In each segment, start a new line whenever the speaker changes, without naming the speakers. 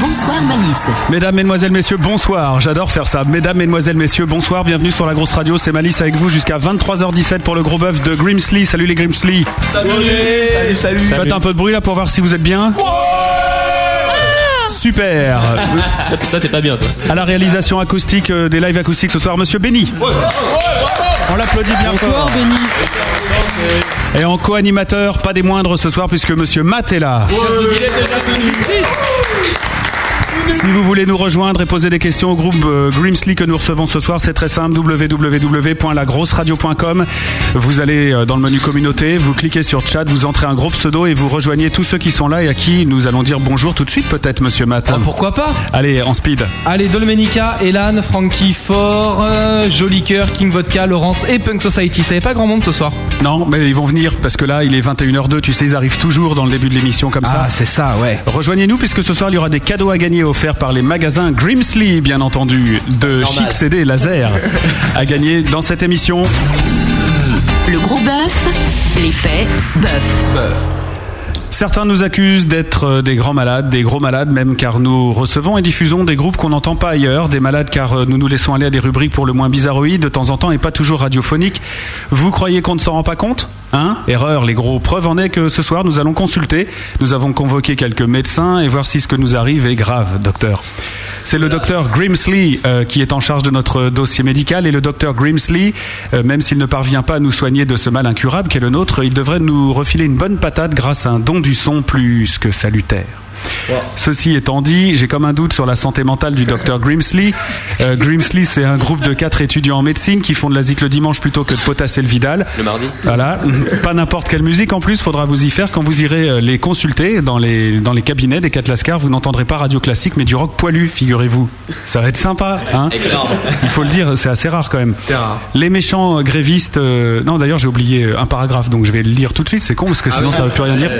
Bonsoir Malice.
Mesdames, Mesdemoiselles, Messieurs, bonsoir. J'adore faire ça. Mesdames, Mesdemoiselles, Messieurs, bonsoir. Bienvenue sur la grosse radio. C'est Malice avec vous jusqu'à 23h17 pour le gros bœuf de Grimsley. Salut les Grimsley.
Salut, salut.
Faites un peu de bruit là pour voir si vous êtes bien. Super
Toi, t'es pas bien, toi.
À la réalisation acoustique euh, des lives acoustiques ce soir, Monsieur Benny. On l'applaudit bien fort. Et en co-animateur, pas des moindres ce soir puisque Monsieur Matt est là.
Il est déjà tenu.
Si vous voulez nous rejoindre et poser des questions au groupe euh, Grimsley que nous recevons ce soir, c'est très simple www.lagrosseradio.com. Vous allez euh, dans le menu communauté, vous cliquez sur chat, vous entrez un gros pseudo et vous rejoignez tous ceux qui sont là et à qui nous allons dire bonjour tout de suite peut-être monsieur Matt.
Ah,
Ah,
Pourquoi pas
Allez, en speed.
Allez, Dolmenica, Elan, Frankie Fort, euh, Joli Cœur, King Vodka, Laurence et Punk Society. Ça n'est pas grand monde ce soir.
Non, mais ils vont venir parce que là, il est 21h02, tu sais, ils arrivent toujours dans le début de l'émission comme ça.
Ah, c'est ça, ouais.
Rejoignez-nous puisque ce soir il y aura des cadeaux à gagner offerts par les magasins Grimsley, bien entendu, de Chic CD Laser, à gagner dans cette émission.
Le gros bœuf, l'effet bœuf.
Certains nous accusent d'être euh, des grands malades, des gros malades même, car nous recevons et diffusons des groupes qu'on n'entend pas ailleurs, des malades car euh, nous nous laissons aller à des rubriques pour le moins bizarroïdes de temps en temps et pas toujours radiophoniques. Vous croyez qu'on ne s'en rend pas compte Hein Erreur, les gros. Preuve en est que ce soir nous allons consulter. Nous avons convoqué quelques médecins et voir si ce que nous arrive est grave, docteur. C'est le docteur Grimsley euh, qui est en charge de notre dossier médical et le docteur Grimsley, euh, même s'il ne parvient pas à nous soigner de ce mal incurable qu'est le nôtre, il devrait nous refiler une bonne patate grâce à un don du son plus que salutaire. Ceci étant dit, j'ai comme un doute sur la santé mentale du docteur Grimsley. Euh, Grimsley, c'est un groupe de quatre étudiants en médecine qui font de la zik le dimanche plutôt que de potasser le vidal.
Le mardi.
Voilà, pas n'importe quelle musique en plus, faudra vous y faire quand vous irez euh, les consulter dans les, dans les cabinets des quatre lascars, vous n'entendrez pas radio classique mais du rock poilu, figurez-vous. Ça va être sympa, hein Il faut le dire, c'est assez rare quand même.
rare.
Les méchants euh, grévistes, euh, non d'ailleurs j'ai oublié euh, un paragraphe donc je vais le lire tout de suite, c'est con parce que sinon ça ne veut plus rien dire.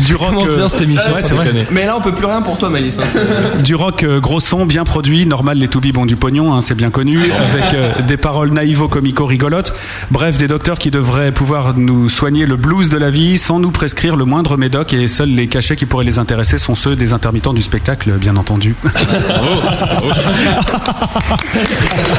du rock,
commence
euh,
bien cette émission,
ouais,
sans
c'est vrai.
déconner.
Mais là, on peut plus rien pour toi, Malice. hein.
Du rock euh, gros son, bien produit, normal les toubibs ont du pognon, hein, c'est bien connu, avec euh, des paroles naïvo-comico-rigolotes. Bref, des docteurs qui devraient pouvoir nous soigner le blues de la vie sans nous prescrire le moindre médoc et seuls les cachets qui pourraient les intéresser sont ceux des intermittents du spectacle, bien entendu.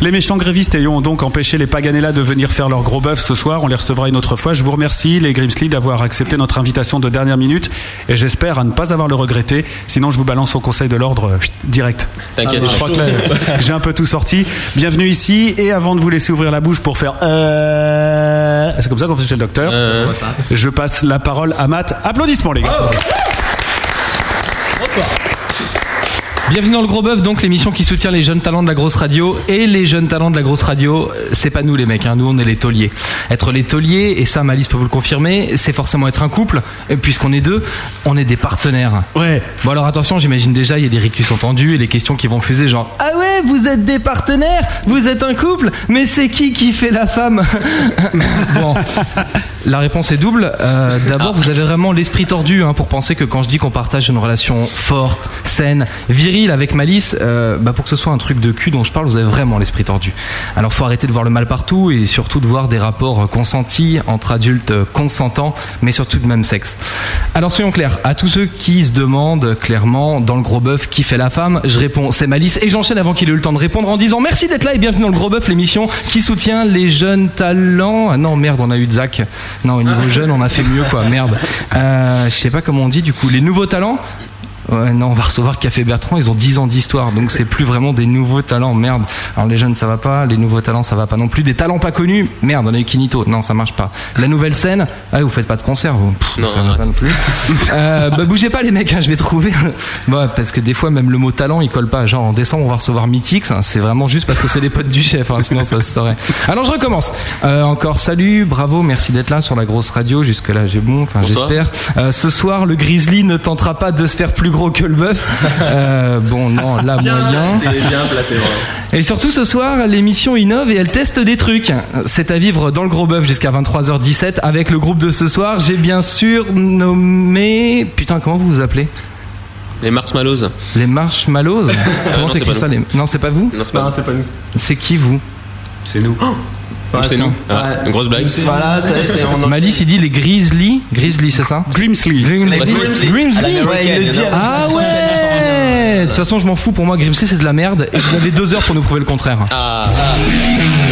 les méchants grévistes ayant donc empêché les Paganella de venir faire leur gros bœuf ce soir, on les recevra une autre fois. Je vous remercie, les Grimsley, d'avoir accepté notre invitation de dernière minute et j'espère à ne pas avoir le regretté. Sinon, je vous balance au Conseil de l'Ordre euh, direct.
T'inquiète,
Je crois que là, euh, j'ai un peu tout sorti. Bienvenue ici et avant de vous laisser ouvrir la bouche pour faire. euh, C'est comme ça qu'on fait chez le docteur. Je passe la parole à Matt. Applaudissements, les gars.
Bienvenue dans le Gros Bœuf, donc l'émission qui soutient les jeunes talents de la grosse radio. Et les jeunes talents de la grosse radio, euh, c'est pas nous les mecs, hein, nous on est les tauliers. Être les tauliers, et ça Malice peut vous le confirmer, c'est forcément être un couple, et puisqu'on est deux, on est des partenaires.
Ouais.
Bon alors attention, j'imagine déjà, il y a des rictus entendus et les questions qui vont fuser genre Ah ouais, vous êtes des partenaires, vous êtes un couple, mais c'est qui qui fait la femme Bon, la réponse est double. Euh, D'abord, vous avez vraiment l'esprit tordu hein, pour penser que quand je dis qu'on partage une relation forte, saine, virile avec malice, euh, bah pour que ce soit un truc de cul dont je parle, vous avez vraiment l'esprit tordu. Alors faut arrêter de voir le mal partout et surtout de voir des rapports euh, consentis entre adultes euh, consentants, mais surtout de même sexe. Alors soyons clairs, à tous ceux qui se demandent clairement dans le gros bœuf qui fait la femme, je réponds c'est Malice et j'enchaîne avant qu'il ait eu le temps de répondre en disant merci d'être là et bienvenue dans le gros bœuf, l'émission qui soutient les jeunes talents. Ah non merde, on a eu de Zach. Non, au niveau jeune, on a fait mieux quoi, merde. Euh, je sais pas comment on dit du coup, les nouveaux talents Ouais, non, on va recevoir Café Bertrand, ils ont 10 ans d'histoire, donc c'est plus vraiment des nouveaux talents, merde. Alors les jeunes, ça va pas, les nouveaux talents, ça va pas non plus. Des talents pas connus, merde, on a eu Kinito, non, ça marche pas. La nouvelle scène, ah, vous faites pas de concert, vous. Pff,
Non,
ça va
ouais.
pas non plus. Euh, bah, bougez pas les mecs, hein, je vais trouver. Bah, parce que des fois, même le mot talent, il colle pas. Genre en décembre, on va recevoir Mythix, hein, c'est vraiment juste parce que c'est les potes du chef, hein, sinon ça se saurait. Alors je recommence. Euh, encore salut, bravo, merci d'être là sur la grosse radio, jusque-là j'ai bon, enfin
Bonsoir.
j'espère. Euh, ce soir, le grizzly ne tentera pas de se faire plus gros que le bœuf. Euh, bon, non, là, moyen.
C'est bien placé, vraiment.
Et surtout, ce soir, l'émission innove et elle teste des trucs. C'est à vivre dans le gros bœuf jusqu'à 23h17 avec le groupe de ce soir. J'ai bien sûr nommé. Putain, comment vous vous appelez
Les marshmallows.
Les Marshmallows Comment
non, c'est
t'écris
pas
ça les... Non, c'est pas vous
Non, c'est pas.
c'est pas nous.
C'est qui vous
C'est nous.
Ou c'est nous. Ah,
Ouais.
Une grosse blague.
Voilà, ça y est, c'est on en-
Malice, il dit les Grizzly. Grizzly, c'est ça
Grimsley.
Grimsley.
Parce que-
Grimsley.
Ouais, il le dit avec
Ah
l'accent
ouais De toute façon, je m'en fous. Pour moi, Grimsley, c'est de la merde. Et vous avez deux heures pour nous prouver le contraire.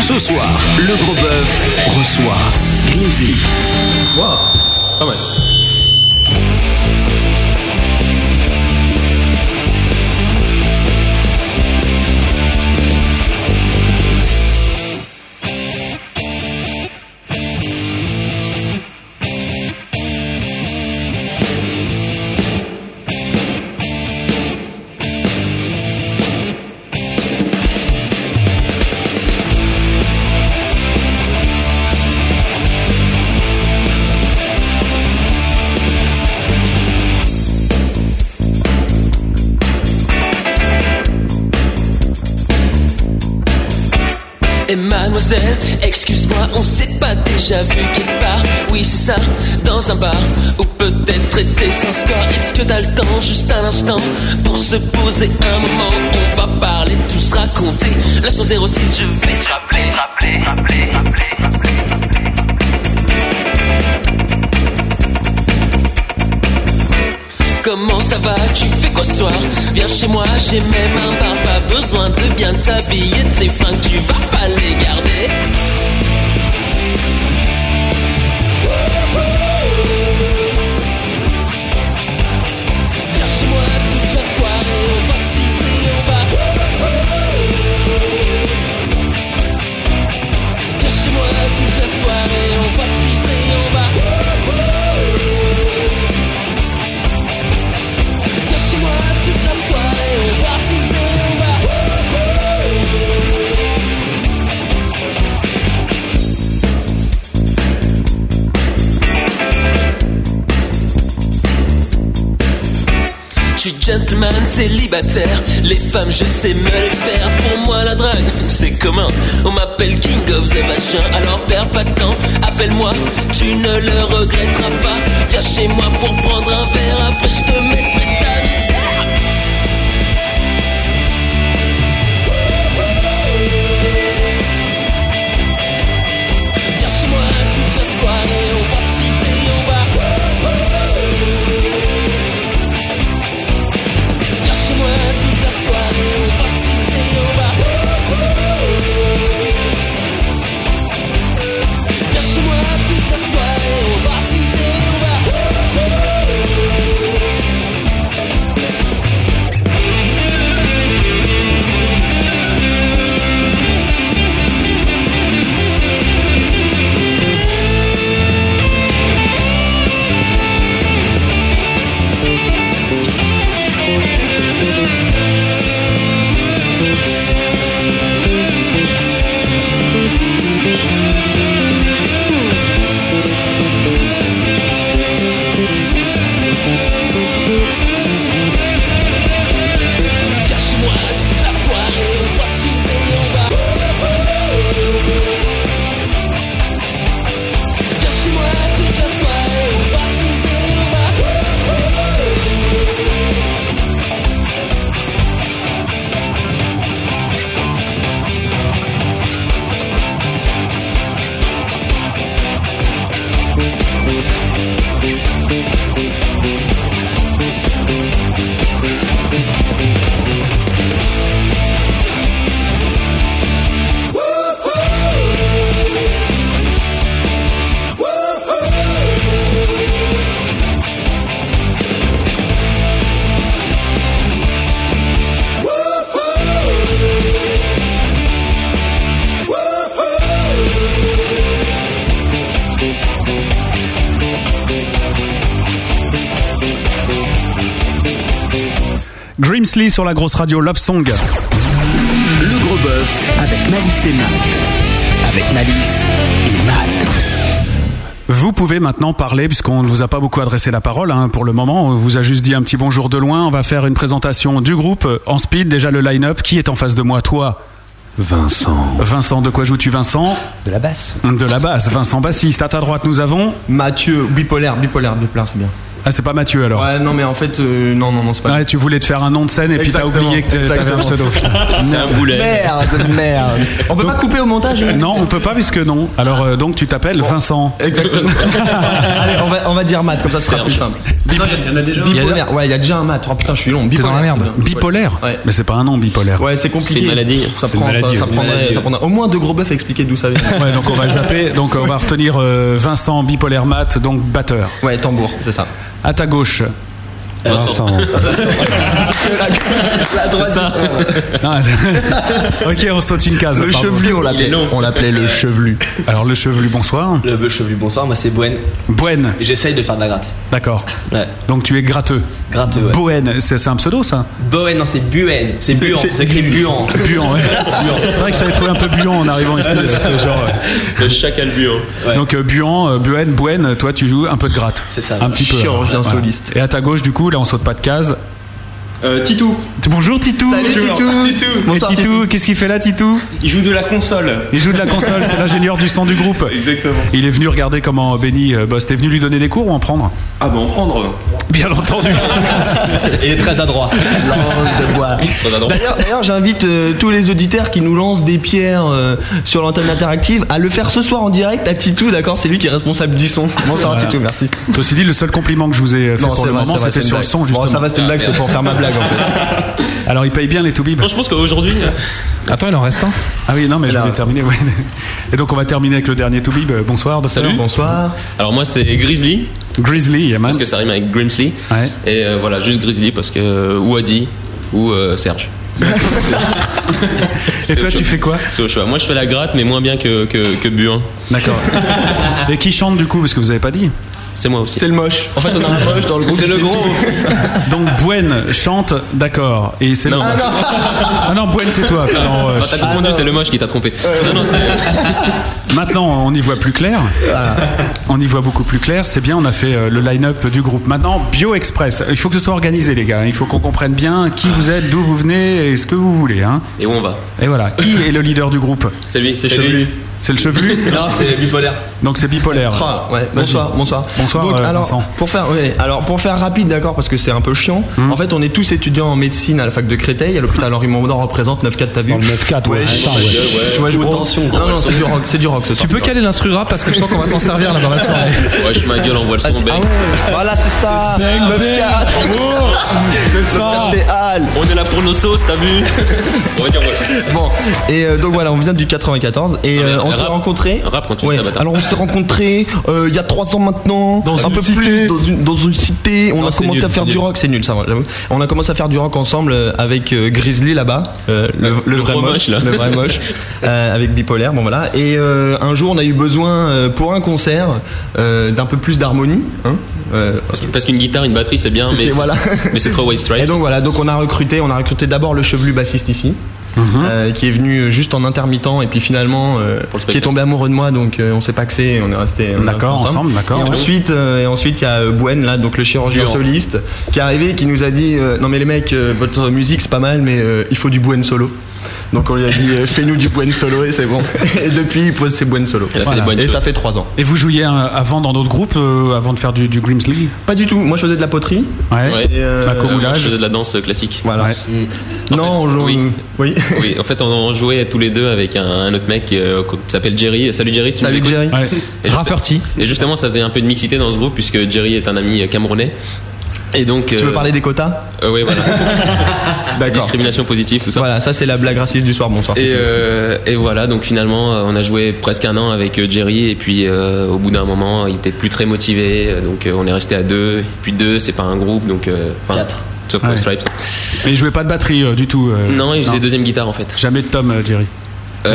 Ce soir, le gros bœuf reçoit Grimsy.
Pas mal.
Et mademoiselle, excuse-moi, on s'est pas déjà vu quelque part. Oui, c'est ça, dans un bar, ou peut-être traité sans score. Est-ce que t'as le temps, juste un instant, pour se poser un moment On va parler, tout se raconter. Là, sur 06, je vais te rappeler, rappeler, rappeler, rappeler, rappeler. Comment ça va Tu fais quoi ce soir Viens chez moi, j'ai même un bar. Pas besoin de bien t'habiller, tes fringues, tu vas pas les garder. Viens chez moi toute la soirée, on va teaser, on va. Viens chez moi toute la soirée, on va teaser, on va. Viens chez moi toute la soirée, on va teaser, on va. Je suis gentleman célibataire, les femmes je sais me les faire. Pour moi la drague, c'est commun. On m'appelle King of the Vagin, alors perds pas de temps, appelle-moi, tu ne le regretteras pas. Viens chez moi pour prendre un verre, après je te mettrai ta misère. Viens chez moi toute la soirée, on va teaser, on va. Viens chez moi toute la soirée, on va teaser, on va. Viens chez moi toute la soirée, on va teaser, on va.
Grimsley sur la grosse radio Love Song.
Le gros bœuf avec Malice et Matt. Avec Malice et Matt.
Vous pouvez maintenant parler, puisqu'on ne vous a pas beaucoup adressé la parole hein, pour le moment. On vous a juste dit un petit bonjour de loin. On va faire une présentation du groupe euh, en speed. Déjà le line-up. Qui est en face de moi Toi Vincent. Vincent, de quoi joues-tu, Vincent
De la basse.
De la basse. Vincent bassiste. À ta droite, nous avons
Mathieu, bipolaire, bipolaire, bipolaire, c'est bien.
Ah, c'est pas Mathieu alors
Ouais, non, mais en fait, euh, non, non, non, c'est pas.
Ouais, tu voulais te faire un nom de scène et puis t'as
Exactement,
oublié que t'avais un
exactement.
pseudo.
Ah,
C'est un boulet. Merde, merde. On peut pas couper au montage
Non, on peut pas puisque non. Alors euh, donc tu t'appelles Vincent.
Exactement. Allez, on va, on va dire Matt, comme ça ce sera plus simple. il y en a déjà Bipolaire, ouais, il y a déjà un Matt. Oh putain, je suis long. Bipolaire. c'est bien.
Bipolaire Mais c'est pas un nom bipolaire.
Ouais, c'est compliqué. Ça, prend, ça, ça prendrait, ça prendrait au moins deux gros bœufs à expliquer d'où ça vient.
Ouais, donc on va le zapper. Donc on va retenir euh, Vincent bipolaire mat, donc batteur.
Ouais, tambour, c'est ça.
À ta gauche. Vincent.
La droite.
ça.
Non, attends. Ah, ok, on saute une case.
Le
pardon.
chevelu, on
Il est
l'appelait.
long.
On l'appelait le chevelu.
Alors le chevelu, bonsoir.
Le bœuf chevelu, bonsoir, moi c'est Boen.
Boen,
Et j'essaye de faire de la gratte.
d'accord.
Ouais.
Donc tu es gratteux.
Gratteux, ouais.
Boen, c'est c'est un pseudo ça
Boen, non, c'est Buen. C'est Buan. C'est écrit Buan.
Buant, ouais. C'est vrai que je t'avais trouvé un peu buant en arrivant ici. C'était genre, euh, ouais.
Le chacal bureau.
Donc euh, Buan, euh, Buen, Bouen, toi tu joues un peu de gratte.
C'est ça,
Un
ouais.
petit peu.
Chirurgien
Voilà.
soliste.
Et à ta gauche, du coup, là on saute pas de case.
Euh, Titou.
Bonjour Titou.
Salut Titou.
Titou.
Et
Bonsoir
Titou,
Titou.
qu'est-ce qu'il fait là Titou
Il joue de la console.
Il joue de la console, c'est l'ingénieur du son du groupe.
Exactement.
Il est venu regarder comment Benny euh, bosse. T'es venu lui donner des cours ou en prendre
Ah, bah, en prendre.
Bien entendu.
Il est très adroit.
Langue de bois.
Très adroit.
D'ailleurs, d'ailleurs, j'invite euh, tous les auditeurs qui nous lancent des pierres euh, sur l'antenne interactive à le faire ce soir en direct à Titou, d'accord C'est lui qui est responsable du son. Bonsoir Titou, merci.
Ceci dit, le seul compliment que je vous ai euh, fait pour
c'est
le
vrai,
moment,
c'est vrai,
c'était
c'est
sur
une
le son
blague.
justement.
Bon, ça va, c'est une blague, c'est pour faire ma blague en fait.
Alors il paye bien les toubibs.
Non, je pense qu'aujourd'hui, euh,
Attends, il en reste un.
Ah oui, non, mais je
Là.
voulais terminer. ouais. Et donc on va terminer avec le dernier toubib. Bonsoir. docteur.
Salut.
Bonsoir.
alors moi c'est Grizzly
Grizzly, Yaman.
parce que ça rime avec Grimsley
Ouais.
et euh, voilà juste Grizzly parce que euh, ou Adi ou euh, Serge.
Et toi, tu fais quoi
C'est au choix. Moi je fais la gratte mais moins bien que que, que Buin.
D'accord. Et qui chante du coup Parce que vous avez pas dit.
C'est moi aussi.
C'est le moche. En fait, on a un moche dans le groupe.
C'est le gros.
Donc Buen chante, d'accord. Et c'est
Non.
le- Ah non, Buen, c'est toi. Putain, euh,
Ah, t'as confondu, c'est le moche qui t'a trompé. Non, non, c'est.
Maintenant, on y voit plus clair. On y voit beaucoup plus clair. C'est bien, on a fait euh, le line-up du groupe. Maintenant, Bio Express. Il faut que ce soit organisé, les gars. Il faut qu'on comprenne bien qui vous êtes, d'où vous venez et ce que vous voulez. hein.
Et où on va
Et voilà. Qui est le leader du groupe
C'est lui, c'est lui.
C'est le chevelu
Non, c'est bipolaire.
Donc c'est bipolaire.
Ah, ouais, bonsoir,
Vas-y.
bonsoir.
Bonsoir,
Donc,
euh,
alors,
Vincent.
Pour faire, ouais, alors pour faire rapide, d'accord, parce que c'est un peu chiant.
Hmm.
En fait, on est tous étudiants en médecine à la fac de Créteil. À l'hôpital Henri Mondor représente 9-4, t'as vu Dans le 9-4, ouais, c'est ça. Tu vois, je tension. Non, non, c'est du rock, c'est du rock. Ce
Tu peux caler l'instru rap parce que je sens qu'on va s'en servir là dans la soirée.
Ouais, je ma gueule, on voit le son
Ah
bang.
ouais, voilà, c'est ça. 9-4, c'est ça. Des Halles.
On est là pour nos sauces, t'as vu On va dire, ouais.
Bon, et euh, donc voilà, on vient du 94 et euh, on
rap-
s'est rencontrés.
rap quand tu dis ça, bâtard.
Alors on s'est rencontrés euh, il y a 3 ans maintenant, dans un peu plus dans une, dans une cité. On
Non,
a
c'est
commencé
nul,
à faire
c'est
du
nul.
rock, c'est nul ça. j'avoue. On a commencé à faire du rock ensemble euh, avec euh, Grizzly là-bas, euh, le, le
Le
vrai
gros
moche,
moche, là.
le vrai moche, euh, avec bipolaire. Bon voilà. Et euh, un jour on a eu besoin euh, pour un concert euh, d'un peu plus d'harmonie. Hein euh,
Parce que- Parce qu'une guitare, une batterie, c'est bien, mais
C'était-
c'est
voilà.
mais c'est trop white
et
stripe.
donc voilà, donc on a recruté, on a recruté d'abord le chevelu bassiste ici, euh, qui est venu juste en intermittent et puis finalement euh,
Pour le
qui est
spectacle.
tombé amoureux de moi, donc euh, on s'est pas axé, on est resté on est
D'accord,
resté
ensemble, d'accord.
Et ensuite, euh, et ensuite il y a euh, Bouen là, donc le chirurgien
Buan.
soliste, qui est arrivé, et qui nous a dit euh, non mais les mecs, euh, votre musique c'est pas mal, mais euh, il faut du Bouen solo. Donc on lui a dit euh, fais-nous du Bouen solo et c'est bon. et depuis il pose ses Bouen solo.
Il a fait des bonnes
Et ça
choses.
fait trois ans.
Et vous jouiez euh, avant dans d'autres groupes, euh, avant de faire du, du Grimsley
Pas du tout. Moi je faisais de la poterie.
Ouais.
Ouais.
Et, euh,
Bah, comment-
Euh, moi,
Moulage.
je faisais de la danse euh, classique.
Voilà.
Ouais.
Non,
fait,
on-
oui.
oui.
Oui, en fait, on en jouait tous les deux avec un, un autre mec euh, qui s'appelle Jerry. Salut Jerry, si tu nous
Salut
écoutes.
Jerry.
Ouais.
Et juste-
Rafferty.
Et justement, ça faisait un peu de mixité dans ce groupe puisque Jerry est un ami camerounais. Et donc.
Tu veux parler des quotas
Oui, voilà.
D'accord.
Discrimination positive, tout ça.
Voilà, ça c'est la blague raciste du soir, bonsoir.
Et, euh, et voilà, donc finalement, euh, on a joué presque un an avec euh, Jerry, et puis euh, au bout d'un moment, il était plus très motivé, euh, donc euh, on est resté à deux, et puis deux, c'est pas un groupe, donc. euh, enfin,
Quatre.
Sauf pour
Ouais.
les Stripes.
Mais il jouait pas de batterie euh, du tout. euh,
Non, il faisait deuxième guitare en fait.
Jamais de Tom, euh, Jerry.
Euh,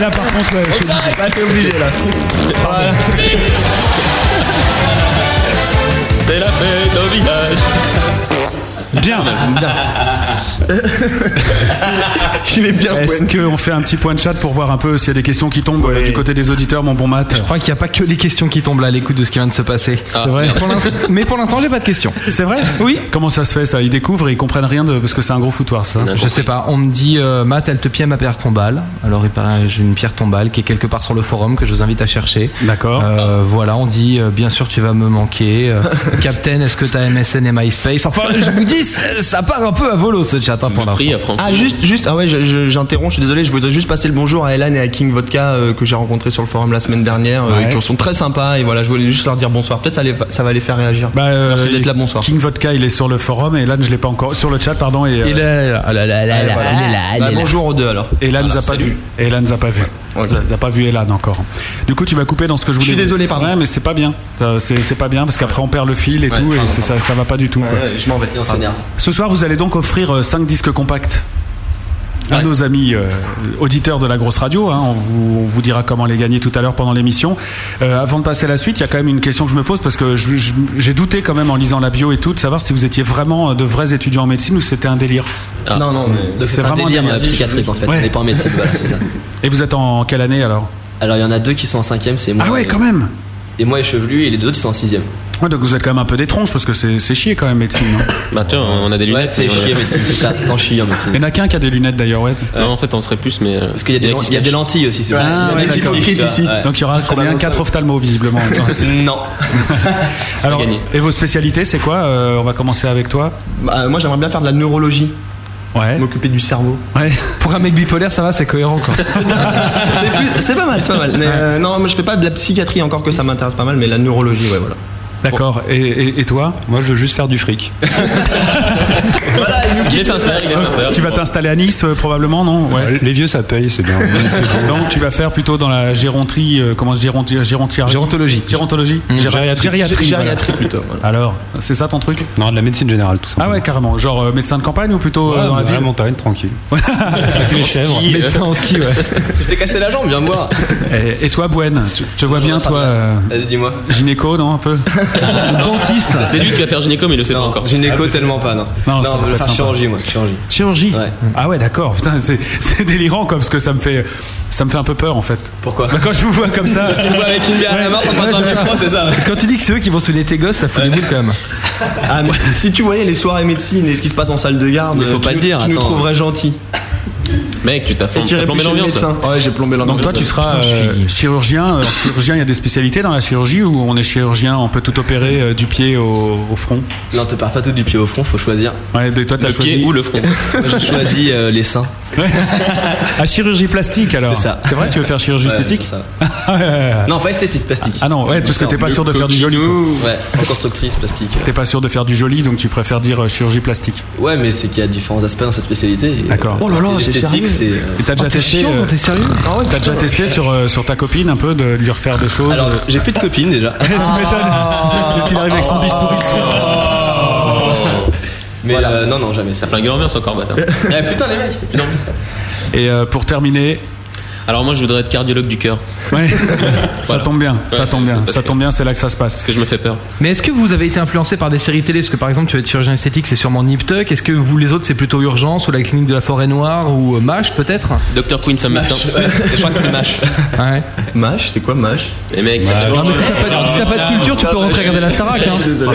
Là, par contre,
Bah, t'es obligé là. Voilà.
c'est la fête au village!
Bien.
Il est bien.
Est-ce qu'on fait un petit point de chat pour voir un peu s'il y a des questions qui tombent euh, du côté des auditeurs, mon bon Matt Je
crois qu'il n'y a pas que les questions qui tombent là à l'écoute de ce qui vient de se passer.
C'est vrai.
Pour l'instant- Mais pour l'instant, j'ai pas de questions.
C'est vrai
Oui.
Comment ça se fait ça Ils découvrent et ils comprennent rien de parce que c'est un gros foutoir ça.
Je sais pas, on me dit euh, Matt, elle te pied ma pierre tombale. Alors il paraît j'ai une pierre tombale qui est quelque part sur le forum que je vous invite à chercher.
D'accord.
Euh,
voilà, on dit euh, bien sûr tu vas me manquer. Euh, Captain, est-ce que t'as MSN et MySpace Enfin, je vous dis, ça ça part un peu à volo ce chat hein, pour l'instant.
Ah juste, juste, ah ouais, je- je- j'interromps, je suis désolé, je voudrais juste passer le bonjour à Elan et à King Vodka euh, que j'ai rencontré sur le forum la semaine dernière, euh,
Ouais.
qui sont très sympas et voilà, je voulais juste leur dire bonsoir. Peut-être ça, les- ça va les faire réagir.
Bah, euh,
Merci d'être là, bonsoir.
King Vodka, il est sur le forum et là je l'ai pas encore sur le chat pardon et.
Il est là, là, là, là,
Ouais,
là,
voilà.
il est là, il est là.
Bah, aux deux alors.
Elan nous a pas vu. Elan nous a pas vu. Nous a pas vu Elan encore. Du coup, tu m'as coupé dans ce que je voulais.
suis
dire.
désolé, pardon.
Ouais, mais c'est pas bien. Ça, C'est c'est pas bien parce qu'après on perd le fil et
Ouais,
tout et
pardon,
c'est ça, ça va pas du tout. quoi.
je m'en vais.
Et on s'énerve.
Ce soir, vous allez donc offrir 5 disques compacts à nos amis euh, auditeurs de la grosse radio. hein. on, vous, on vous dira comment les gagner tout à l'heure pendant l'émission. Euh, avant de passer à la suite, il y a quand même une question que je me pose parce que je- je- j'ai douté quand même en lisant la bio et tout de savoir si vous étiez vraiment euh, de vrais étudiants en médecine ou si c'était un délire.
Ah.
Non, non, mais.
Donc
c'est un délire euh, psychiatrique en fait.
Ouais.
On n'est pas en médecine, voilà, c'est ça.
Et vous êtes en quelle année alors
Alors il y en a deux qui sont en cinquième, c'est moi.
Ah ouais,
et-
quand même
Et moi et chevelu et les deux autres ils sont en sixième.
Ouais, donc vous êtes quand même un peu des tronches parce que c'est c'est chier quand même médecine. non
Bah tiens, on a des lunettes.
Ouais, c'est
mais euh, on a-
chier en médecine, c'est ça. T'en chies en médecine.
Il y en a qu'un qui a des lunettes d'ailleurs, ouais.
Non, en fait, on serait plus, mais. euh, Parce
qu'il y a des-
qui se
il y a
cachent.
des lentilles aussi, c'est pour ça.
Ah,
Il y a
ouais,
des
d'accord.
petits trucs, là, ouais.
Donc il y aura combien 4 ophtalmos visiblement.
Non.
Alors, et vos spécialités, c'est quoi Euh, On va commencer avec toi.
Bah, moi j'aimerais bien faire de la neurologie.
Ouais.
M'occuper du cerveau.
Ouais.
Pour un mec bipolaire, ça va, c'est cohérent quoi.
C'est plus- c'est pas mal, c'est pas mal. Mais, euh, non, mais je fais pas de la psychiatrie encore que ça m'intéresse pas mal, mais la neurologie, ouais, voilà.
D'accord. Et, et- et toi
Moi, je veux juste faire du fric.
Il est sincère, il est sincère.
Tu vas t'installer à Nice euh, probablement, non ouais.
Les vieux, ça paye, c'est bien.
Donc tu vas faire plutôt dans la géronterie, euh, comment géronterie, gérontière-
Gérontologie.
Gérontologie Géra-
Gériatrie.
Gériatrie, voilà.
Gériatrie plutôt. voilà.
Alors, c'est ça ton truc
Non, de la médecine générale, tout ça.
Ah ouais, carrément. Genre euh, médecin de campagne ou plutôt euh, dans la
à la
ville
montagne, tranquille. Avec les chèvres.
Ski, euh,
Médecin en ski, hein. ouais.
Je t'ai cassé la jambe, viens me voir.
et, et toi, Bouen Tu te vois bien, toi, euh,
Vas-y, dis-moi.
gynéco, non Un peu
Dentiste.
C'est lui qui va faire gynéco, mais il le sait pas encore.
Gynéco, tellement pas, non.
Ah, Non, ça
non,
peut
je
être
vais faire
sympa.
chirurgie, moi, chirurgie.
Chirurgie
Ouais.
Ah ouais, d'accord. Putain, c'est c'est délirant, quoi, parce que ça me fait, ça me fait un peu peur, en fait.
Pourquoi
Bah, Quand je vous vois comme ça.
Tu me vois avec une bière à la main,
Ouais,
t'entends un
c'est ça.
micro, c'est ça ouais.
Quand tu dis que c'est eux qui vont soulever tes gosses, ça fout les boules quand même.
Ah, mais si tu voyais les soirées médecine et ce qui se passe en salle de garde,
Mais faut
tu
pas
nous-
le dire,
tu nous
attends.
trouverais gentil.
Mec, tu t'as fond-
Et tu
t'as
irais plus
plombé
chez le
l'ambiance. là.
médecin. Ouais, j'ai plombé l'ambiance.
Donc toi, tu seras euh, chirurgien. Alors, chirurgien, il y a des spécialités dans la chirurgie où on est chirurgien, on peut tout opérer euh, du pied au, au front.
Non, te pars pas tout du pied au front, faut choisir.
Ouais, de- toi, t'as
Le
choisi.
pied ou le front.
Moi, J'ai choisi euh, les seins.
À chirurgie plastique, alors.
C'est ça.
vrai, tu veux faire chirurgie
Ouais,
esthétique
ça.
Ah
Non, pas esthétique, plastique.
non, ouais, parce que t'es pas sûr de faire du joli. quoi.
Ouais, en constructrice plastique.
T'es pas sûr de faire du joli, donc tu préfères dire euh, chirurgie plastique.
Ouais, mais c'est qu'il y a différents aspects dans cette spécialité. Et,
D'accord.
euh,
Oh là là,
l'esthétique, c'est. euh, Ah
Et t'as déjà testé,
chiant
euh,
quand Ah, t'es sérieux
t'as déjà testé sur euh, sur ta copine un peu de lui refaire des choses. euh
Alors, j'ai plus de copine déjà.
tu m'étonnes. Le petit arrive avec son bistouri.
Mais euh, non, non, jamais ça.
T'as flingué l'ambiance encore, bâtard.
Eh, putain, les mecs.
Plus d'ambiance, quoi.
Et euh, pour terminer,
Alors moi, je voudrais être cardiologue du cœur.
ouais, ça
Voilà.
tombe bien, ça
Ouais,
tombe
c'est-
bien,
c'est
ça
parce
tombe bien, c'est là que ça se passe.
Parce que je me fais peur.
Mais est-ce que vous avez été influencé par des séries télé Parce que par exemple, tu vas être chirurgien esthétique, c'est sûrement Nip Tuck. Est-ce que vous, les autres, c'est plutôt Urgence ou la clinique de la Forêt Noire ou euh, MASH peut-être
Docteur Queen, femme médecin.
Je crois que c'est mâche.
Ouais.
euh,
Mâche, c'est quoi Mâche
Et mec, t'as
Ah,
Non, mais si t'as pas, si t'as pas de culture, tu peux rentrer regarder la
Ah,
Starac. Hein.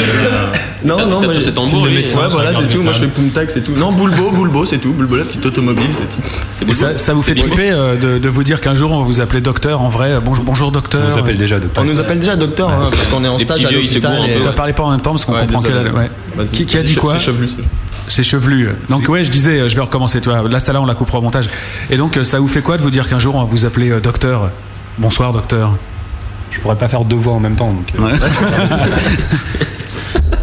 Non, non,
t'as
mais.
sur cet tambour. lui.
Ouais, voilà, c'est tout. Moi, je fais Pumtak, c'est tout. Non, Bulbo, Bulbo, c'est tout. Bulbo, la petite automobile, c'est tout.
C'est
Et
beau.
ça, ça vous fait
C'est beau.
triper euh, de, de vous dire qu'un jour on va vous appeler docteur en vrai. euh, Bonjour, bonjour
On
docteur.
nous appelle déjà, docteur.
On nous appelle déjà docteur, hein, parce qu'on est en
Les
stage
petits
à
vieux, ils se
l'hôpital.
gourrent un
et-
peu,
T'as parlé pas en même temps parce qu'on
Ouais,
comprend
désolé.
que la- ouais.
Vas-y,
qui, qui a
c'est
dit
che-
quoi
C'est chevelu. c'est-
C'est chevelu. Donc ouais, je disais, euh, je vais recommencer. Toi, là, celle-là, on la coupera au montage. Et donc, euh, ça vous fait quoi de vous dire qu'un jour on va vous appeler euh, docteur Bonsoir docteur.
Je pourrais pas faire deux voix en même temps. Donc, euh,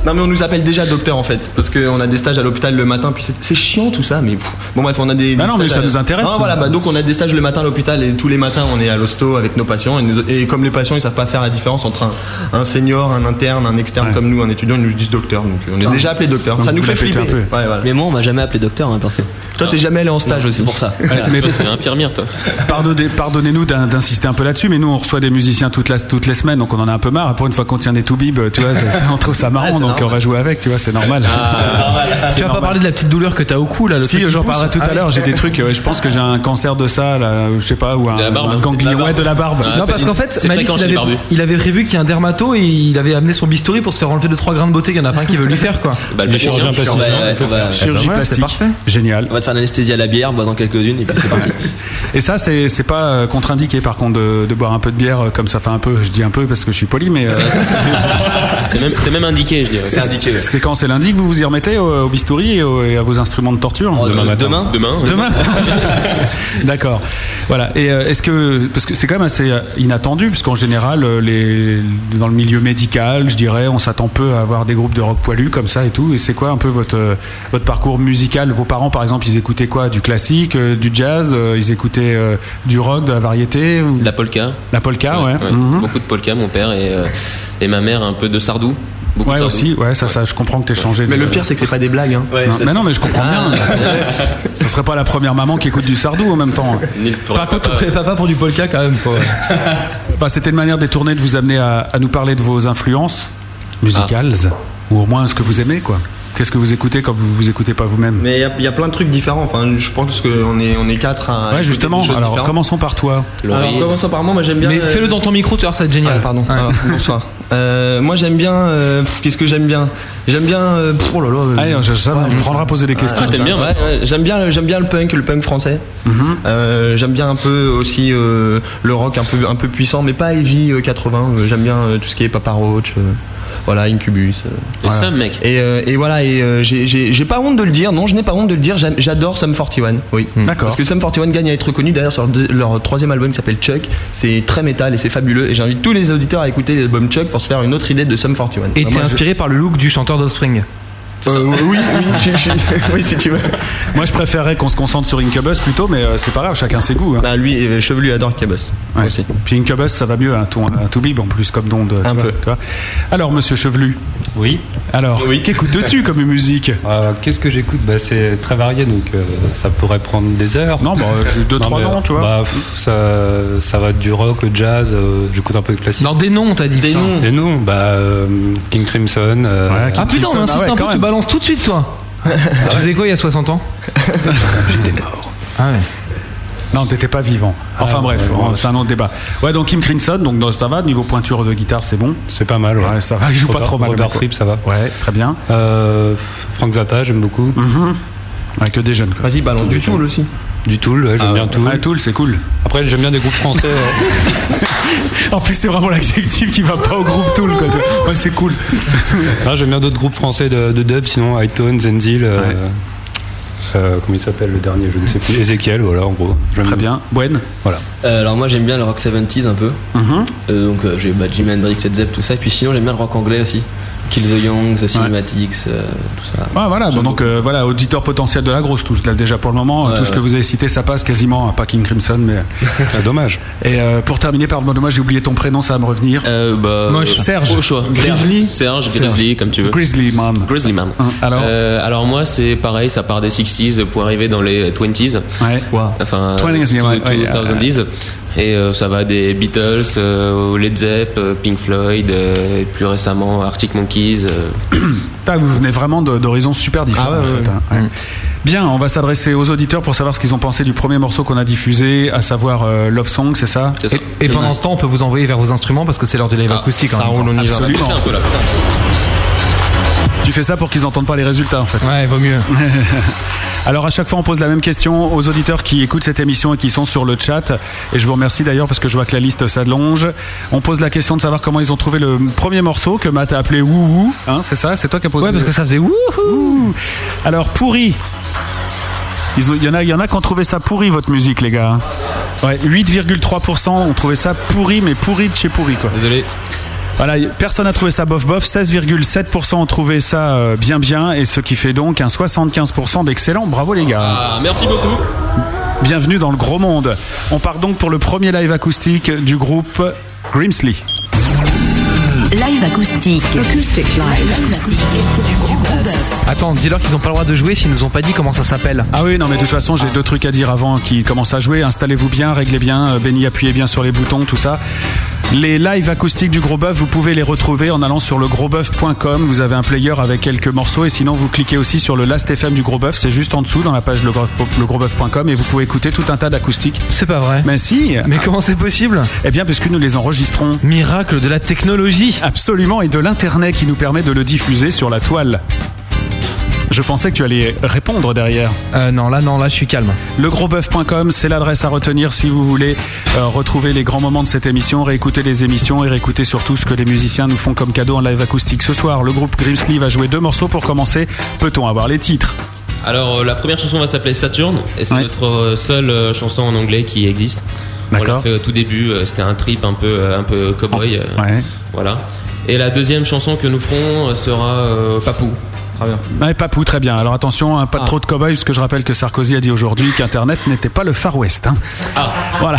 Non, mais on nous appelle déjà docteur en fait, parce qu'on a des stages à l'hôpital le matin, puis c'est- c'est chiant tout ça, mais pff. bon, bref, on a des.
Bah
des
non, mais
stages
ça
à-
nous intéresse,
Ah,
nous.
voilà, bah, donc on a des stages le matin à l'hôpital et tous les matins on est à l'hosto avec nos patients, et, nous- et comme les patients ils savent pas faire la différence entre un, un senior, un interne, un externe comme nous, un étudiant, ils nous disent docteur, donc euh, on est déjà appelé docteur.
Ah. Donc
ça nous
vous
fait
la pétez
flipper.
un peu.
Ouais, voilà.
Mais moi, on m'a jamais appelé docteur, hein, perso.
Toi, t'es jamais allé en stage aussi.
C'est pour ça.
Mais
Toi, c'est infirmière, toi.
Pardonnez- Pardonnez-nous d'in- d'insister un peu là-dessus, mais nous on reçoit des musiciens toutes, la- toutes les semaines, donc on en a un peu marre. Pour une fois qu'on tient des toubibs, tu vois, c'est- c'est- on trouve ça marrant.
Ouais, c'est
donc, donc on va jouer avec, tu vois, c'est normal.
tu vas pas parler de la petite douleur que t'as au cou là, le
Si,
truc qui
j'en
pousse
parlerai tout
Ah
à
oui.
l'heure, j'ai des trucs, ouais, je pense que j'ai un cancer de ça, là, je sais pas, ou un,
De la barbe,
un
hein.
ganglion,
De la barbe.
ouais, de la barbe.
non, parce qu'en fait, Malice, il avait, il avait prévu qu'il y ait un dermato et il avait amené son bistouri pour se faire enlever de trois grains de beauté. Il y en a pas un qui veut lui faire quoi.
Bah, le chirurgien plasticien, on peut faire.
ben
Chirurgie
Voilà,
plastique.
C'est parfait.
Génial.
On va te faire une anesthésie à la bière, bois-en quelques-unes et puis c'est parti.
Et ça, c'est c'est pas euh, contre-indiqué par contre de, de boire un peu de bière euh, comme ça. Enfin, un peu, je dis un peu parce que je suis poli, mais. euh,
C'est même, c'est même indiqué, je dirais.
C'est quand c'est lundi que vous vous y remettez au, au bistouri et, au- et à vos instruments de torture
Oh, euh,
demain matin. Demain Demain, oui.
Demain D'accord. Voilà. Et euh, est-ce que. Parce que c'est quand même assez euh, inattendu, parce qu'en général, euh, les, dans le milieu médical, je dirais, on s'attend peu à avoir des groupes de rock poilu comme ça et tout. Et c'est quoi un peu votre, euh, votre parcours musical Vos parents, par exemple, ils écoutaient quoi Du classique, euh, du jazz euh, Ils écoutaient euh, du rock, de la variété ou-
La polka.
La polka, ouais.
Ouais,
Mhm.
Beaucoup de polka, mon père et, euh, et ma mère, un peu de sardou. Beaucoup
Ouais,
de sardou.
aussi, ouais, ça, ça, je comprends que t'aies changé.
Mais
de-
le pire, Ah.
c'est que c'est pas des blagues. Hein.
Non, mais non, mais je comprends bien. Ce serait pas la première maman qui écoute du sardou en même temps.
Par contre, prépare papa pour du polka quand même. Faut...
Bah, C'était une manière détournée de vous amener à, à nous parler de vos influences musicales,
Ah.
ou au moins ce que vous aimez, quoi. Qu'est-ce que vous écoutez quand vous vous écoutez pas vous-même
Mais il y a- il y, a plein de trucs différents. Enfin, je pense qu'on est, on est quatre à.
Ouais,
écouter
justement.
euh, des choses
Alors,
différentes.
commençons par toi.
Alors, commençons par moi. Moi, j'aime bien.
Mais
euh,
fais-le dans ton micro, tu vas voir, ça va être génial. pardon.
Ah, bonsoir. Euh, moi j'aime bien. euh, pff, Qu'est-ce que j'aime bien J'aime bien. euh, pff, oh là là. euh,
Allez, Ah, je- ça, on prendra à poser des questions. Ah, t'aimes bien,
ouais, ouais, J'aime bien. le- J'aime bien le punk, le punk français. Euh, j'aime bien un peu aussi euh, le rock un peu un peu puissant, mais pas heavy euh, 80. Euh, J'aime bien euh, tout ce qui est Papa Roach. euh, voilà, Incubus. euh,
Et
voilà.
ça, mec.
Et, euh, et voilà, et euh, j'ai- j'ai j'ai pas honte de le dire, non, je n'ai pas honte de le dire, j'aime- j'adore Sum 41, oui.
D'accord.
Parce que Sum 41 gagne à être reconnu, d'ailleurs, sur leur, deux- leur troisième album qui s'appelle Chuck, c'est très métal et c'est fabuleux, et j'invite tous les auditeurs à écouter l'album Chuck pour se faire une autre idée de Sum
Et
41. Enfin,
t'es
Bah, moi, je-
inspiré par le look du chanteur d'Offspring.
Euh, oui, oui, je- je- oui, si tu veux.
Moi, je préférerais qu'on se concentre sur Incubus plutôt, mais euh, c'est pas grave, chacun ses goûts. hein.
Bah, lui, euh, Chevelu adore Incubus.
Ouais. Puis Incubus, ça va mieux, un, ton, un tout bib en plus, comme don de.
Un peu.
Alors, monsieur Chevelu.
Oui.
Alors, qu'écoutes-tu comme musique
Qu'est-ce que j'écoute bah, C'est très varié, donc euh, ça pourrait prendre des heures.
Non, bah, j'ai deux, trois
mais,
noms, tu vois.
euh,
bah, pff, ça, ça va du rock au jazz, euh, j'écoute un peu de classique.
Non, des noms, t'as dit. Des noms.
Des noms, bah, euh, King Crimson. euh,
Ah putain, on insiste un peu, tu balances tout de suite toi. tu faisais quoi il y a 60 ans Ah
Non, t'étais pas vivant. Enfin
Ah,
bref,
ouais, ouais.
on- c'est un autre débat. Ouais, donc Kim Crimson, donc dans- ça va, niveau pointure de guitare, c'est bon.
C'est pas mal, ouais.
ça va, il joue pas
Robert-
trop mal. le
Robert
mec, quoi.
Fripp, ça va.
Ouais, très bien.
Euh, Frank Zappa, j'aime beaucoup.
Mm. Ouais, que des jeunes. quoi.
Vas-y, balance du Tool aussi.
Du Tool, ouais, j'aime bien Tool.
Ah, Tool, c'est cool.
Après, j'aime bien des groupes français. euh,
En plus, c'est vraiment l'adjectif qui va pas au groupe Tool. Quoi. Ouais, c'est cool.
Ah, j'aime bien d'autres groupes français de, de dub, sinon Hightone, Zenzil. euh, euh, comment il s'appelle le dernier Je ne sais plus. Ezekiel, voilà, en gros.
Très bien. Buen
Voilà.
Euh, alors moi j'aime bien le rock 70s un peu. Euh, donc euh, j'ai bah, Jimi Hendrix, Led Zepp, tout ça. Et puis sinon j'aime bien le rock anglais aussi. Kill the Young, The Cinematics, euh, tout ça.
Ah, voilà, bon, donc euh, voilà, auditeur potentiel de la grosse tous. Là, déjà pour le moment, euh,
Ouais,
tout ce que
ouais.
vous avez cité, ça passe quasiment à pas Kim Crimson, mais.
C'est dommage.
Et euh, pour terminer, pardonne-moi, j'ai oublié ton prénom, ça va me revenir.
Euh, bah,
Moche.
euh,
Serge.
Au choix.
Grizzly.
Serge,
Serge.
Grizzly, comme tu veux.
Grizzly Man.
Grizzly Man.
Hein, alors
Euh, alors moi, c'est pareil, ça part des 60s pour arriver dans les 20s.
Ouais.
Enfin,
20s,
euh,
ouais,
tout-
ouais,
2000s. Et euh, ça va des Beatles, euh, aux Led Zepp, euh, Pink Floyd, euh, et plus récemment Arctic Monkeys. euh.
Putain, vous venez vraiment de- d'horizons super différents.
Ah ouais,
en
ouais, Mm.
fait, hein. Ouais. Bien, on va s'adresser aux auditeurs pour savoir ce qu'ils ont pensé du premier morceau qu'on a diffusé, à savoir euh, Love Song, c'est ça,
Et, et pendant ce temps, on peut vous envoyer vers vos instruments parce que c'est l'heure du
Ah,
live acoustique. hein,
ça
en même
roule,
temps.
on y va. Absolument.
C'est un peu là.
Tu fais ça pour qu'ils n'entendent pas les résultats en fait.
Ouais, vaut mieux.
Alors à chaque fois on pose la même question aux auditeurs qui écoutent cette émission et qui sont sur le chat. Et je vous remercie d'ailleurs parce que je vois que la liste s'allonge. On pose la question de savoir comment ils ont trouvé le premier morceau que Matt a appelé Wouhou. Hein, c'est ça C'est toi qui as posé
Ouais, parce que ça faisait wouhou.
Alors pourri. Ils ont- Il y en a, il y en a qui ont trouvé ça pourri votre musique les gars. hein. Ouais, 8,3% ont trouvé ça pourri mais pourri de chez pourri quoi.
Désolé.
Voilà, y- personne n'a trouvé ça bof bof. 16,7% ont trouvé ça euh, bien bien et ce qui fait donc un 75% d'excellent. Bravo les gars.
Ah, merci beaucoup.
Bienvenue dans le gros monde. On part donc pour le premier live acoustique du groupe Grimsley.
Live acoustique. Acoustic live. Du groupe Bœuf.
Ah attends, dis-leur qu'ils n'ont pas le droit de jouer s'ils nous ont pas dit comment ça s'appelle.
Ah oui, non, mais de toute façon, j'ai deux trucs à dire avant qui commencent à jouer. Installez-vous bien, réglez bien, euh, Benny, appuyez bien sur les boutons, tout ça. Les lives acoustiques du Gros Bœuf, vous pouvez les retrouver en allant sur le legrosboeuf.com. Vous avez un player avec quelques morceaux et sinon vous cliquez aussi sur le Last FM du Gros Bœuf, c'est juste en dessous dans la page legrosboeuf.com et vous pouvez écouter tout un tas d'acoustiques.
C'est pas vrai.
Mais si.
Mais comment c'est possible
Eh bien, parce que nous les enregistrons.
Miracle de la technologie.
Absolument, et de l'internet qui nous permet de le diffuser sur la toile. Je pensais que tu allais répondre derrière.
Euh, non, là, non, là, je suis calme.
Legrosboeuf.com, c'est l'adresse à retenir si vous voulez euh, retrouver les grands moments de cette émission, réécouter les émissions et réécouter surtout ce que les musiciens nous font comme cadeau en live acoustique ce soir. Le groupe Grimsley va jouer deux morceaux pour commencer. Peut-on avoir les titres
Alors, euh, la première chanson va s'appeler Saturn, et c'est notre euh, seule euh, chanson en anglais qui existe. On l'a fait au tout début, euh, c'était un trip un peu, euh, un peu cowboy. euh, Voilà. Et la deuxième chanson que nous ferons euh, sera euh, Papou. Très bien.
Ouais, Papou, très bien. Alors attention, hein, pas de trop de cow-boys, parce que je rappelle que Sarkozy a dit aujourd'hui qu'Internet n'était pas le Far West. hein. Voilà.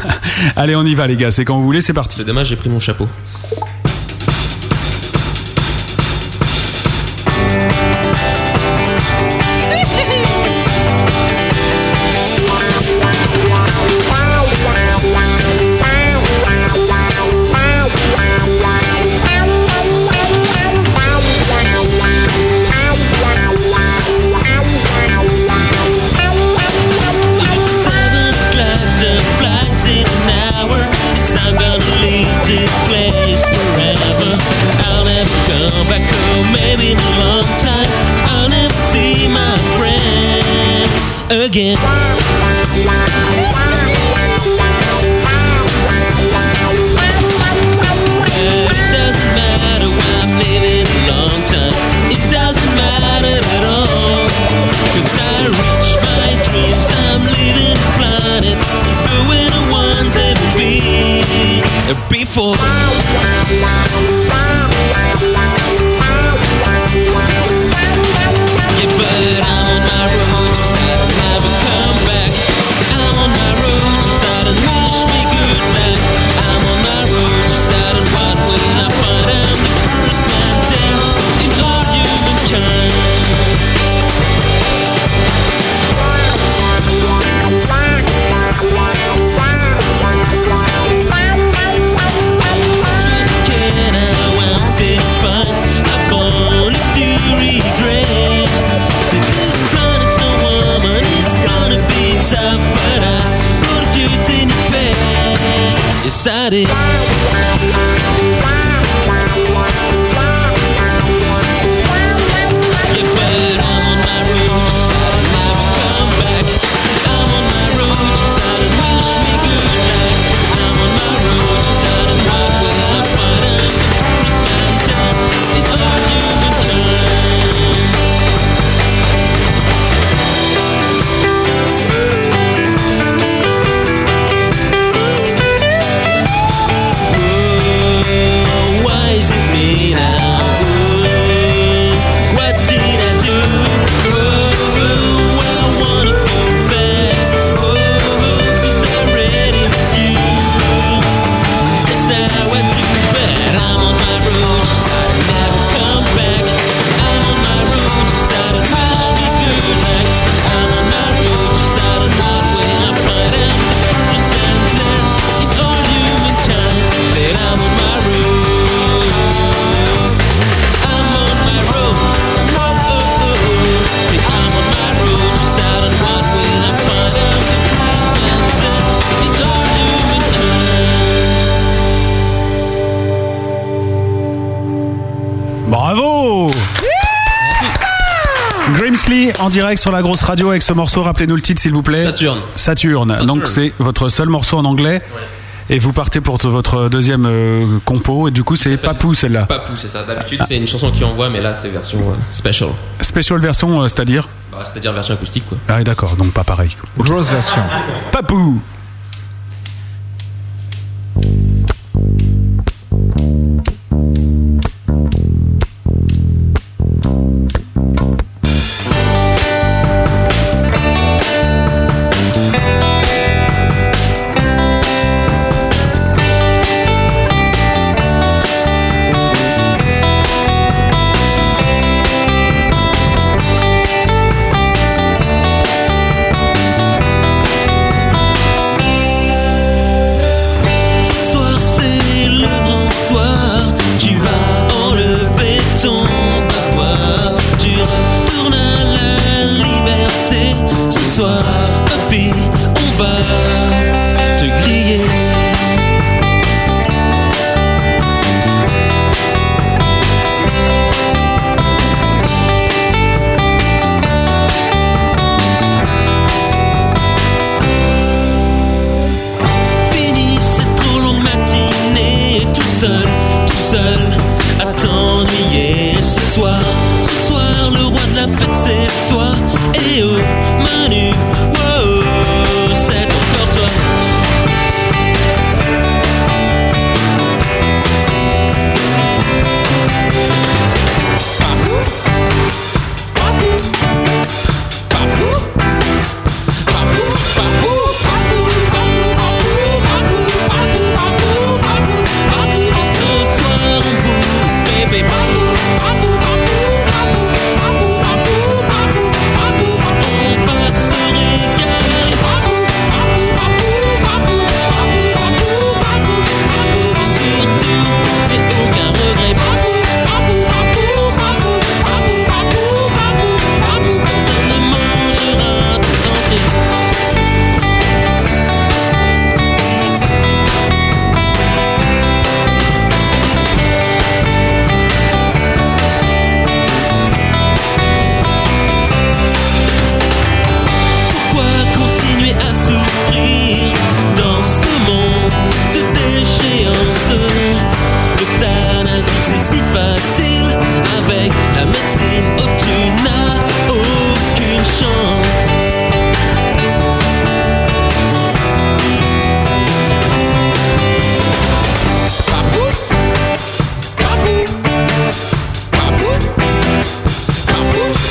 Allez, on y va, les gars. C'est quand vous voulez, c'est parti.
C'est dommage, j'ai pris mon chapeau.
Like seven collected flags in an hour. Yes, I'm gonna leave this place forever. I'll never come back home, maybe in a long time. I'll never see my friends again. It doesn't matter why I'm living a long time. It doesn't matter at all. Cause I reach my dreams, I'm leaving this planet. Doing the ones that be before. Yeah, but I'm on my road, just I'll never come back. I'm on my road, just I'll wish me good night. I'm on my road, just I'll what will I find? I'm the first man there in all humankind. Just can I want it fine? I'm born a few regrets. See this planet's no woman, it's gonna be tough, but I put a few in your bed. Yes, I did. Yeah, but I'm on my road, just I never come back. I'm on my road, just I wish me good night. I'm on my road, just I what will I find? I'm the first man done in all humankind. Why is it me now? What did I do? Oh, I wanna go back. Oh, 'cause I really miss you. It's now I do, but I'm on my road, just I never come back. I'm on my road, just I don't wish me good night. I'm on my road, just I don't know when I find out the first time there in all humankind that I'm on my road. I'm on my road. Oh, oh, oh, oh. Say, I'm on my road. Just out and what will I find? I'm the first man dead in all humankind.
Bravo Grimsley en direct sur la grosse radio avec ce morceau, rappelez-nous le titre s'il vous plaît.
Saturne.
Saturne,
Saturne.
donc c'est votre seul morceau en anglais. Et vous partez pour t- votre deuxième euh, compo, et du coup c'est Papou celle-là.
Papou, c'est ça. D'habitude, c'est une chanson qui envoie, mais là, c'est version euh, special.
Special version, euh, c'est-à-dire
Bah, C'est-à-dire version acoustique, quoi.
Ah oui, d'accord, donc pas pareil.
Grosse version.
Papou
Thank Eh oh,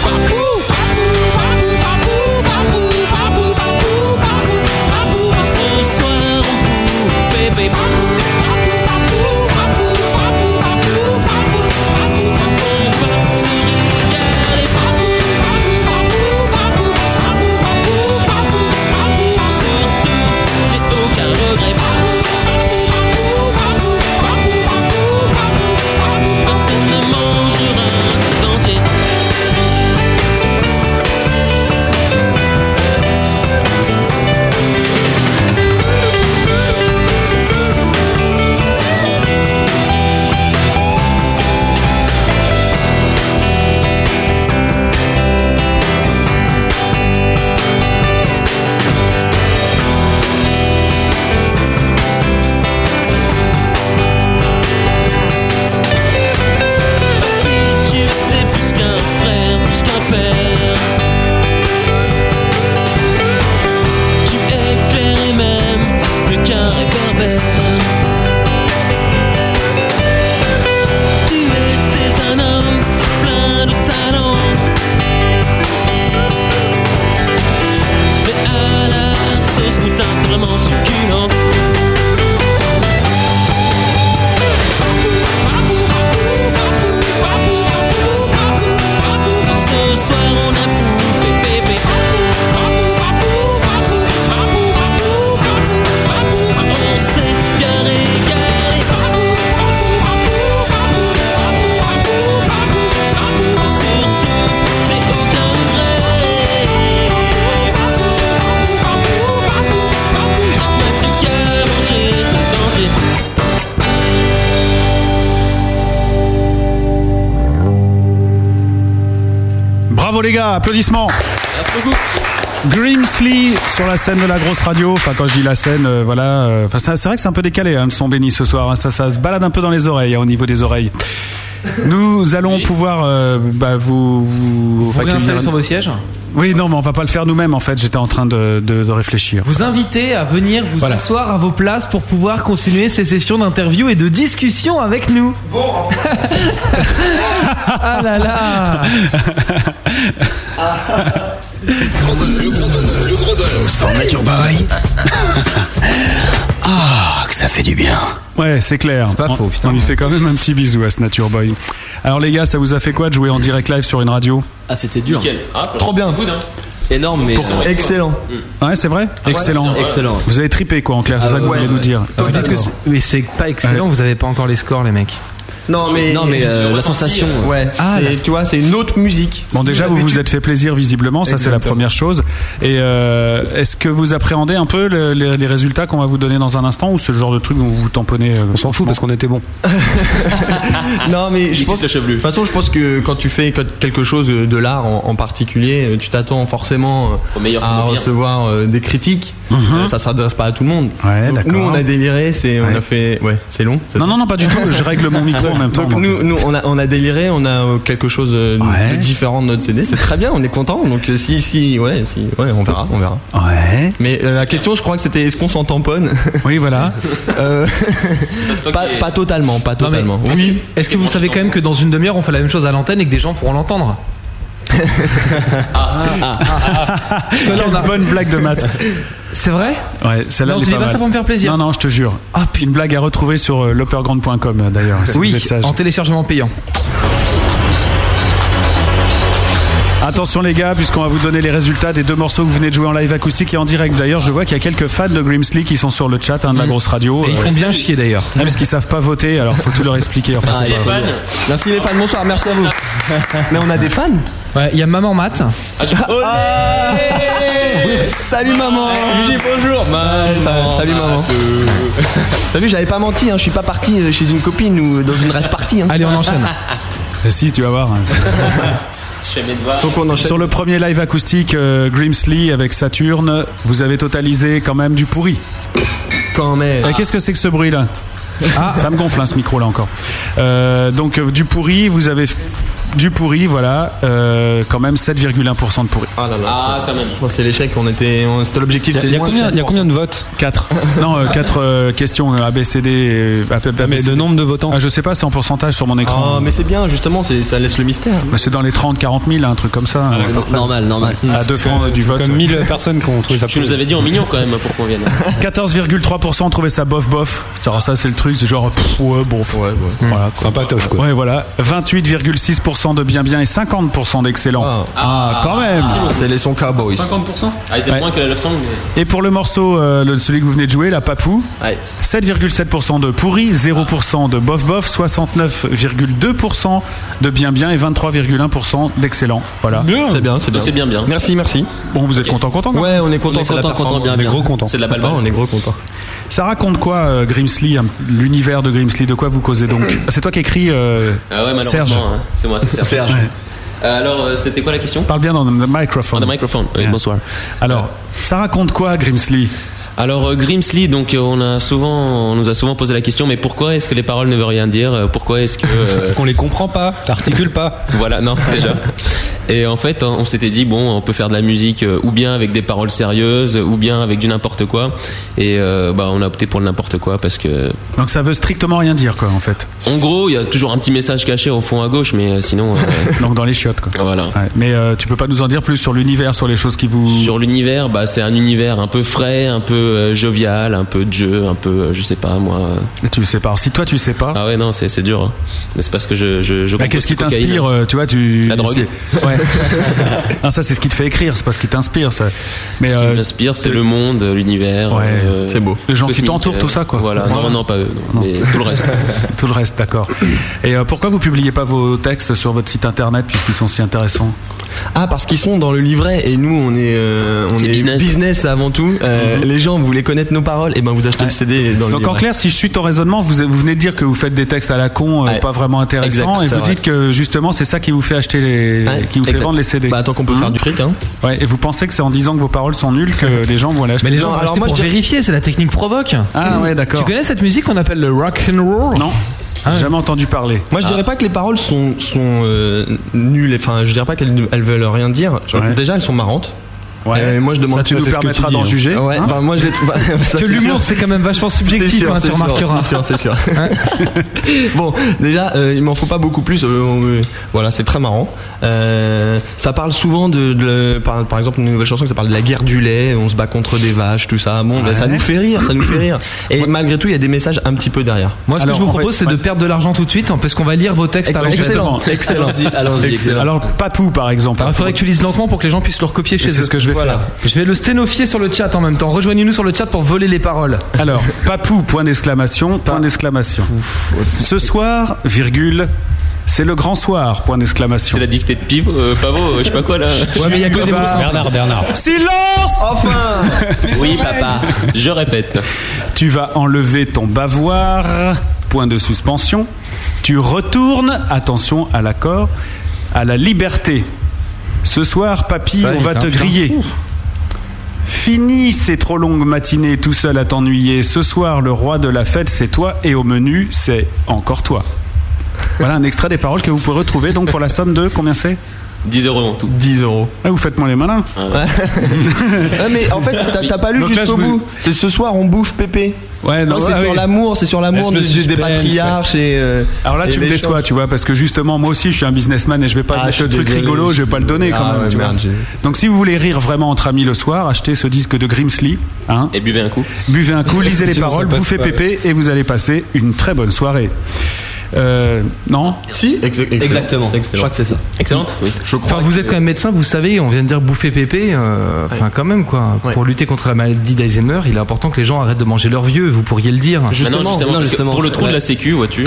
Oh, belle. Tu éclairais même plus qu'un réverbère. Tu étais un homme plein de talent. Mais à la sauce moutarde vraiment succulent. Ce soir on a bouffé bébé On s'est bien régalé Surtout les hauts d'engrais La moitié qu'a mangé tout le danger
Bravo les gars, applaudissements.
Merci beaucoup.
Grimsley sur la scène de la grosse radio. Enfin, quand je dis la scène, euh, voilà. euh, Enfin, ça- c'est vrai que c'est un peu décalé hein, le son béni ce soir. hein. Ça, ça se balade un peu dans les oreilles, hein, au niveau des oreilles. Nous allons pouvoir euh, bah, vous vous,
Vous réinstallez
accueillir-
sur vos sièges
Oui, non, mais on va pas le faire nous-mêmes. En fait, j'étais en train de, de- de réfléchir.
Vous invitez à venir vous asseoir à vos places pour pouvoir continuer ces sessions d'interview et de discussion avec nous. Bon Ah là là
Le gros bonheur, le gros bonheur. Sans nature pareille. Ah, que ça fait du bien.
Ouais, c'est clair. on, on lui fait quand même un petit bisou à ce Nature Boy. Alors les gars, ça vous a fait quoi de jouer en direct live sur une radio
Ah, c'était dur.
Nickel. Ah,
Trop bien.
hein.
Énorme, mais.
Pour-
euh,
Ouais, c'est vrai
Ah ouais,
Excellent.
bien, ouais. Excellent.
Vous avez trippé quoi en clair, c'est ça que vous voulez nous dire.
Vous dites que c'est- mais c'est pas excellent, vous avez pas encore les scores, les mecs.
Non, mais,
Non, mais, euh,
Le
la
ressenti,
sensation,
euh,
ouais.
Ouais,
Ah,
c'est-
la-
tu vois, c'est une autre musique.
Bon déjà vous vous êtes fait plaisir visiblement, ça c'est la première chose. Et euh, est-ce que vous appréhendez un peu le- les, les résultats qu'on va vous donner dans un instant ou ce genre de truc où vous tamponnez On s'en fout parce qu'on était bon.
non mais je
Il
pense. De toute façon, je pense que quand tu fais que- quelque chose de l'art en, en particulier, euh, tu t'attends forcément euh,
meilleur
à
pour le pire.
recevoir euh, des critiques. Euh, Ça s'adresse pas à tout le monde. Donc,
Mhm. d'accord.
nous, on a déliré, c'est on a fait, ouais, c'est long. c'est
Non
ça.
non non pas du tout, je règle mon micro en même temps.
Donc,
moi.
nous, nous, on, a, on a déliré, on a euh, quelque chose de, de différent de notre CD. C'est très bien, on est content. Donc euh, si, si, ouais, si, ouais, on verra, on verra.
Ouais.
Mais euh, la question, je crois que c'était est-ce qu'on s'en tamponne
Oui, voilà.
pas, pas totalement, pas
Non, mais-
totalement.
oui. Est-ce que vous savez quand même que dans une demi-heure on fait la même chose à l'antenne et que des gens pourront l'entendre
Quelle bonne blague de maths.
C'est vrai
Ouais, celle-là
Non,
elle est
je dis
pas
pas
mal.
ça pour me faire plaisir. Ah,
Non non, je te jure. une blague à retrouver sur euh, l'uppergrande.com d'ailleurs. si
Oui,
vous êtes sage.
en téléchargement payant.
Attention les gars, puisqu'on va vous donner les résultats des deux morceaux que vous venez de jouer en live acoustique et en direct. D'ailleurs, je vois qu'il y a quelques fans de Grimsley qui sont sur le chat hein, de la grosse radio.
Mm. Et ils
Euh,
font bien chier d'ailleurs.
Ouais, parce qu'ils savent pas voter, alors faut tout leur expliquer.
Ah,
Enfin, c'est pas-
Merci les fans, bonsoir, merci à vous. Mais on a des fans
Ouais, il y a Maman Matt.
Ah,
Salut maman Je dis bonjour Salut maman T'as vu j'avais pas menti hein, je suis pas parti euh, chez une copine ou dans une rêve partie hein.
Allez on enchaîne
Euh, Si, tu vas voir.
Je fais mes devoirs.
Sur le premier live acoustique euh, Grimsley avec Saturne, vous avez totalisé quand même du pourri. Euh,
Quand même. Ah.
Qu'est-ce que c'est que ce bruit là Ça me gonfle hein, ce micro là encore. Euh, donc euh, du pourri, vous avez f- du pourri, voilà, euh, quand même 7,1% de pourri.
Ah là là
Ah, quand même.
c'est l'échec, on était, on- c'était l'objectif. c'était moins de 7%.
de votes 4.
Ah.
Non, 4 questions euh, ABCD. mais le nombre de votants Ah, Je sais pas, c'est en pourcentage sur mon écran.
Ah, mais c'est bien, justement, c'est- ça laisse le mystère.
Mais c'est dans les 30-40 000, hein, un truc comme ça.
d'accord.
À peu près.
Normal, normal.
À 2 francs du vote.
personnes qui ont trouvé
ça
Tu nous
pourri.
avais dit en mignon quand même pour qu'on vienne.
14,3% trouvaient ça bof bof. Alors ça c'est le truc, c'est genre pff, ouais bon. Voilà, Sympatoche quoi. Ouais voilà. 28,6% de bien bien et 50% d'excellent. Ah, quand même.
C'est les sons cowboys.
50% Ah, ils aiment
Ouais.
moins que la Love Song, mais.
Et pour le morceau, euh, le- celui que vous venez de jouer, la Papou, 7,7% de pourri, 0% de bof bof, 69,2% de bien bien et 23,1% d'excellent. Voilà.
C'est bien, c'est bien.
Donc c'est bien, bien.
Merci, merci.
Bon, vous êtes content, content. non
Ouais, on est content, c'est la performance.
C'est de la balle.
Ah, on est gros content.
Ça raconte quoi, euh, Grimsley, hein, l'univers de Grimsley De quoi vous causez donc C'est toi qui écris, euh,
Ah ouais, malheureusement,
Serge.
hein. c'est moi, c'est Serge.
Ouais.
Euh, alors, euh, c'était quoi la question
Parle bien dans le microphone.
Dans le microphone, oui, bonsoir.
Alors, ça raconte quoi, Grimsley
Alors euh, Grimsley, donc euh, on a souvent, on nous a souvent posé la question, mais pourquoi est-ce que les paroles ne veulent rien dire Euh, Pourquoi est-ce que euh,
Parce qu'on les comprend pas, t'articules pas.
voilà, non déjà. Et en fait, on s'était dit bon, on peut faire de la musique euh, ou bien avec des paroles sérieuses, ou bien avec du n'importe quoi. Et euh, bah, on a opté pour le n'importe quoi parce que
Donc ça veut strictement rien dire, quoi, en fait.
en gros, il y a toujours un petit message caché au fond à gauche, mais euh, sinon.
Donc dans les chiottes, quoi.
Voilà.
Ouais. Mais euh, tu peux pas nous en dire plus sur l'univers, sur les choses qui vous.
Sur l'univers, bah, c'est un univers un peu frais, un peu euh, jovial, un peu de jeu, un peu, euh, je sais pas moi. euh.
Tu sais pas. Alors, si toi tu sais pas.
Ah ouais, non, c'est c'est dur. hein. Mais c'est parce que je. je, je
Bah,
compose
qu'est-ce qui
du cocaïne.
t'inspire euh, Tu vois, tu.
La drogue.
c'est- Ouais. non, ça, c'est ce qui te fait écrire, c'est pas ce qui t'inspire, ça. Mais
Ce qui
euh,
m'inspire, c'est le monde, l'univers.
Ouais,
euh,
c'est beau. Les gens qui
cosmique,
t'entourent,
euh,
tout ça, quoi.
Voilà, non,
Ouais.
non, pas eux, non. mais tout le reste.
tout le reste, d'accord. Et euh, pourquoi vous publiez pas vos textes sur votre site internet puisqu'ils sont si intéressants
Ah, parce qu'ils sont dans le livret et nous, on est, euh, on
C'est
est
business.
business. avant tout. Euh, Les gens, vous voulez connaître nos paroles Et ben, vous achetez le CD dans le
Donc
livret.
en clair, si je suis ton raisonnement, vous, vous venez de dire que vous faites des textes à la con, euh,
Ouais.
pas vraiment intéressants,
Exact,
et
c'est
vous
vrai.
dites que justement c'est ça qui vous fait acheter les,
Ouais,
qui vous fait
exact.
vendre les Mhm. CD.
Bah, tant qu'on peut faire du fric, hein.
Ouais, et vous pensez que c'est en disant que vos paroles sont nulles que les gens vont aller acheter.
Mais les gens vont acheter pour vérifier, c'est la technique provoque.
Ah ouais, d'accord.
Tu connais cette musique qu'on appelle le rock and roll
Non.
Ah
Jamais entendu parler.
Moi, je dirais pas que les paroles sont, sont euh, nulles. Enfin, je dirais pas qu'elles ne- elles veulent rien dire. Genre, Déjà, elles sont marrantes.
Ouais.
Euh, moi, je demande
Ça, tu
pas-
nous
c'est ce que
permettras
tu dis,
d'en
hein.
juger,
Ouais,
hein.
enfin, moi, je les trouve- ça,
que
c'est
l'humour,
sûr.
c'est quand même vachement
C'est
subjectif,
sûr,
hein, tu
c'est sûr,
remarqueras.
C'est sûr, c'est sûr. bon, déjà, euh, il m'en faut pas beaucoup plus. euh, euh, voilà, c'est très marrant. Euh, ça parle souvent de, de- par, par exemple, une nouvelle chanson qui parle de la guerre du lait. On se bat contre des vaches, tout ça. Bon, ben, ça
Ouais.
nous fait rire, ça nous fait rire. Et malgré tout, il y a des messages un petit peu derrière.
Moi, ce que je vous propose, c'est de perdre de l'argent tout de suite, hein, parce qu'on va lire vos textes à l'envers.
Excellent, excellent. Allons-y, excellent.
Alors Papou par exemple.
Ah,
Il faudrait que tu lises lentement pour que les gens puissent le recopier chez eux.
c'est ce que je vais
Voilà. Je vais le sténophier sur le chat en même temps. Rejoignez-nous sur le chat pour voler les paroles.
Alors, papou, point d'exclamation, point d'exclamation. Ce soir, virgule, c'est le grand soir, point d'exclamation.
C'est la dictée de Pivo, euh, Pavo, je sais pas quoi là.
Ouais, mais il y a que des mots simples. Bernard, Bernard. Silence
Enfin
Oui, papa, je répète.
Tu vas enlever ton bavoir, point de suspension. Tu retournes, attention à l'accord, à la liberté. Ce soir, papy,
Ça,
on
il
va
est
te
un-
griller.
Ouh.
Fini ces trop longues matinées tout seul à t'ennuyer. Ce soir, le roi de la fête, c'est toi, et au menu, c'est encore toi. Voilà un extrait des paroles que vous pouvez retrouver donc pour la somme de combien c'est Ah,
10 euros en tout.
10 euros.
vous faites moi les malins.
Ouais, mais en fait, t'as- t'as pas lu
Donc là,
jusqu'au
je vous-
bout. C'est ce soir, on bouffe pépé.
Ouais, non,
c'est
ah
sur
oui.
l'amour, c'est sur l'amour de- des patriarches et. euh,
Alors là,
et
tu me
les
déçois, tu vois, parce que justement, moi aussi, je suis un businessman et je vais pas
Ah,
mettre
je
le
suis
truc
désolé,
rigolo,
je
je
suis
vais pas le donner quand
Ah
même.
ouais,
tu vois.
merde, j'ai-
Donc, si vous voulez rire vraiment entre amis le soir, achetez ce disque de Grimsley, hein,
Et buvez un coup.
buvez un coup, lisez les
Sinon, ça
paroles,
passe
bouffez
pas,
pépé et vous allez passer une très bonne soirée. Euh, non
Si,
Exactement. Je crois que c'est ça.
Excellente Oui.
Je
Enfin, vous êtes quand même médecin, vous savez, on vient de dire bouffer pépé. euh, Enfin, quand même, quoi.
Ouais.
Pour lutter contre la maladie d'Alzheimer, il est important que les gens arrêtent de manger leur vieux, vous pourriez le dire.
Justement, justement, parce que pour le trou de la Sécu, vois-tu,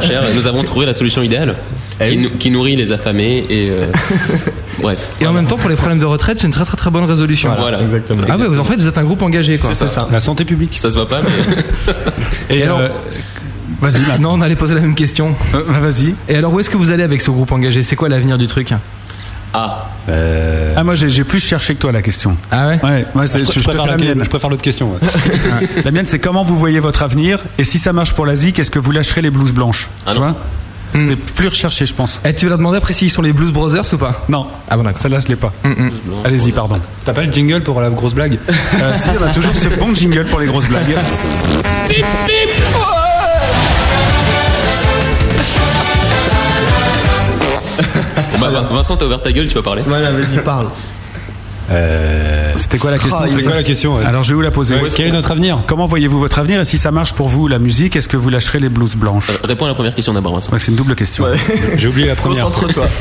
cher, nous avons trouvé la solution idéale
Eh
qui, nou- qui nourrit les affamés et. euh, bref.
Et en même temps, pour les problèmes de retraite, c'est une très très très bonne résolution.
Voilà.
Exactement.
Ah ouais, vous en fait, vous êtes un groupe engagé, quoi.
C'est ça.
La santé publique.
Ça se voit pas, mais.
Et, euh, alors Vas-y, Matt.
Non, on allait poser la même question.
vas-y.
Et alors, où est-ce que vous allez avec ce groupe engagé C'est quoi l'avenir du truc
Ah.
Ah, moi, j'ai j'ai plus cherché que toi la question.
Ah ouais
Ouais, moi, c'est-
Bah, je,
je,
préfère
je préfère la
la-
mienne.
je préfère l'autre question. ouais.
La mienne, c'est comment vous voyez votre avenir et si ça marche pour la ZIC, est-ce que vous lâcherez les blouses blanches
Ah
Tu vois C'était plus recherché, je pense.
Eh, tu veux leur demander après s'ils sont les Blues Brothers ou pas
Non.
Ah bon, d'accord.
Celle-là, je l'ai pas. Allez-y, pardon.
T'as pas le jingle pour la grosse blague
Euh, si, on a toujours ce bon jingle pour les grosses blagues.
Bon, bah, Vincent, t'as ouvert ta gueule, tu vas parler.
Voilà, vas-y, parle.
C'était quoi la question
Ah, c'est quoi la question, ouais.
Alors, je vais vous la poser.
Ouais, quel est notre avenir
Comment voyez-vous votre avenir et si ça marche pour vous, la musique, est-ce que vous lâcherez les blouses blanches
Réponds à la première question d'abord, Vincent.
Ouais, C'est une double question.
J'ai oublié la première.
Concentre-toi.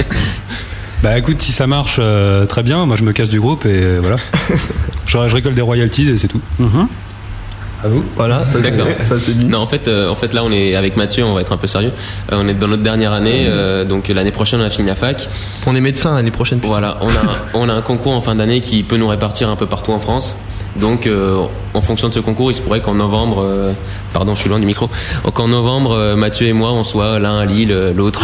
Bah écoute, si ça marche euh, très bien, moi je me casse du groupe et euh, voilà. je, je récolte des royalties et c'est tout.
Mhm.
À vous
Voilà, ça
D'accord.
c'est- ça, c'est
Hmm.
dit.
Non, en fait, euh, en fait, là, on est avec Mathieu, on va être un peu sérieux. Euh, on est dans notre dernière année,
Hmm.
euh, donc l'année prochaine, on a fini la fac.
On est médecin l'année prochaine.
Voilà, on a, on a un concours en fin d'année qui peut nous répartir un peu partout en France. Donc, euh, en fonction de ce concours, il se pourrait qu'en novembre, euh, pardon, je suis loin du micro, qu'en novembre,
Ah
euh, Mathieu et moi, on soit l'un à Lille, euh, l'autre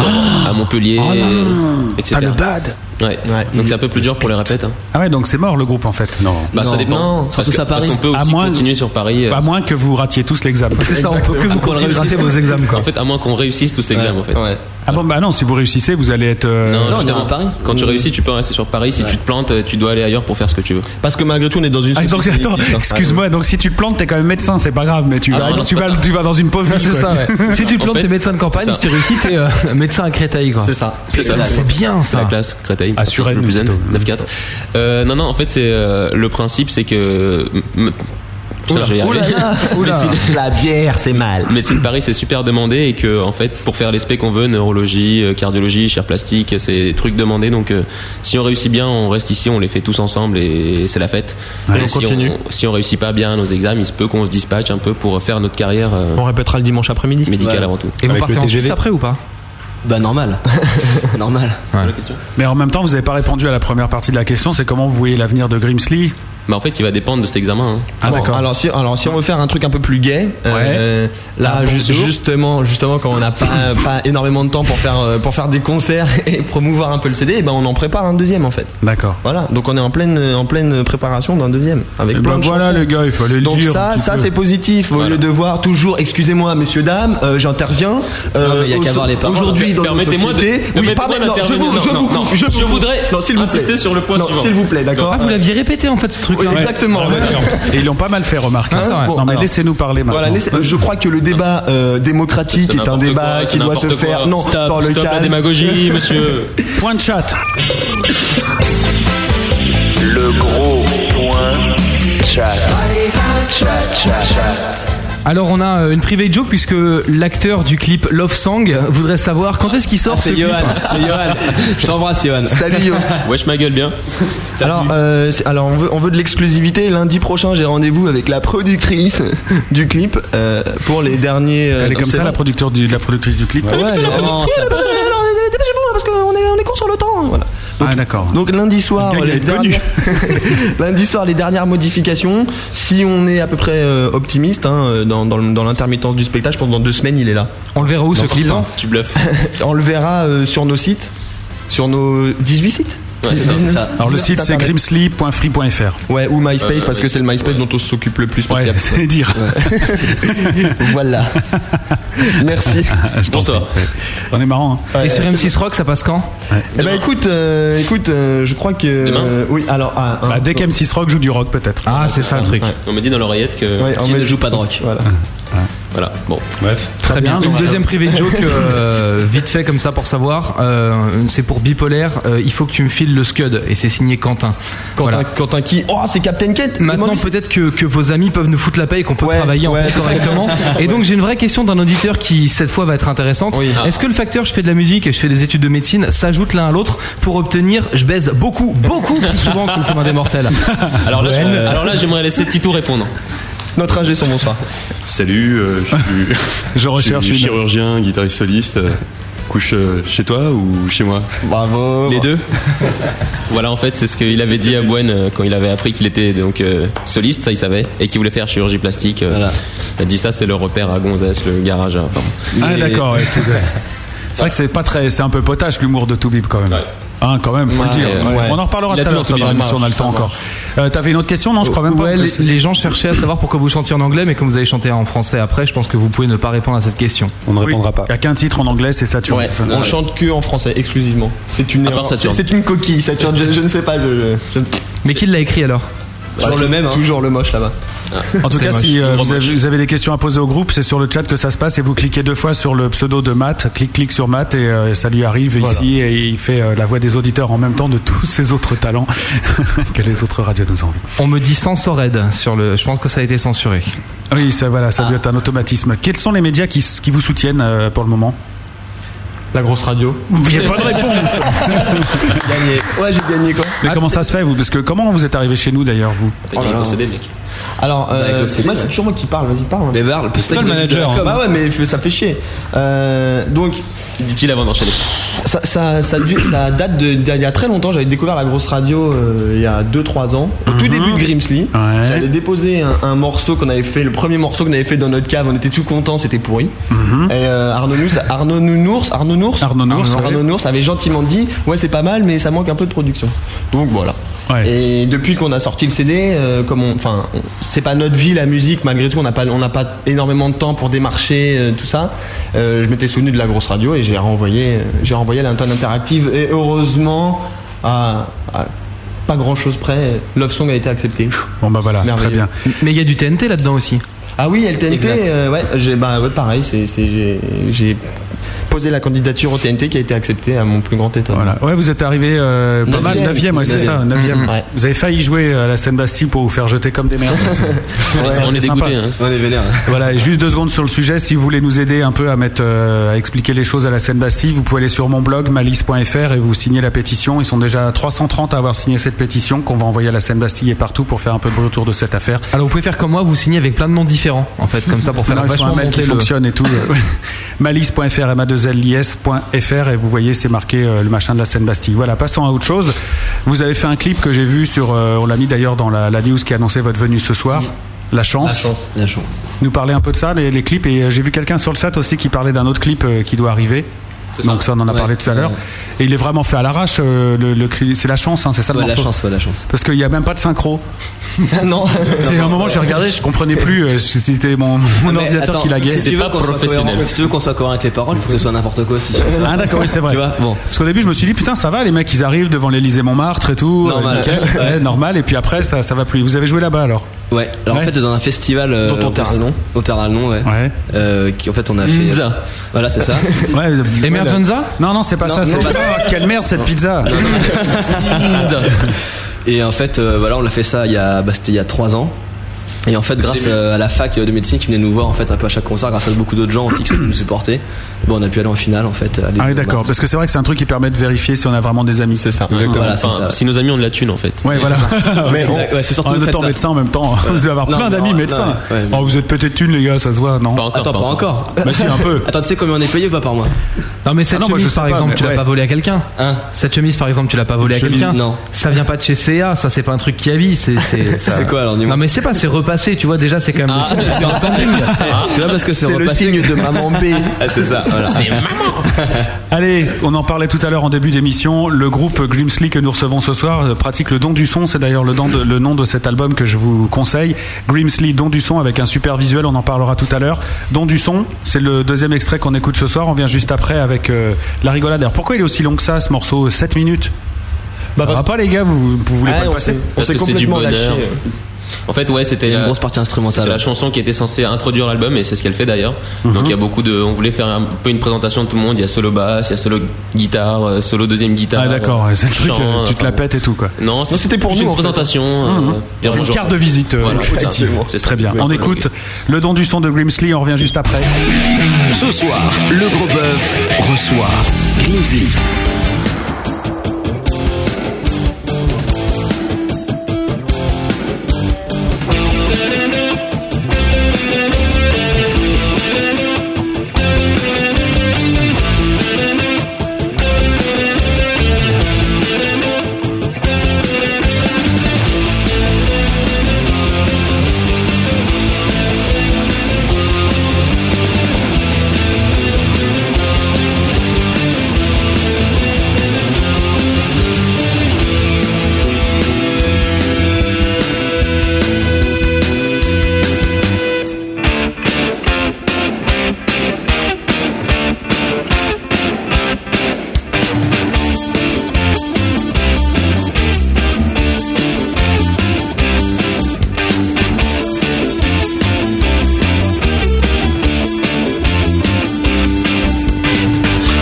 à Montpellier, et-
T'as Oh
etc.
Ah, le bad
Ouais. Donc c'est un peu plus dur pour les répètes. hein.
Ah ouais, donc c'est mort le groupe en fait. Non.
Bah ça dépend. parce que- parce qu'on peut aussi continuer sur Paris. euh,
À moins que vous ratiez tous l'examen.
À moins qu'on réussisse tous-
examens
En fait, à moins qu'on réussisse tous les examens en fait.
Ah bon bah non, si vous réussissez, vous allez être. euh,
Non, justement, Quand tu réussis, tu peux rester sur Paris. Si tu te plantes, tu dois aller ailleurs pour faire ce que tu veux.
Parce que malgré tout, on est dans une
Ah, donc, attends, excuse-moi, donc si tu te plantes, t'es quand même médecin, c'est pas grave, mais tu,
Ah
vas,
non, non,
tu,
c'est
vas,
pas ça.
tu vas dans une pauvre
Ouais,
ville.
c'est
quoi.
ça, ouais.
Si tu te plantes, t'es médecin de campagne, si tu réussis, t'es euh, médecin à Créteil, quoi.
C'est ça.
C'est bien
C'est
ça.
Ah.
La classe, Créteil. À Suresnes. Plus zen, 9-4. Euh, non, non, en fait, c'est euh, le principe, c'est que. m- Putain, je vais y arriver. Médecine-
La bière, c'est mal.
Médecine Paris, c'est super demandé et que, en fait, pour faire les specs qu'on veut, neurologie, euh, cardiologie, chair plastique, euh, c'est des trucs demandés. Donc, euh, si on réussit bien, on reste ici, on les fait tous ensemble et c'est la fête.
Ouais,
Et
on
si
continue.
On, si on réussit pas bien nos examens, il se peut qu'on se dispatche un peu pour faire notre carrière euh,
On répétera le dimanche après-midi.
médicale avant tout.
Et vous partez en Suisse après ou pas
Bah normal. normal.
Mais en même temps, vous n'avez pas répondu à la première partie de la question, c'est comment vous voyez l'avenir de Grimsley
Bah, en fait, il va dépendre de cet examen. hein.
Ah, d'accord.
Alors si, alors si on veut faire un truc un peu plus gay, euh, là
Un bon
ju-
séjour.
justement, justement quand on n'a pas, pas énormément de temps pour faire euh, pour faire des concerts et promouvoir un peu le CD, eh ben on en prépare un deuxième en fait.
D'accord.
Voilà, donc on est en pleine en pleine préparation d'un deuxième avec
Eh
plein
ben
de
voilà
chansons.
les gars, il fallait le
Donc
dire. un
ça,
petit
ça
peu.
c'est positif. Au lieu de voir toujours, excusez-moi messieurs dames, euh, j'interviens. euh,
Non, mais il y a
au-
qu'à voir les paroles.
Aujourd'hui dans nos
Permettez-moi de-
sociétés, oui,
permettez-moi
pardon, non, je
d'intervenir.
vous, je
Non,
vous
non,
coupe,
non.
je, vous
Je
coupe.
voudrais
non, s'il vous plaît.
insister sur le point
Non,
suivant.
S'il vous plaît, d'accord.
Ah, vous l'aviez répété en fait ce truc-là.
Oui, exactement.
Ouais, d'accord. Et ils l'ont pas mal fait, remarquer.
Hein, c'est vrai.
non, mais
Alors.
laissez-nous parler maintenant.
Voilà, laissez- je crois que le débat euh,
C'est
démocratique est un
n'importe
débat
quoi, c'est
qui doit se
n'importe quoi.
faire non
Stop,
dans le
stop la
calme.
démagogie, monsieur.
Point de chat.
Le gros point chat. Chat, chat, chat.
Alors on a euh, une private joke puisque l'acteur du clip Love Song voudrait savoir quand est-ce qu'il
Ah,
sort ce
c'est
clip.
Johan, c'est Johan. Je t'embrasse, Johan.
Salut yo.
Wesh, ma gueule bien.
Alors, euh, c'est- alors on veut, on veut de l'exclusivité. Lundi prochain, j'ai rendez-vous avec la productrice du clip euh, pour les derniers. euh,
Elle est comme
non,
ça,
c'est
la,
vrai.
producteur du- la productrice du clip.
Ouais, non, c'est vrai. Alors, euh, Dépêchez-vous parce qu'on est on est court sur le temps. hein, Voilà.
Ah, d'accord.
Donc lundi soir,
Le gars, il
les
est connu.
dernières... lundi soir, les dernières modifications. Si on est à peu près euh, optimiste hein, euh, dans, dans le- dans l'intermittence du spectacle, je pense que dans deux semaines il est là.
On le verra où ce
Non,
clip hein.
non,
euh,
Tu bluffes.
On le verra euh, sur nos sites, sur nos 18 sites.
Ouais, c'est ça, c'est
19.
ça.
Alors le
19
site c'est
internet.
grimsley.free.fr.
Ouais, ou MySpace
Euh,
parce que
oui.
c'est le MySpace dont on s'occupe le plus. parce
Ouais,
qu'il y
c'est dire.
a- voilà. Merci.
Je t'en
Bonsoir.
prie. On est marrant.
Ah,
hein.
Et sur M6 Rock, ça passe quand
Eh ben écoute, euh, écoute, euh, je crois que.
Demain
oui, alors. ah, un-
Bah, dès qu'M6 Rock joue du rock peut-être.
Ah, c'est ça le truc.
On me dit dans l'oreillette que.
Ouais, en
Qui ne
mode-
joue pas de rock.
Voilà.
Voilà, bon.
Bref.
Très bien.
donc
Une deuxième private joke, euh, vite fait comme ça pour savoir. Euh, c'est pour bipolaire. euh, il faut que tu me files le scud et c'est signé Quentin.
Quentin,
Voilà.
Quentin qui Oh, c'est Captain Kent
Maintenant, peut-être que, que vos amis peuvent nous foutre la paix et qu'on peut
Ouais,
travailler en
ouais,
fait
c'est ça.
correctement. Et donc, j'ai une vraie question d'un auditeur qui, cette fois, va être intéressante.
Oui.
Est-ce que le facteur je fais de la musique et je fais des études de médecine s'ajoute l'un à l'autre pour obtenir je baise beaucoup, beaucoup plus souvent que le commun des mortels
Ah,
Alors là, je- alors là, j'aimerais laisser Tito répondre.
Notre ingé son bonsoir.
Salut, euh, je suis-
Je recherche
je suis
une-
chirurgien, guitariste soliste. euh, Couche euh, chez toi ou chez moi
Bravo.
Les deux Voilà, en fait, c'est ce qu'il avait dit à Bouen euh, quand il avait appris qu'il était donc euh, soliste, ça il savait, et qu'il voulait faire chirurgie plastique. euh, Il a dit ça, c'est le repère à Gonzès, le garage hein, à. enfin,
Ah d'accord. ouais, tout de- C'est vrai que c'est pas très, c'est un peu potache l'humour de Toubib quand même. Hein, quand même, faut le
Ouais,
dire.
ouais.
On en reparlera
Il a
tout à l'heure, ça
toujours
va,
Toubib,
si on a le temps encore. Euh, T'avais une autre question Non, je crois même pas.
Ouais,
que
les,
c'est-
les gens cherchaient à savoir pourquoi vous chantiez en anglais, mais comme vous avez chanté en français après, je pense que vous pouvez ne pas répondre à cette question.
On ne
Oui,
répondra pas.
Il y a qu'un titre en anglais, c'est Saturne.
Ouais,
c'est ça
on chante que en français exclusivement. C'est une
À part
erreur. C'est
Saturne.
c'est une coquille. Saturne, je, je ne sais pas. Je, je-
Mais qui l'a écrit alors
Toujours le même, hein.
Toujours le moche là-bas.
En tout
C'est
cas,
moche.
si euh,
Une
vous, avez,
remoche.
vous avez des questions à poser au groupe, c'est sur le chat que ça se passe et vous cliquez deux fois sur le pseudo de Matt, clic clic sur Matt et euh, ça lui arrive ici et il fait euh, la voix des auditeurs en même temps de tous ses autres talents que les autres radios nous envient.
On me dit sans sorède sur le. Je pense que ça a été censuré.
Oui, ça voilà, ça doit être un automatisme. Quels sont les médias qui, s- qui vous soutiennent euh, pour le moment
La grosse radio.
Il n'y a pas de réponse.
Gagné. Ouais, j'ai gagné quoi.
Mais comment ça se fait vous Parce que comment vous êtes arrivé chez nous d'ailleurs vous
T'as gagné
Oh là
ton
là.
CD, mec.
Alors, euh,
Bah, avec le CD,
moi
ouais.
c'est toujours moi qui parle. Vas-y parle. Bah
Mais bah, Barl,
hein.
hein.
C'est toi le manager. Bah ouais, mais ça fait chier. Euh, donc,
Dit-il avant d'enchaîner.
ça, ça, ça, du- ça date de- d'il y a très longtemps. J'avais découvert la grosse radio euh, il y a 2-3 ans, au tout début de Grimsley. J'avais déposé un, un morceau qu'on avait fait, le premier morceau qu'on avait fait dans notre cave. On était tout contents, c'était pourri. Et euh, Arnaud Nounours, Arnaud Nounours, Arnaud Nours, Arnaud
Nours, ouais.
Nounours avait gentiment dit Ouais, c'est pas mal, mais ça manque un peu de production. Donc voilà. Et depuis qu'on a sorti le CD, euh, comme on- enfin, on- c'est pas notre vie la musique malgré tout, on n'a pas, on n'a pas énormément de temps pour démarcher euh, tout ça. Euh, je m'étais souvenu de la grosse radio et j'ai renvoyé, euh, j'ai renvoyé la tonne interactive et heureusement, à, à pas grand chose près, Love Song a été accepté.
Bon bah voilà,
Merveilleux.
très bien.
Mais il y a du TNT là-dedans aussi.
Ah oui, LTNT,
Exact.
euh, ouais, j'ai, bah, ouais, pareil, c'est, c'est- j'ai, j'ai posé la candidature au TNT qui a été acceptée à mon plus grand étonnement.
Ouais, vous êtes arrivé euh, pas mal,
Neuvième.
9 ouais, c'est ça,
Neuvième.
9
Mhm. Ouais.
Vous avez failli jouer à la scène Bastille pour vous faire jeter comme des merdes. C'est-
On est-
Ouais,
on est
c'est sympa.
hein.
dégoûté, on est vénère.
Voilà, et juste deux secondes sur le sujet. Si vous voulez nous aider un peu à mettre, euh, à expliquer les choses à la scène Bastille, vous pouvez aller sur mon blog malice.fr et vous signer la pétition. Ils sont déjà 330 à avoir signé cette pétition qu'on va envoyer à la scène Bastille et partout pour faire un peu de bruit autour de cette affaire.
Alors vous pouvez faire comme moi, vous signez avec plein de noms différents, en fait, comme ça pour faire
Non, il faut
vachement
un mail
monter
qui
le-
fonctionne et tout. malice.fr, ma 2 lisfr et vous voyez, c'est marqué euh, le machin de la scène Bastille. Voilà, passons à autre chose. Vous avez fait un clip que j'ai vu sur, euh, on l'a mis d'ailleurs dans la, la news qui annonçait votre venue ce soir. La chance.
La chance.
Nous parler un peu de ça, les, les clips. Et euh, j'ai vu quelqu'un sur le chat aussi qui parlait d'un autre clip euh, qui doit arriver. Donc ça, on en a parlé tout à l'heure. Et il est vraiment fait à l'arrache. euh, le, le cri- c'est la chance, hein, c'est ça le
Ouais, la
morceau
chance, ouais, la chance.
Parce qu'il n'y a même pas de synchro.
non.
C'est un moment, j'ai regardé, je comprenais plus. euh, C'était mon, mon
Ah, Mais
ordinateur
attends,
qui laguait.
Si tu, veux qu'on soit cohérent- si tu veux qu'on soit cohérent avec les paroles, il faut que ce soit n'importe quoi aussi.
Ah d'accord, oui c'est vrai.
Tu vois, bon.
Parce qu'au début je me suis dit putain ça va les mecs ils arrivent devant l'Elysée Montmartre et tout, euh,
Normal.
nickel,
Ouais.
Ouais, normal et puis après ça ça va plus. Vous avez joué là-bas alors
Ouais, alors en fait, c'est dans un festival. euh,
Dont on terra le nom.
Dont on terra le nom, ouais. Euh, qui, en fait, on a fait.
Mza.
Voilà, c'est ça.
Ouais.
Emergenza
Non non c'est pas
Non,
ça.
non,
C'est
pas ça.
Ah, quelle merde cette pizza.
Et en fait, euh, voilà, on l'a fait ça il y a, bah, c'était il y a trois ans. Et en fait, grâce euh, à la fac de médecine qui venait nous voir en fait un peu à chaque concert, grâce à beaucoup d'autres gens aussi qui nous supportaient, bon, on a pu aller en finale en fait. à
Ah oui
l'Élysée
d'accord
Montmartre.
parce que c'est vrai que c'est un truc qui permet de vérifier si on a vraiment des amis. C'est ça.
Voilà, c'est ça.
Si nos amis ont de la thune en fait.
Ouais voilà.
Mais
Bon,
exact, ouais, c'est surtout
en
le
même
fait
temps
ça.
médecin en même temps.
Ouais.
Vous allez avoir
Non,
plein
non,
d'amis
non,
médecins.
ouais, ouais, mais-
Oh, vous êtes peut-être une les gars ça se voit non.
Attends, pas encore.
Bah si un peu.
Attends, tu sais combien on est payé ou pas par mois
Non mais cette
Ah non, moi,
chemise
je sais
par
pas,
exemple,
mais
tu l'as
ouais.
pas volée à quelqu'un.
Euh,
Hein
cette chemise par exemple, tu l'as pas volée à
chemise,
quelqu'un.
non.
Ça vient pas de chez CA, ça c'est pas un truc qui habille, c'est c'est ça-
C'est quoi, alors, dis-moi
Non mais c'est pas, c'est repassé, tu vois déjà c'est quand même.
Ah,
le signe.
c'est repassé. C'est pas parce que c'est
C'est le
repassé
signe
que-
de maman B.
Ah, c'est ça, voilà.
C'est maman.
Allez, on en parlait tout à l'heure en début d'émission. Le groupe Grimsley que nous recevons ce soir euh, pratique le don du son. C'est d'ailleurs le, don de- le nom de cet album que je vous conseille. Grimsley, don du son avec un super visuel. On en parlera tout à l'heure. Don du son, c'est le deuxième extrait qu'on écoute ce soir. On vient juste après avec euh, la rigolade. Alors pourquoi il est aussi long que ça, ce morceau 7 minutes Bah, va pas les gars, vous, vous voulez
Ouais,
pas le
on
passer
s'est-
Parce que c'est du bonheur. En fait, ouais, c'était
une
la-
grosse partie instrumentale.
c'était la chanson qui était censée introduire l'album, et c'est ce qu'elle fait d'ailleurs.
Mhm.
Donc il y a beaucoup de, on voulait faire un peu une présentation de tout le monde. Il y a solo basse, il y a solo guitare, euh, solo deuxième guitare.
Ah d'accord,
euh,
ouais, c'est le truc,
chant,
euh, tu te
enfin,
la pètes et tout quoi.
Non, c'est- c'était pour
vous
nous, en fait. Mhm.
C'est une carte de visite euh,
Voilà, c'est ça.
positive.
C'est ça.
Très bien. On
Exactement.
écoute le don du son de Grimsley, on revient juste après.
Ce soir, le gros bœuf reçoit Grimsley.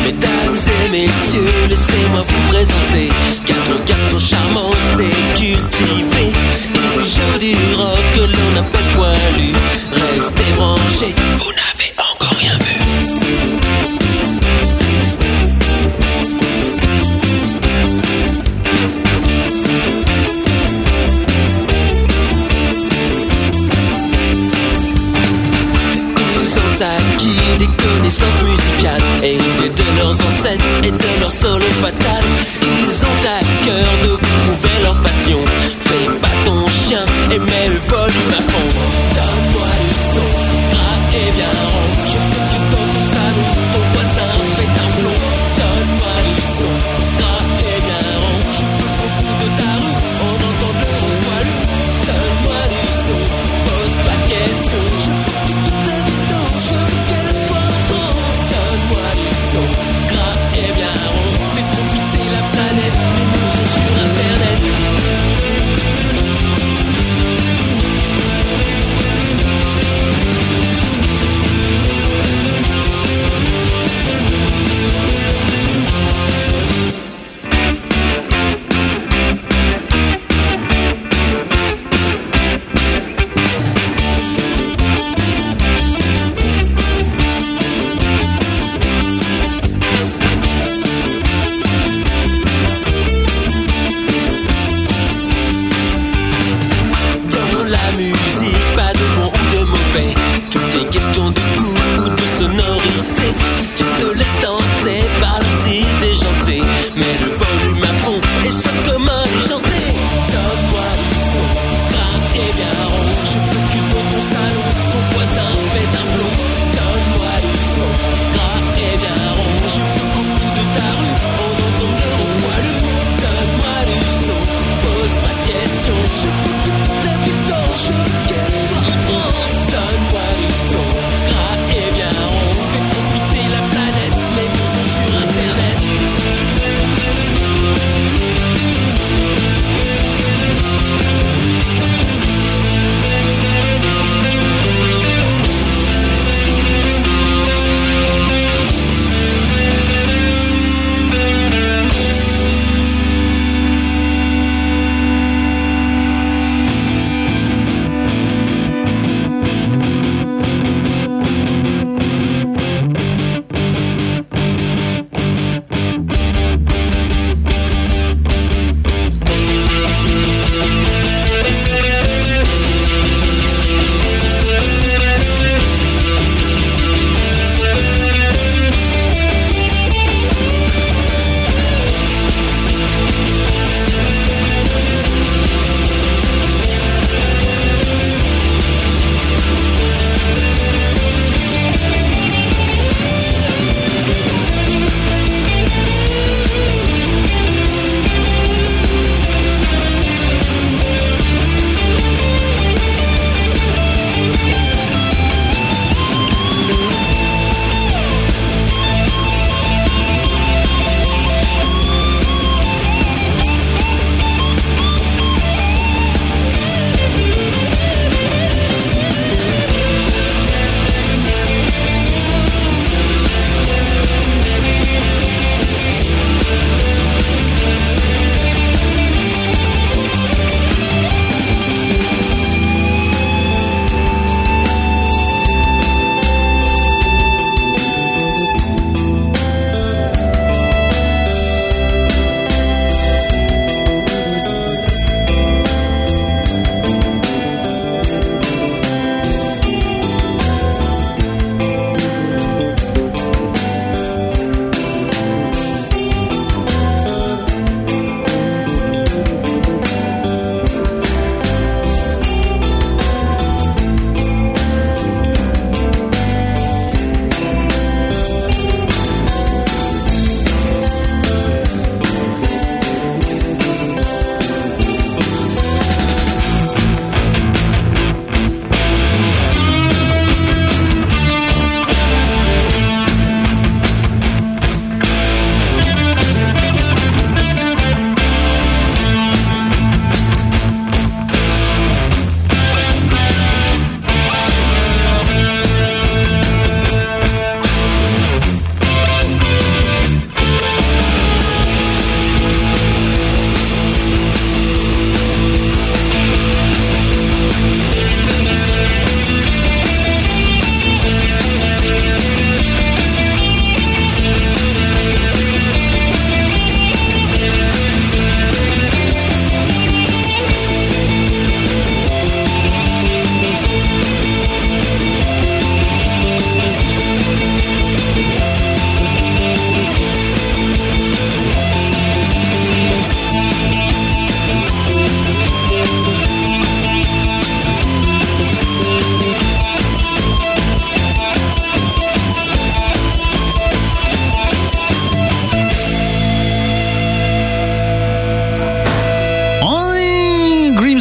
Mesdames et messieurs, laissez-moi vous présenter Quatre garçons charmants et cultivés Et je dirais que l'on n'a pas de poilu Restez branchés, vous n'avez encore rien vu Ils ont acquis des connaissances musicales héritées de leurs ancêtres et de leur solo fatal. Ils ont à cœur de vous prouver leur passion. Fais pas ton chien et mets le volume à fond. Donne-moi le son, grave et bien rond. Je veux que dans ton salon, ton voisin fait un blond. Donne-moi le son, grave et bien rond. Je veux qu'au bout de ta rue, on entende le mot walou. Donne-moi le son, pose pas question. Je veux que toute la vie danse, je veux qu'elle soit en transe. Donne-moi le son, grave et bien rond. Fais profiter la planète, les mots sont sur un terrain.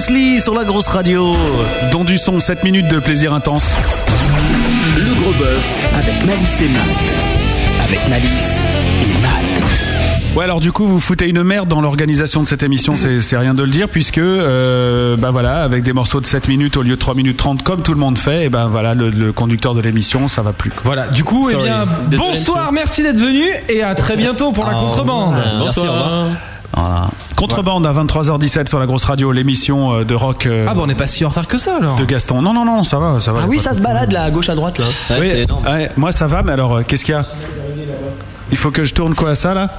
Lee sur la grosse radio. Don du son, 7 minutes de plaisir intense.
Le gros bœuf avec Malice et Matt. Avec Malice et Matt.
Ouais, alors du coup, vous foutez une merde dans l'organisation de cette émission, c'est c'est rien de le dire, puisque, euh, bah voilà, avec des morceaux de 7 minutes au lieu de 3 minutes 30, comme tout le monde fait, et ben voilà, le, le conducteur de l'émission, ça va plus. quoi.
Voilà, du coup, eh
Sorry.
bien,
Désolé,
bonsoir, merci d'être venu et à très bientôt
Ah,
pour la contrebande.
Ah, Voilà. Contrebande à 23h17 sur la grosse radio, l'émission euh, de rock. ah bah
on n'est pas si en retard que ça alors.
De Gaston. Non non non, ça va, ça va.
Ah oui,
Pas
ça
de
se balade là, à gauche, à droite là. Ouais,
Oui,
c'est énorme.
ouais, moi ça va, mais alors euh, qu'est-ce qu'il y a Il faut que je tourne quoi à ça là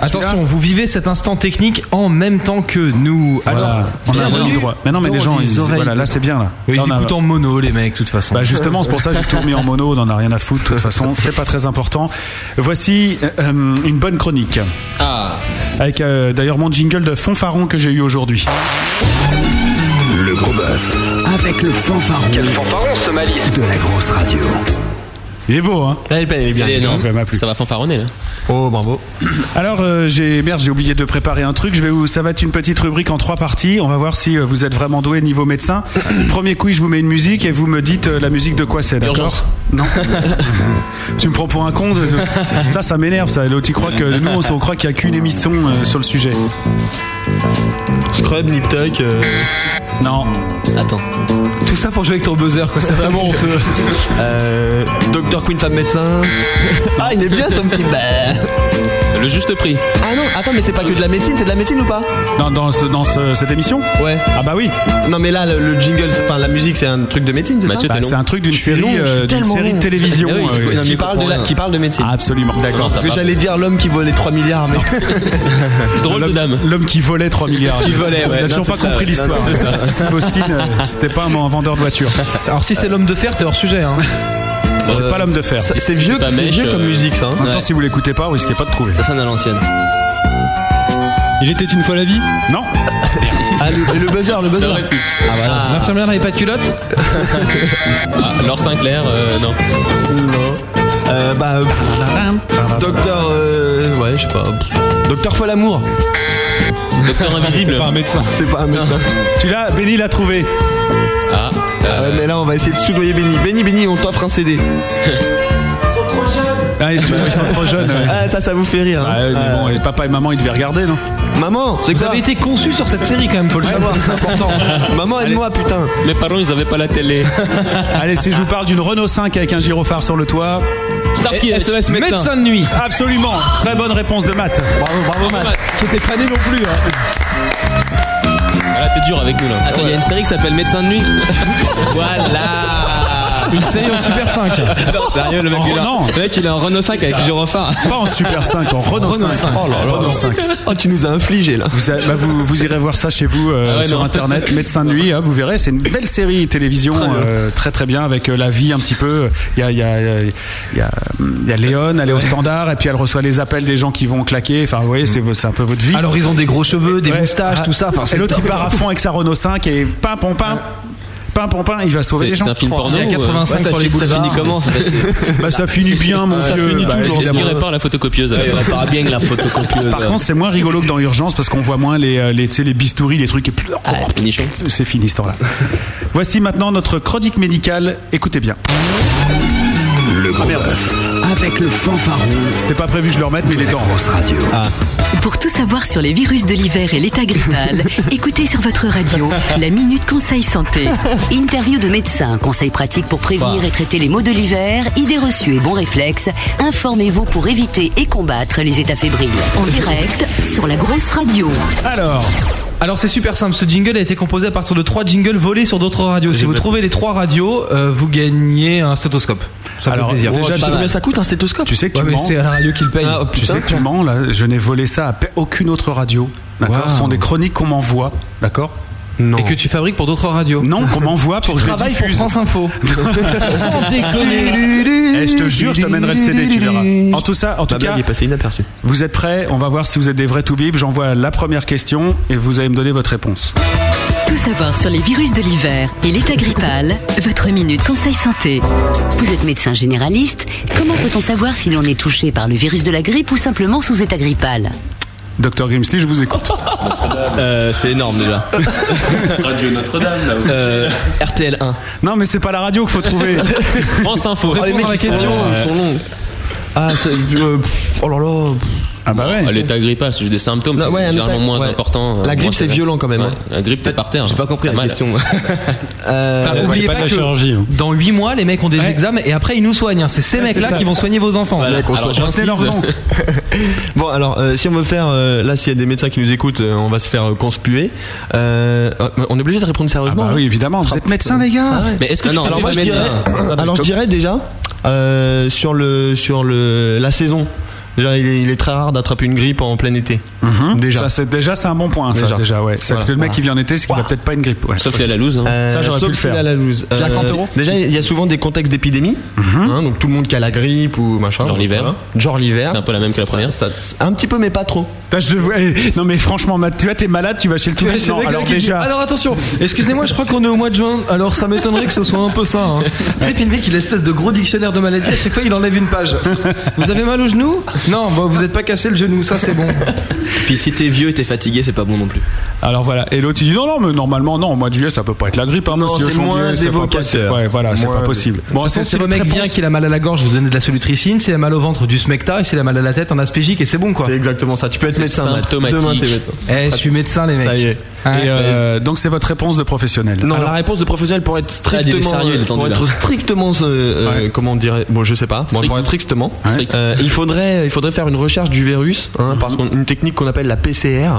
Attention, vous vivez cet instant technique en même temps que nous. Alors,
Voilà, on a
bienvenue
vraiment le droit. Mais non, mais
dans
les gens,
les
ils,
oreilles
voilà,
de-
là c'est bien là.
Mais
Là,
ils
on a-
écoutent en mono, les mecs, de toute façon.
Bah justement, c'est pour ça que j'ai tout mis en mono, on en a rien à foutre de toute façon, c'est pas très important. Voici euh, euh, une bonne chronique.
Ah.
Avec euh, d'ailleurs mon jingle de fanfaron que j'ai eu aujourd'hui.
Le gros bœuf avec le fanfaron. Quel fanfaron ce malice De la grosse radio.
Il est beau, hein
Il est bien.
Il est énorme.
Ouais, m'a
Ça va fanfaronner là.
Oh, bravo.
Alors, euh, j'ai merde, j'ai oublié de préparer un truc. Je vais vous, ça va être une petite rubrique en trois parties. On va voir si euh, vous êtes vraiment doué niveau médecin. Premier quiz, je vous mets une musique et vous me dites euh, la musique de quoi c'est. D'accord
Urgence.
Non. tu me prends pour un con. de- de- Ça, ça m'énerve. Ça, L'autre, il croit que nous, on, on croit qu'il n'y a qu'une émission euh, sur le sujet.
Scrub, Nip Tuck. euh,
Non.
Attends.
Tout ça pour jouer avec ton buzzer, quoi. C'est vraiment honteux.
euh, Docteur Queen Fab Médecin. Ah, il est bien ton petit. bah.
Le juste prix.
Ah non, attends, mais c'est pas que de la médecine, c'est de la médecine ou pas
Dans, dans, ce- dans ce- cette émission
Ouais.
Ah bah oui.
Non, mais là, le, le jingle, c'est- enfin, la musique, c'est un truc de médecine, c'est
Mathieu,
ça
Bah,
t'es long.
c'est un truc d'une
suis long,
série,
je suis
euh, d'une
tellement
série de
long. Eh
télévision
Ah
euh,
oui, c'est-
qui-
il
qui parle, de la-
comprend,
qui parle de médecine.
Ah, absolument. D'accord.
Parce que
va.
j'allais dire l'homme qui volait 3 milliards, mais.
Drôle de dame.
L'homme qui volait 3 milliards.
Qui volait, ouais.
On a
Non,
toujours
c'est
pas
ça,
compris
ouais.
l'histoire.
Non, c'est ça.
Steve Austin, euh, c'était pas un vendeur de voiture.
Alors, si c'est l'homme de fer, t'es hors sujet. Hein.
C'est
Euh,
pas l'homme de fer.
C'est c'est
c'est
vieux,
pas
c'est
mèche,
vieux
euh,
comme musique, ça. hein.
En même temps,
Ouais.
si vous l'écoutez pas, vous risquez pas de trouver.
Ça sonne à l'ancienne.
Il était une fois la vie
Non
Ah, le, le buzzer, le
Ça
buzzer.
aurait pu.
Ah, voilà.
L'infirmière n'avait pas de culotte
Ah, Laure Sinclair, euh, non.
Euh, bah. pff, docteur. euh, ouais, je sais pas. Docteur Folamour.
Docteur Invisible.
médecin. C'est pas un médecin.
Tu l'as, Benny l'a trouvé.
Ah, euh,
Ouais, mais là, on va essayer de soudoyer Benny. Benny, Benny, on t'offre un CD.
Ah, ils sont- ils sont trop jeunes. ouais.
Ah, ça, ça vous fait rire. hein.
Ah, ouais, mais bon, et papa et maman, ils devaient regarder, non
Euh, Maman, c'est
Vous
quoi
avez été conçu sur cette série quand même, faut le savoir, c'est important.
Maman, aide-moi, putain.
mes parents, ils avaient pas la télé.
Allez, si je vous parle d'une Renault 5 avec un gyrophare sur le toit.
Starsky et Hutch.
E
SOS médecin. de nuit.
Absolument. Très bonne réponse de Matt.
Bravo, bravo, man.
Qui était pas né non plus. Hein.
Voilà, t'es dur avec nous Ah, là.
Attends, il y a une série qui s'appelle Médecin de nuit. voilà.
Une série en Super 5.
Sérieux, le mec,
En
il a,
Renault.
le mec, il est en Renault 5 avec gyrophare.
Pas en Super 5, en Renault, 5.
Oh là là.
Renault 5.
Oh, tu nous as infligé là.
Vous, avez- bah, vous, vous irez voir ça chez vous euh,
Ah ouais,
sur
non.
internet, Médecin de nuit, hein, vous verrez, c'est une belle série télévision, euh, très très bien, avec euh, la vie un petit peu. Il y a, il y, a, il y, a, il y a Léon, elle est au standard, et puis elle reçoit les appels des gens qui vont claquer, enfin vous voyez, c'est c'est un peu votre vie.
Alors, ils ont des gros cheveux, des
Ouais.
Ah,
moustaches, tout ça. Enfin,
et
c'est
l'autre il
top.
part à fond avec sa Renault 5 et pim pam pam, pim pam pam, il va sauver
C'est-
les gens.
c'est un film
Oh,
porno. euh,
Il y a 85
ça,
sur les
fi- ça
boulevards.
finit comment ça fait, c'est-
Bah ça finit bien mon
Ça
vieux.
finit
Bah,
toujours.
Est-ce qu'il
évidemment.
répare la photocopieuse à la
Il
fin
répare bien la photocopieuse.
euh,
Par contre c'est moins rigolo que dans Urgence parce qu'on voit moins les, euh, les, tu sais, les bistouris, les trucs. et-
Finition.
C'est fini ce temps-là. Voici maintenant notre chronique médicale. Écoutez bien.
Le gros bœuf avec le fanfaron.
C'était pas prévu que je le remette, mais il est temps.
Grosse radio.
Pour tout savoir sur les virus de l'hiver et l'état grippal, écoutez sur votre radio la Minute Conseil Santé.
Interview de médecins, conseils pratiques pour prévenir et traiter les maux de l'hiver, idées reçues et bons réflexes. Informez-vous pour éviter et combattre les états fébriles.
En direct sur la grosse radio.
Alors,
Alors c'est super simple, ce jingle a été composé à partir de trois jingles volés sur d'autres radios. Si vous trouvez les trois radios, euh, vous gagnez un stéthoscope. Ça fait
Alors,
plaisir.
déjà,
tu sais combien bah, ça coûte un stéthoscope
tu sais que
Ouais,
tu
mais
mens.
c'est à la radio qui le paye.
Ah, oh,
Tu sais que tu mens, là. Je n'ai volé ça à pe- aucune autre radio. D'accord
Wow.
Ce sont des chroniques qu'on m'envoie. D'accord
Non.
Et que tu fabriques pour d'autres radios.
Non, qu'on m'envoie pour que je les
Travaille pour
diffuse.
France Info. Sans déconner.
Eh, je te jure, je te mènerai le CD, tu verras. En tout ça, en tout
Ma blague
cas,
est passée inaperçue.
vous êtes prêts On va voir si vous êtes des vrais toubibs. J'envoie la première question et vous allez me donner votre réponse.
Tout savoir sur les virus de l'hiver et l'état grippal, votre Minute Conseil Santé.
Vous êtes médecin généraliste, comment peut-on savoir si l'on est touché par le virus de la grippe ou simplement sous état grippal
Docteur Grimsley, je vous écoute.
Euh, c'est énorme déjà.
Radio Notre-Dame, là
Euh, RTL 1.
Non, mais c'est pas la radio qu'il faut trouver.
France Info.
Oh, les mecs, ils sont longs, ils sont longs. Ah, c'est- euh, pff, oh là là.
Ah bah ouais.
L'état grippal, c'est juste des symptômes,
Non,
c'est
ouais, un
généralement
état-
moins
ouais.
important. euh,
La grippe,
moins
c'est
sévère.
violent quand même,
Ouais,
hein.
La grippe, t'es par terre. J'ai pas compris
la question,
T'as
Euh,
oublié
c'est pas
pas
de la
que
chirurgie, hein.
dans 8 mois, les mecs ont des examens et après ils nous soignent. hein. C'est ces
Ouais,
mecs-là
c'est ça.
qui vont soigner vos enfants.
Voilà, qu'on soit- Retenez leur
Ah
nom.
bah
bon, alors, euh, si on veut faire. euh, là, s'il y a des médecins qui nous écoutent, euh, on va se faire euh, conspuer. Euh, on est obligé de répondre sérieusement
oui, évidemment. Vous êtes médecin, les gars
Mais est-ce que tu
t'en
alors,
fais
moi,
pas
je dirais,
médecin
alors, je dirais déjà, euh, sur, le, sur le, la saison, déjà, il est, il est très rare d'attraper une grippe en plein été.
Mhm.
Déjà.
Ça, c'est déjà c'est un bon point. Ça,
Déjà.
déjà, ouais. C'est
Voilà.
que le mec
Voilà.
qui vient en été, c'est qu'il a peut-être pas une grippe. ouais.
Sauf qu'il y a la loose. hein.
Euh,
Ça, j'aurais
sauf
pu le
s'il
faire.
a la loose. Euh,
C'est
Euh,
50 euros.
Déjà, il y a souvent des contextes d'épidémie. hein, donc tout le monde qui a la grippe ou machin.
Genre l'hiver.
Voilà. Genre l'hiver.
C'est un peu la même que la première.
Ça- ça- un petit peu, mais pas trop.
Putain, je vois- eh, Non mais franchement, Matt, tu vois, t'es malade, tu vas chez le
Tu vois,
touriste.
c'est le
Non,
mec là
alors
qui dit,
déjà.
Ah Alors attention, excusez-moi, je crois qu'on est au mois de juin, alors ça m'étonnerait que ce soit un peu ça. hein. Tu sais, puis le mec, il a l'espèce de gros dictionnaire de maladies, à chaque fois il enlève une page. Vous avez mal au genou Non, bah, vous n'êtes pas cassé le genou, ça c'est bon.
Puis si t'es vieux et t'es fatigué, c'est pas bon non plus.
Alors voilà, et l'autre il dit non, non, mais normalement, non, au mois de juillet, ça peut pas être la grippe. Hein,
Non,
monsieur
c'est
Chambier,
moins
c'est pas
évocateur.
possible. Ouais, voilà, c'est
Moins
pas possible.
évocateur.
Bon,
De toute façon,
c'est
si
c'est
le
votre
mec vient
réponse.
qu'il a mal à la gorge, vous donnez de la solutricine. S'il a mal au ventre, du smecta. Et s'il a mal à la tête, un aspégique. Et c'est bon quoi.
C'est exactement ça. Tu peux être
C'est
médecin. Matt. Demain, t'es médecin.
Eh, je suis médecin, les mecs.
Ça y est.
Hein
Et, euh, donc c'est votre réponse de professionnel.
Non,
Alors,
la réponse de professionnel pour être
Ah, il est
strictement,
sérieux, il est
pour
tendu,
être
là.
strictement, euh, euh,
Ouais.
comment on dirait, bon, je sais pas, bon,
Strict.
pour être strictement,
Strict.
euh, il faudrait, il faudrait faire une recherche du virus, hein, parce qu'une technique qu'on appelle la PCR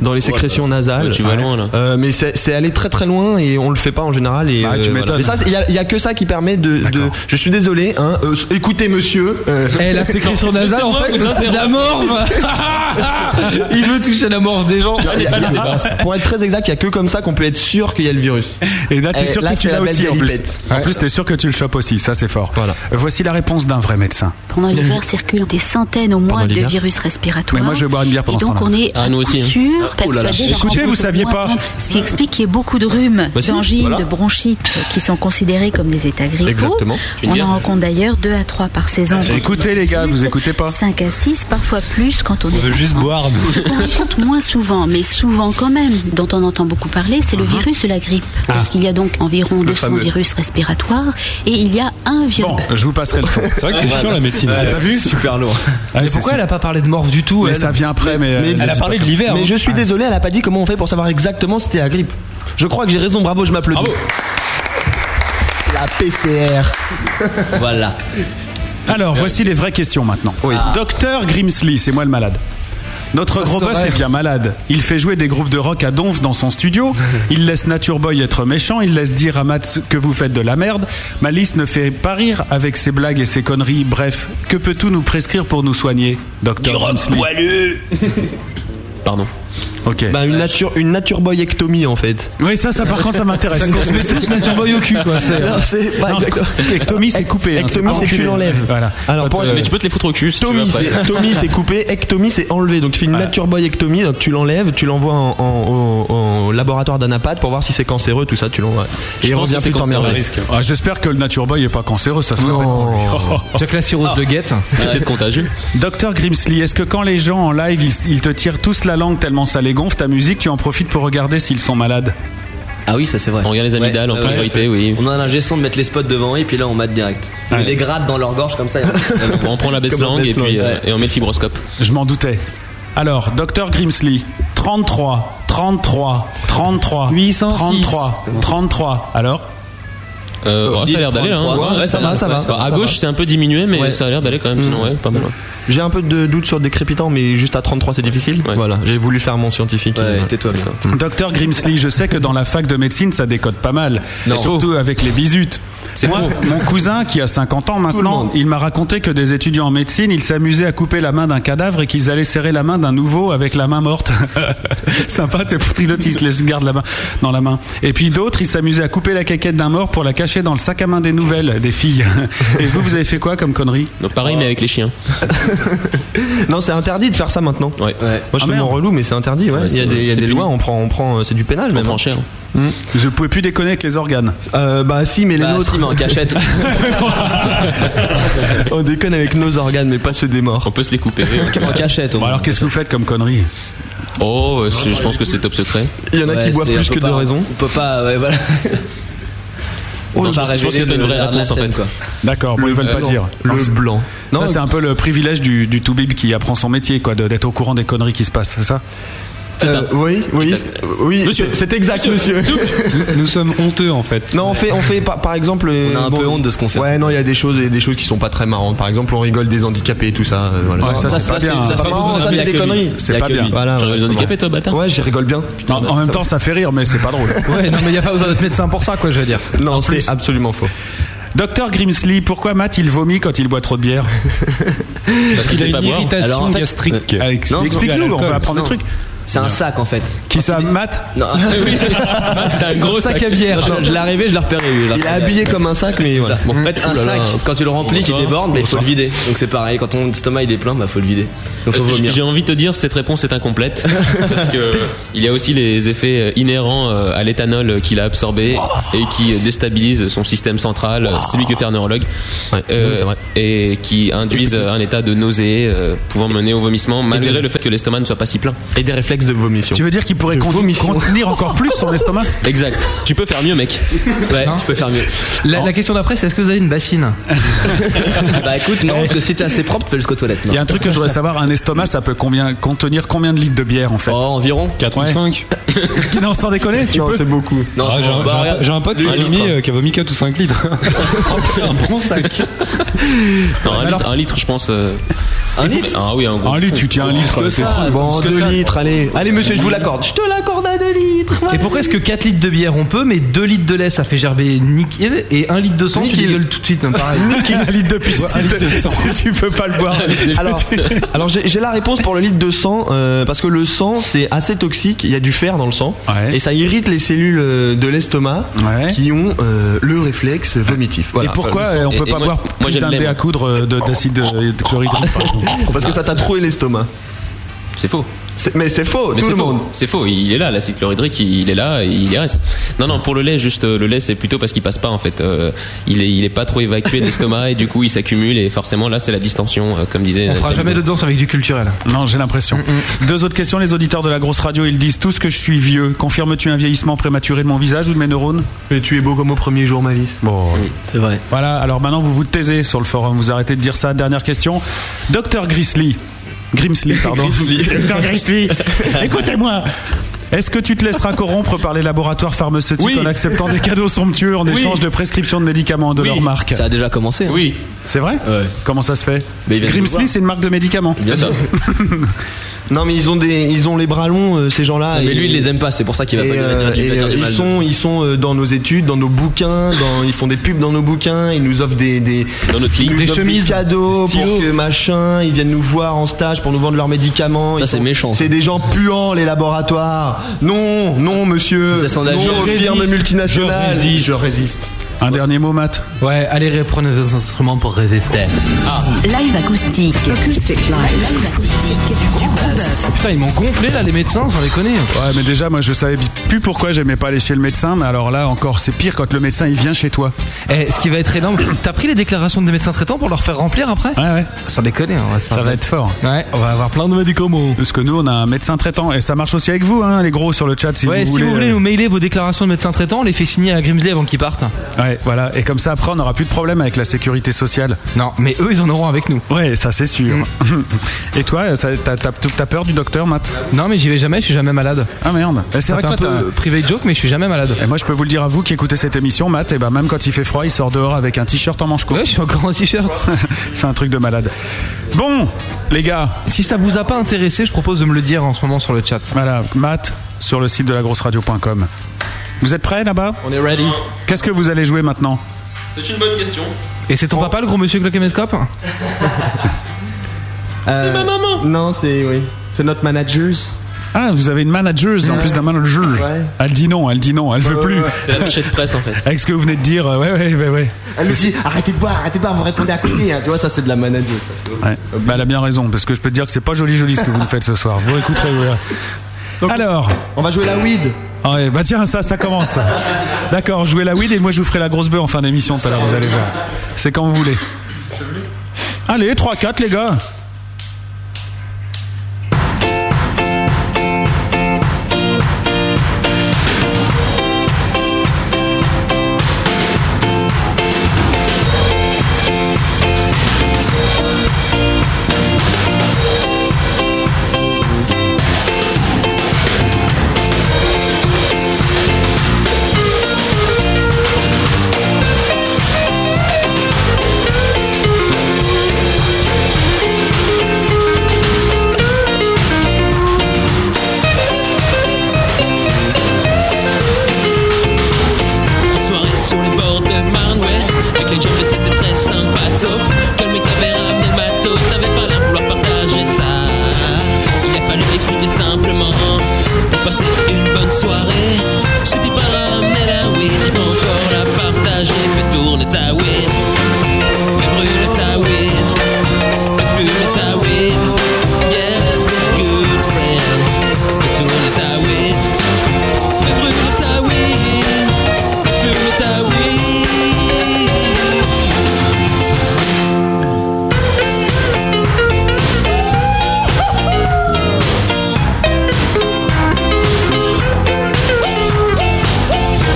dans les sécrétions nasales.
Ouais, tu vas loin, là.
Euh, mais c'est c'est aller très très loin et on le fait pas en général. Et, euh,
Bah, tu
voilà.
m'étonnes.
Mais ça, c'est- il y a- il y, a que ça qui permet de. de- je suis désolé. Hein, euh, écoutez, monsieur. euh,
Eh, la sécrétion nasale, en fait, ça, c'est de la morve. Il veut toucher la morve des gens.
Il y a- il y a- pour être très exact, il y a que comme ça qu'on peut être sûr qu'il y a le virus.
Ah,
Et là, t'es
Eh,
sûr
là,
que tu
c'est
l'as
la belle
aussi en plus.
galipette.
En plus, t'es sûr que tu le chopes aussi, ça c'est fort. Voici la réponse d'un vrai médecin.
Pendant l'hiver circulent des centaines au moins
Pendant
de
l'hiver
virus respiratoires.
Mais moi, je vais boire une bière pendant
Et donc
ce
on
temps-là.
est
Ah,
à
nous
coup
aussi, hein.
sûr
Oh là Ah, là.
persuadé d'avoir
Écoutez, vous
beaucoup
saviez
de
pas.
moins de- Ce qui explique qu'il y ait beaucoup de rhumes,
Bah si,
d'angines,
voilà.
de bronchites qui sont considérés comme des états grippaux.
Exactement. Une
On
bière.
en rencontre d'ailleurs 2 à 3 par saison.
Écoutez les gars, vous écoutez pas.
5 à 6, parfois plus quand on, est
veut juste
enfant.
boire, nous.
Ce qu'on rencontre moins souvent, mais souvent quand même, dont on entend beaucoup parler, c'est le
Uh-huh.
virus de la grippe.
Ah.
Parce qu'il y a donc environ 200
fameux.
virus respiratoires et il y a un virus.
Je vous passerai le son.
C'est vrai que c'est chiant la médecine.
T'as vu
Super lourd.
Ah,
Ah, Mais
c'est
pourquoi
sûr.
elle a pas parlé de morve du tout
Mais
elle
ça vient après, mais. euh,
elle a
c'est
parlé
pas
de
grave.
l'hiver.
Mais
hein.
je suis désolé, elle a pas dit comment on fait pour savoir exactement si c'était la grippe. Je crois que j'ai raison, bravo, je m'applaudis.
Bravo.
La PCR.
Voilà.
Alors, voici les vraies questions maintenant. Docteur Grimsley, c'est moi le malade. Notre
Ça
gros
se
bœuf
saurait.
est bien malade. Il fait jouer des groupes de rock à Donf dans son studio. Il laisse Nature Boy être méchant. Il laisse dire à Matt que vous faites de la merde. Malice ne fait pas rire avec ses blagues et ses conneries. Bref, que peut-tout nous prescrire pour nous soigner, Docteur Grimsley
Pardon.
Ok.
Bah, une nature, une nature boyectomie en fait.
Oui, ça, ça par contre, ça m'intéresse.
Ça qu'on se met tous Nature Boy au cul, quoi. c'est- euh.
Non, c'est pas
Non,
exactement.
Ectomie, c'est coupé. hein,
Ectomie,
pas
c'est que tu
enculé.
l'enlèves.
Voilà. euh,
Alors, pour
Quand,
être-
Mais tu peux te les foutre au cul si tu veux
Tommy,
après.
c'est Tommy, c'est coupé, ectomie c'est enlevé. Donc tu fais une nature boyectomie, donc tu l'enlèves, tu l'envoies en, en- au, au laboratoire d'anapathe pour voir si c'est cancéreux, tout ça, tu l'envoies.
Je
Et il
pense
revient
que
plus
c'est
t'emmerder.
cancéreux. risque.
Ah, J'espère que le Nature Boy est pas cancéreux, ça serait
Non.
bête pour lui.
Jack la cirrhose le guette.
Peut-être contagieux.
Docteur Grimsley, est-ce que quand les gens en live, ils, ils te tirent tous la langue tellement ça les gonfle, ta musique, tu en profites pour regarder s'ils sont malades
Ah oui, ça c'est vrai.
On regarde les amygdales
Ouais,
en
ouais,
priorité, oui.
On a un ingé son de mettre les spots devant eux, et puis là on mate direct. On
Ouais.
les gratte dans leur gorge comme ça.
On prend la baisse
Comme la
langue et
basse
puis
langue,
euh,
ouais.
et on met le fibroscope.
Je m'en doutais. Alors, Docteur Grimsley, 33, 33, 33,
806.
33, 33. Alors
Euh, ouais, ça a l'air d'aller, hein.
Ouais, ça va, ça va.
c'est pas- À
Ça
gauche,
va.
c'est un peu diminué, mais
Ouais. Mm.
ça a l'air d'aller quand même. Sinon, ouais, pas mal. ouais.
J'ai un peu de doute sur le décrépitant, mais juste à 33 c'est difficile.
Ouais.
Voilà, j'ai voulu faire mon scientifique.
Ouais,
euh,
tais-toi bien.
Docteur Grimsley, je sais que dans la fac de médecine, ça décode pas mal.
Non. C'est
Surtout avec les bisutes. Moi, mon cousin qui a 50 ans maintenant, il m'a raconté que des étudiants en médecine, ils s'amusaient à couper la main d'un cadavre et qu'ils allaient serrer la main d'un nouveau avec la main morte. Sympa, t'es foutu l'autre, il se laisse garde la main dans la main. Et puis d'autres, ils s'amusaient à couper la caquette d'un mort pour la cacher dans le sac à main des nouvelles, des filles. Et vous, vous avez fait quoi comme connerie
Donc pareil, mais avec les chiens.
Non, c'est interdit de faire ça maintenant.
Ouais.
Moi, je
Ah,
fais
merde.
mon relou, mais c'est interdit. Ouais.
Ouais,
il y a
c'est-
des, il y a
c'est
des
puni.
lois, on prend, on prend, euh, c'est du pénal
On
même.
prend cher.
Je ne pouvais plus déconner avec les organes.
Euh, bah si, mais les
Bah,
nôtres.
si, mais en cachette.
on déconne avec nos organes, mais pas ceux des morts.
On peut se les couper.
En cachette, au
Bon,
moins.
alors qu'est-ce que vous faites comme connerie
Oh, euh, je, je pense que c'est top secret.
Il y en a qui boivent
c'est-
plus
on peut
que de
pas-
raison.
On peut pas, ouais, voilà.
Oh,
peut pas
je pense- je
révéler
pense qu'il y a
le-
une vraie
la- la
réponse, en
scène,
fait.
quoi.
D'accord, bon, ils veulent
euh,
pas
non.
dire.
Le
Alors, c'est-
blanc.
ça,
Non,
c'est un peu le privilège du, du Toubib qui apprend son métier, quoi, de- d'être au courant des conneries qui se passent, c'est ça
Euh, oui, oui, oui. c'est- C'est exact, monsieur.
Nous sommes honteux en fait.
Non, on fait, on fait par, par exemple. On
a un peu honte de ce qu'on fait.
Ouais, non, il y a des choses, il y a des choses qui sont pas très marrantes. Par exemple, on rigole des handicapés et tout ça. euh, voilà.
Ouais, ça, c'est
hein.
pas bien.
Ça,
Ça,
c'est
c'est
marrant,
pas
ça,
bien.
c'est des conneries.
C'est pas bien.
Ah,
Voilà.
J'aurais les
ouais.
handicapés, toi, bâtard
Ouais, j'y rigole bien.
En, en même temps, ça fait rire, mais c'est pas drôle.
Ouais, non, mais il n'y a pas besoin d'être médecin pour ça, quoi, je veux dire.
Non, c'est absolument faux.
Docteur Grimsley, pourquoi Matt il vomit quand il boit trop de bière
Parce qu'il a une irritation
gastrique.
Allez, ex-
Non, c'est
Ah, Explique-nous, on
l'alcool.
va apprendre
Non.
des trucs.
C'est un sac en fait.
Qui ça, Matt
Non, ah, c'est- oui. Matt, t'as un gros sac. Je, je l'ai arrivé, je l'ai repéré. lui, je l'ai
Il est
repéré.
habillé comme un sac, mais voilà.
Ça. En fait, un
Oulala.
sac, quand tu le remplis, qui
Bonsoir.
déborde, mais il faut le vider. Donc c'est pareil, quand ton estomac il est plein, bah faut le vider. Donc faut
Euh, j-
vomir.
J'ai envie de te dire, cette réponse est incomplète parce que il y a aussi les effets inhérents euh, à l'éthanol euh, qu'il a absorbé et qui euh, déstabilisent son système central. euh, C'est lui que fait un neurologue Euh, et qui induisent euh, un état de nausée euh, pouvant mener au vomissement malgré le fait que l'estomac ne soit pas si plein.
Et des réflexes de vomition.
Tu veux dire qu'il pourrait con- contenir encore plus son estomac
Exact. Tu peux faire mieux, mec.
Ouais, tu peux faire mieux.
La, la question d'après, c'est est-ce que vous avez une bassine
bah écoute, non, parce que si t'es assez propre, tu peux jusqu'aux toilettes. non.
Il y a un truc que je voudrais savoir, un estomac, ça peut combien, contenir combien de litres de bière en fait
Oh, environ
4
Ouais.
ou 5
Non, sans déconner, tu
Non,
peux
c'est beaucoup.
Non,
Ah,
je
J'ai
m'en-
un,
bah,
j'ai un-
regarde,
j'ai un pote qui
un
m'a
litre.
dit euh, qui a vomi 4 ou 5 litres.
C'est un bon sac.
Non, un, litre, un litre, je pense. euh,
Un litre
Ah oui, un gros.
Un litre, tu tiens un litre,
Que
c'est
ça,
fou.
Bon,
Parce que
2
ça-
litres, allez. Allez, monsieur, je vous l'accorde. Je te l'accorde à 2 litres.
Et pourquoi est-ce que 4 litres de bière on peut, mais 2 litres de lait ça fait gerber nickel et 1 litre de sang tu
Nickel.
dégueules tout de suite, même pareil.
Un litre de pisse,
Un litre de sang.
tu peux pas le boire.
Alors, alors j'ai j'ai la réponse pour le litre de sang euh, parce que le sang c'est assez toxique. Il y a du fer dans le sang
Ouais.
et ça irrite les cellules euh, de l'estomac
Ouais.
qui ont euh, le réflexe vomitif. Voilà.
Et pourquoi
Voilà, le
euh, on
Et-
peut
et
pas
moi-
boire
moi,
plus
j'aime
d'un
l'aime.
dé à coudre euh, de- d'acide euh, de chlorhydrique par exemple
sang. Parce que ça t'a troué l'estomac.
Ah, C'est faux.
C'est- Mais c'est faux,
Mais
tout
c'est
le
faux.
monde.
C'est faux. Il est là, l'acide chlorhydrique, il est là, et il y reste. Non, non, pour le lait, juste euh, le lait, c'est plutôt parce qu'il passe pas en fait. Euh, il est, il est pas trop évacué de l'estomac et du coup, il s'accumule et forcément, là, c'est la distension, euh, comme disait.
On fera jamais de danse avec du culturel.
Non, j'ai l'impression. Deux autres questions. Les auditeurs de la grosse radio, ils disent tous que je suis vieux. Confirmes-tu un vieillissement prématuré de mon visage ou de mes neurones
Mais tu es beau comme au premier jour, Malice.
Bon.
C'est vrai.
Voilà, alors maintenant vous vous taisez sur le forum, vous arrêtez de dire ça. Dernière question. Docteur Grizzly. Grimsley, pardon. Docteur Grizzly. Écoutez-moi. Est-ce que tu te laisseras corrompre par les laboratoires pharmaceutiques
Oui.
en acceptant des cadeaux somptueux en échange de prescriptions de médicaments de
Oui.
leur marque
Ça a déjà commencé. hein.
Oui.
C'est vrai
Ouais.
Comment ça se fait
Mais il vient de nous
Grimsley,
voir.
c'est une marque de médicaments.
C'est ça.
Non mais ils ont des, ils ont les bras longs euh, ces gens-là.
Ah, Mais
Et-
lui, il les aime pas, c'est pour ça qu'il va
Et,
pas
euh,
dire du
et,
va dire
euh,
du
ils
mal.
sont, ils sont euh, dans nos études, dans nos bouquins, dans, ils font des pubs dans nos bouquins, ils nous offrent des, des,
Dans notre
ils
ligne.
nous
Des
offrent
chemises,
des cadeaux,
des stylos.
pour que machin, ils viennent nous voir en stage pour nous vendre leurs médicaments.
Ça,
Ils
c'est
sont-
méchant, ça.
C'est des gens puants les laboratoires. Non, non monsieur.
Ça sent la
non
vie.
aux
Je
firmes
résiste,
multinationales.
je résiste.
résiste.
Un dernier mot, Matt.
Ouais, allez reprenez vos instruments pour résister.
Live acoustique. Acoustic live. du Grand Bœuf.
Putain, ils m'ont gonflé là les médecins, sans déconner.
Ouais, mais déjà, moi, je savais plus pourquoi j'aimais pas aller chez le médecin, mais alors là, encore, c'est pire quand le médecin, il vient chez toi.
Eh, ce qui va être énorme, t'as pris les déclarations des médecins traitants pour leur faire remplir après
Ouais, ouais.
Sans déconner, on va se faire-
Ça va être fort.
Ouais, on va avoir plein de médicaments.
Parce que nous, on a un médecin traitant, et ça marche aussi avec vous, hein, les gros, sur le chat, si
ouais,
vous
si
voulez.
vous voulez
euh,
nous mailer vos déclarations de médecins traitants, on les fait signer à Grimsley avant qu'ils partent.
Ouais, voilà. Et comme ça, après, on n'aura plus de problème avec la sécurité sociale.
Non, mais eux, ils en auront avec nous.
Ouais, ça, c'est sûr. et toi, ça- t'as t'as- t'as peur du docteur, Matt
Non, mais j'y vais jamais, je suis jamais malade.
Ah, merde. Eh, C'est
Ça
vrai
fait
que
un
toi,
peu
t'as-
privé joke, mais je suis jamais malade.
Et moi, je peux vous le dire à vous qui écoutez cette émission, Matt, et ben même quand il fait froid, il sort dehors avec un t-shirt en manche courte.
Ouais, je suis encore en t-shirt.
c'est un truc de malade. Bon, les gars,
si ça vous a pas intéressé, je propose de me le dire en ce moment sur le chat.
Voilà, Matt sur le site de lagrosseradio.com. Vous êtes prêts là-bas
On est ready.
Qu'est-ce que vous allez jouer maintenant
C'est une bonne question.
Et c'est
Oh.
ton papa, le gros monsieur avec le caméscope
c'est ma maman. Non, c'est oui, c'est notre manager.
Ah, vous avez une manager, en plus d'un manager.
Ouais.
Elle dit non, elle dit non, elle veut
ouais,
plus.
ouais.
C'est la pochette presse en fait.
Avec ce que vous venez de dire, euh, ouais, ouais, ouais, ouais.
Elle nous dit arrêtez de boire, arrêtez de boire, vous répondez à côté. hein. Tu vois, ça c'est de la manager. ça.
Ouais. Bah, elle a bien raison, parce que je peux te dire que c'est pas joli, joli ce que vous nous faites ce soir. Vous écouterez. vous verrez.
Donc-
Alors,
On va jouer la weed.
Ah ouais, bah tiens, ça, ça commence. ça. D'accord, jouez la weed et moi je vous ferai la grosse bœuf en fin d'émission tout à l'heure, vous allez voir. C'est quand vous voulez. Allez, 3-4 les gars.
Petite soirée sur les bords de Marne, ouais. Avec les gens, mais c'était très sympa. Sauf que le mec avait ramené le matos, savait pas rien vouloir partager ça. Il a fallu expliquer simplement pour passer une bonne soirée. Suffit pas ramener la weed, il faut encore la partager. Fais tourner ta weed, fais brûler ta weed, fais brûler ta weed. Yes, my good friend, fais tourner ta weed, fais brûler ta weed. Fume ta weed.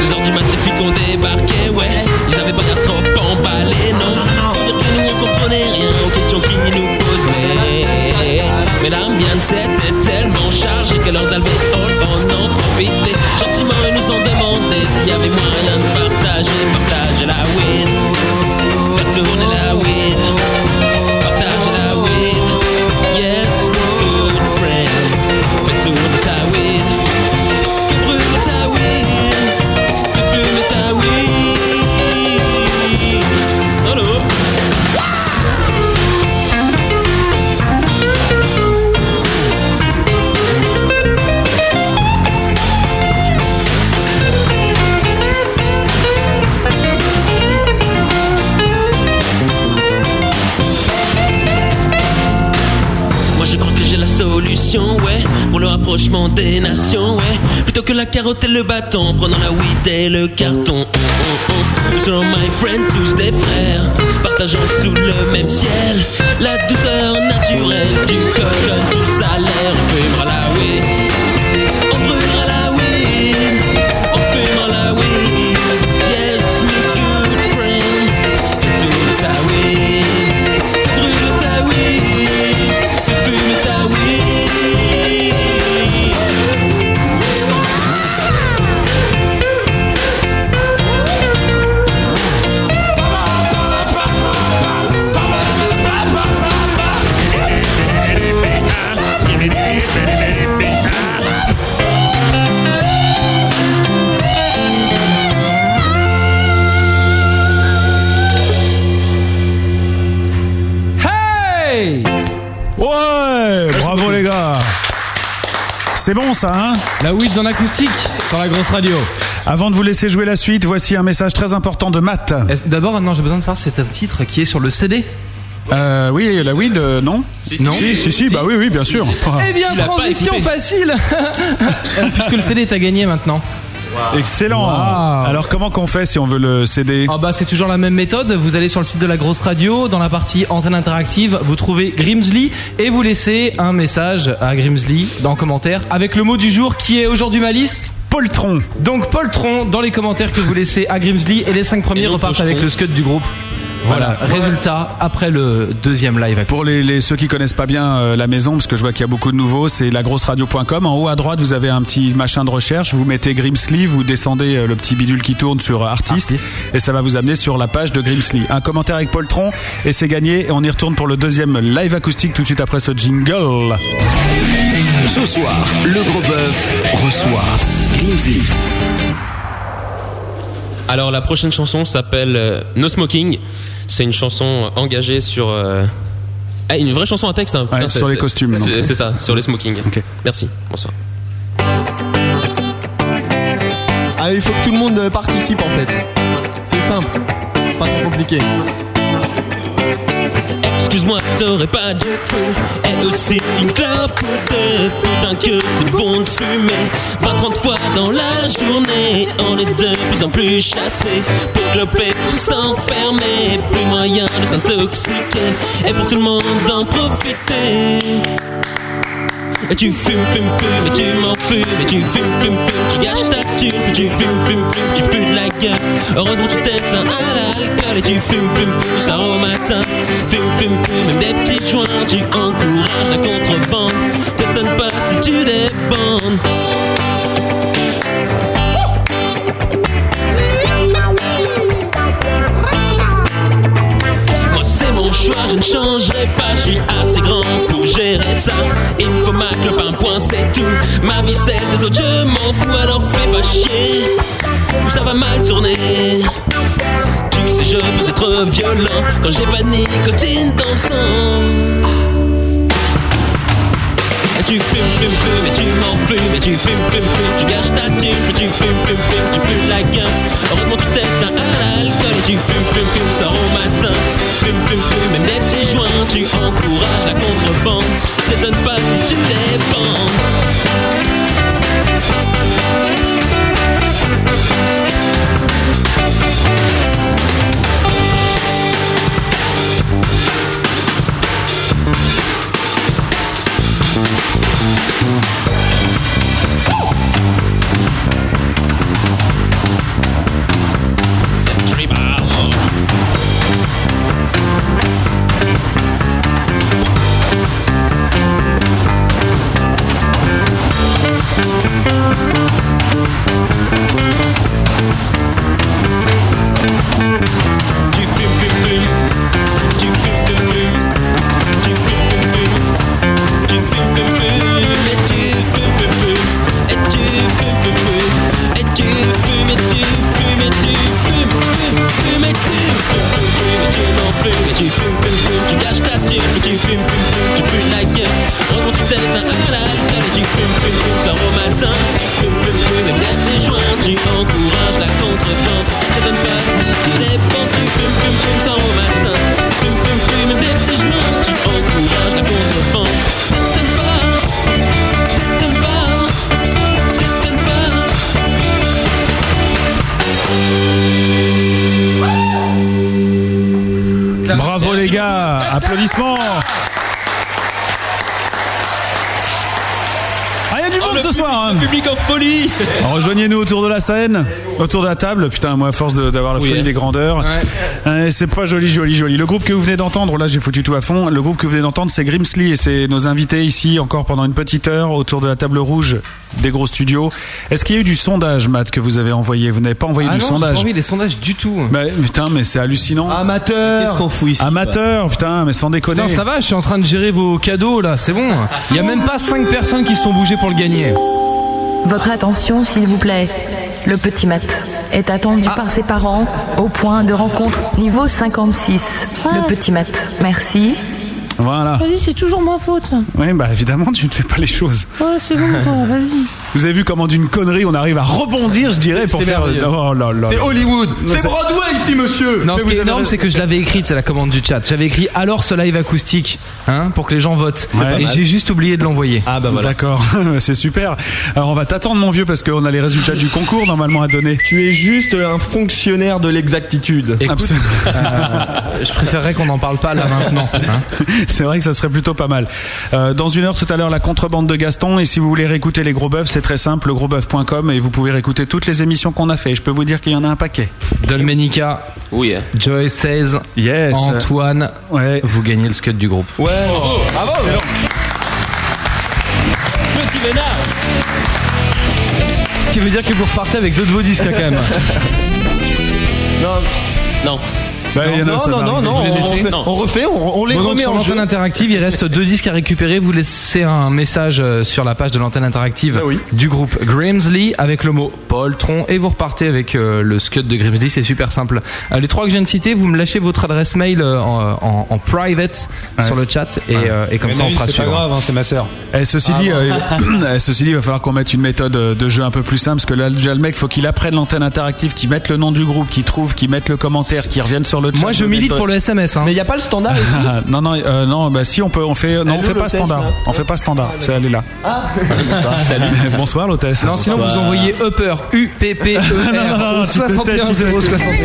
Deux heures du matin, les flics ont débarqué, ouais. Ils avaient pas l'air trop emballés, non. Faut dire que nous on comprenait rien aux questions qu'ils nous posaient. Mais la mienne c'était tellement chargée que leurs alvéoles en ont profité. Gentiment, ils nous ont demandé s'il y avait moyen de partager, partager la win. Faire tourner la win. Partager la win. Yes, my good friend. Fais tourner ta win. Fais brûler ta win. Fais plumer ta weed. Solo. Moi je crois que j'ai la solution, ouais. Pour le rapprochement des nations, ouais. Plutôt que la carotte et le bâton, prenons la weed et le carton. Oh, oh, oh. Nous serons my friend, tous des frères. Partageant sous le même ciel la douceur naturelle du colonne, du salaire. On fumera la weed. On brûlera la weed. On fumera la weed. Yes, my good friend. Fais tourner ta weed. Fais brûler ta weed. Fume ta weed.
Hey Ouais Bravo les gars C'est bon ça, hein La weed dans l'acoustique sur la grosse radio. Avant de vous laisser jouer la suite, voici un message très important de Matt.
D'abord, non, j'ai besoin de savoir si c'est un titre qui est sur le CD.
Euh, oui, la weed, euh, non
si,
non
si,
si, si,
si,
bah oui, oui, bien sûr.
Eh bien,
Ah. Tu l'as pas
transition
écouté.
facile
Euh, Puisque le CD est à gagner maintenant.
Excellent. Alors comment qu'on fait si on veut le CD
Ah bah c'est toujours la même méthode, vous allez sur le site de la grosse radio, dans la partie antenne interactive, vous trouvez Grimsley et vous laissez un message à Grimsley dans commentaire avec le mot du jour qui est aujourd'hui malice
Poltron.
Donc Poltron dans les commentaires que vous laissez à Grimsley et les 5 premiers repartent avec le scud du groupe. Voilà, résultat après le deuxième live.
Pour les, les- ceux qui connaissent pas bien euh, la maison, parce que je vois qu'il y a beaucoup de nouveaux, c'est lagrosseradio.com. En haut à droite, vous avez un petit machin de recherche. Vous mettez Grimsley, vous descendez euh, le petit bidule qui tourne sur euh, artiste, et ça va vous amener sur la page de Grimsley. Un commentaire avec Poltron, et c'est gagné. Et on y retourne pour le deuxième live acoustique tout de suite après ce jingle.
Ce soir, le gros bœuf reçoit Grimsy.
Alors la prochaine chanson s'appelle euh, No Smoking. C'est une chanson engagée sur euh, ah, une vraie chanson à texte. hein. Putain,
Ouais,
c'est-
sur les
c'est-
costumes,
c'est-
donc.
C'est ça, sur les smoking. Merci. Bonsoir.
Ah, il faut que tout le monde euh, participe en fait. C'est simple, pas très compliqué.
Excuse Excuse-moi, t'aurais pas dû fumer. Elle aussi, une clope de putain que c'est bon de fumer. 20-30 fois dans la journée, on est de plus en plus chassés. Pour cloper, pour s'enfermer, plus moyen de s'intoxiquer. Et pour tout le monde d'en profiter. Et tu fumes, fumes, fumes, et tu m'enfumes, et tu fumes, fumes, fumes, tu gâches ta thune, et tu fumes, fumes, fumes, tu pues de la gueule. Heureusement tu t'éteins à l'alcool, et tu fumes, fumes, fumes, ça au matin. Fume, fume, fume, même des petits joints, tu encourages la contrebande. T'étonnes pas si tu débandes. Moi c'est mon choix, je ne changerai pas, je suis assez grand pour gérer ça. Il me faut ma clope, un point, c'est tout. Ma vie c'est des autres, je m'en fous, alors fais pas chier. Ou ça va mal tourner. Tu sais, je peux être violent quand j'ai pas de nicotine dans le sang. Et tu fumes, fumes, fumes, et tu m'enfumes, et tu fumes, fumes, fumes, tu gâches ta thune, et tu fumes, fumes, fumes, tu pues la gueule. Heureusement tu t'éteins à l'alcool, et tu fumes, fumes, fumes, sors au matin. Fume, fume, fume, même des petits joints, tu encourages la contrebande. T'étonnes pas si tu les bandes. Tu fumes, fumes, fumes. Tu fumes, fumes, fumes. Tu fumes, fumes, fumes. Tu fumes, fumes, fumes. Et tu fumes, fumes, fumes. Et tu fumes, fumes, fumes. Et tu fumes, et tu fumes, et tu fumes, fumes, fumes. Et tu fumes, fumes, fumes. Et tu m'enfumes. Et tu fumes, fumes, fumes. Tu gâches ta thune. Et tu fumes, fumes, fumes. Tu pues la gueule. Heureusement, tu t'éteins à l'alcool. Et tu fumes, fumes, fumes. Tu sors au matin. Fume, fume, fume. Et même tes joints. Tu encourages la contrebande. T'étonnes pas si tu les bandes. Tu fumes, fumes, fumes. Sors au matin. Fume, fume, fume. Et même tes joints. Tu encourages la contrebande. T'étonnes pas. T'étonnes pas. T'étonnes pas.
Bravo les gars, applaudissements. Ah, il y a du monde ce soir. hein.
Public en folie.
Rejoignez-nous autour de la scène, autour de la table. Putain, moi, à force de- d'avoir la
Oui,
folie
hein.
des grandeurs, Euh, c'est pas joli, joli, joli. Le groupe que vous venez d'entendre, là, j'ai foutu tout à fond. Le groupe que vous venez d'entendre, c'est Grimsley et c'est nos invités ici encore pendant une petite heure autour de la table rouge des gros studios. Est-ce qu'il y a eu du sondage, Matt, que vous avez envoyé Vous n'avez pas envoyé
Ah
du
non, j'ai
sondage
pas envie les sondages du tout.
Bah, putain, mais c'est hallucinant.
Amateur.
Qu'est-ce qu'on fout ici
Amateur, putain, mais sans déconner.
Putain, ça va, je suis en train de gérer vos cadeaux là, c'est bon. Il y a même pas 5 personnes qui se sont bougées pour le gagner.
Euh,
Votre attention, s'il vous plaît. Le petit mat est attendu par ses parents au point de rencontre niveau 56. Le petit mat, merci.
Voilà.
Vas-y, c'est toujours ma faute.
Oui, bah évidemment, tu ne fais pas les choses.
Ouais, c'est bon, quoi, vas-y.
Vous avez vu comment d'une connerie on arrive à rebondir, je dirais, pour
C'est
faire.
merveilleux.
Oh là là.
C'est Hollywood.
Non,
C'est
c'est-
Broadway ici, monsieur.
Non,
Mais
ce
vous
qui est
avez
énorme,
raison.
c'est que je l'avais écrite, c'est la commande du chat. J'avais écrit alors ce live acoustique, hein, pour que les gens votent.
pas
Et
mal.
j'ai juste oublié de l'envoyer.
Ah bah
D'accord, c'est super. Alors on va t'attendre mon vieux parce qu'on a les résultats du concours normalement à donner.
Tu es juste un fonctionnaire de l'exactitude.
Absolument.
je préférerais qu'on n'en parle pas là maintenant. hein.
c'est vrai que ça serait plutôt pas mal. Euh, dans une heure tout à l'heure la contrebande de Gaston et si vous voulez réécouter les gros bœufs c'est très simple grosbœuf.com et vous pouvez réécouter toutes les émissions qu'on a fait. Je peux vous dire qu'il y en a un paquet.
Dolmenica,
Oui.
Joy 16,
Yes.
Antoine, vous gagnez le scud du groupe.
Ouais.
Bravo. Petit vénard.
Ce qui veut dire que vous repartez avec deux de vos disques hein, quand même.
Non.
Bah,
il y en a, ça va arriver. Je vais les laisser. Non.
Bon, donc, sur l'antenne interactive. Il reste deux disques à récupérer. Vous
Bah
laissez un message euh, sur la page de l'antenne interactive du groupe Grimsley avec le mot Poltron et vous repartez avec euh, le Scud de Grimsley, c'est super simple. Euh, les trois que je viens de citer, vous me lâchez votre adresse mail euh, en, en- en private sur le chat et, euh, et comme
Mais
ça on
Naïs,
fera
C'est pas
suivre.
grave, hein, c'est ma sœur.
Et Eh,
Ah,
ceci, dit, euh, ceci dit, il va falloir qu'on mette une méthode euh, de jeu un peu plus simple, parce que là, déjà, le mec, faut qu'il apprenne l'antenne interactive, qu'il mette le nom du groupe, qu'il trouve, qu'il mette le commentaire, qu'il revienne sur le chat.
Moi je
le
milite
mette-
pour le SMS. hein.
Mais il n'y a pas le standard
Ah, non, non, euh, non, bah si, on peut, on fait, non, on
Allô,
fait pas
l'hôtesse,
standard.
là
On fait pas standard. C'est elle est là.
Salut.
Bonsoir, l'hôtesse.
Non, sinon vous envoyez upper, U P P E
Non, non, non,
R
tu peux peut-être, tu peux
61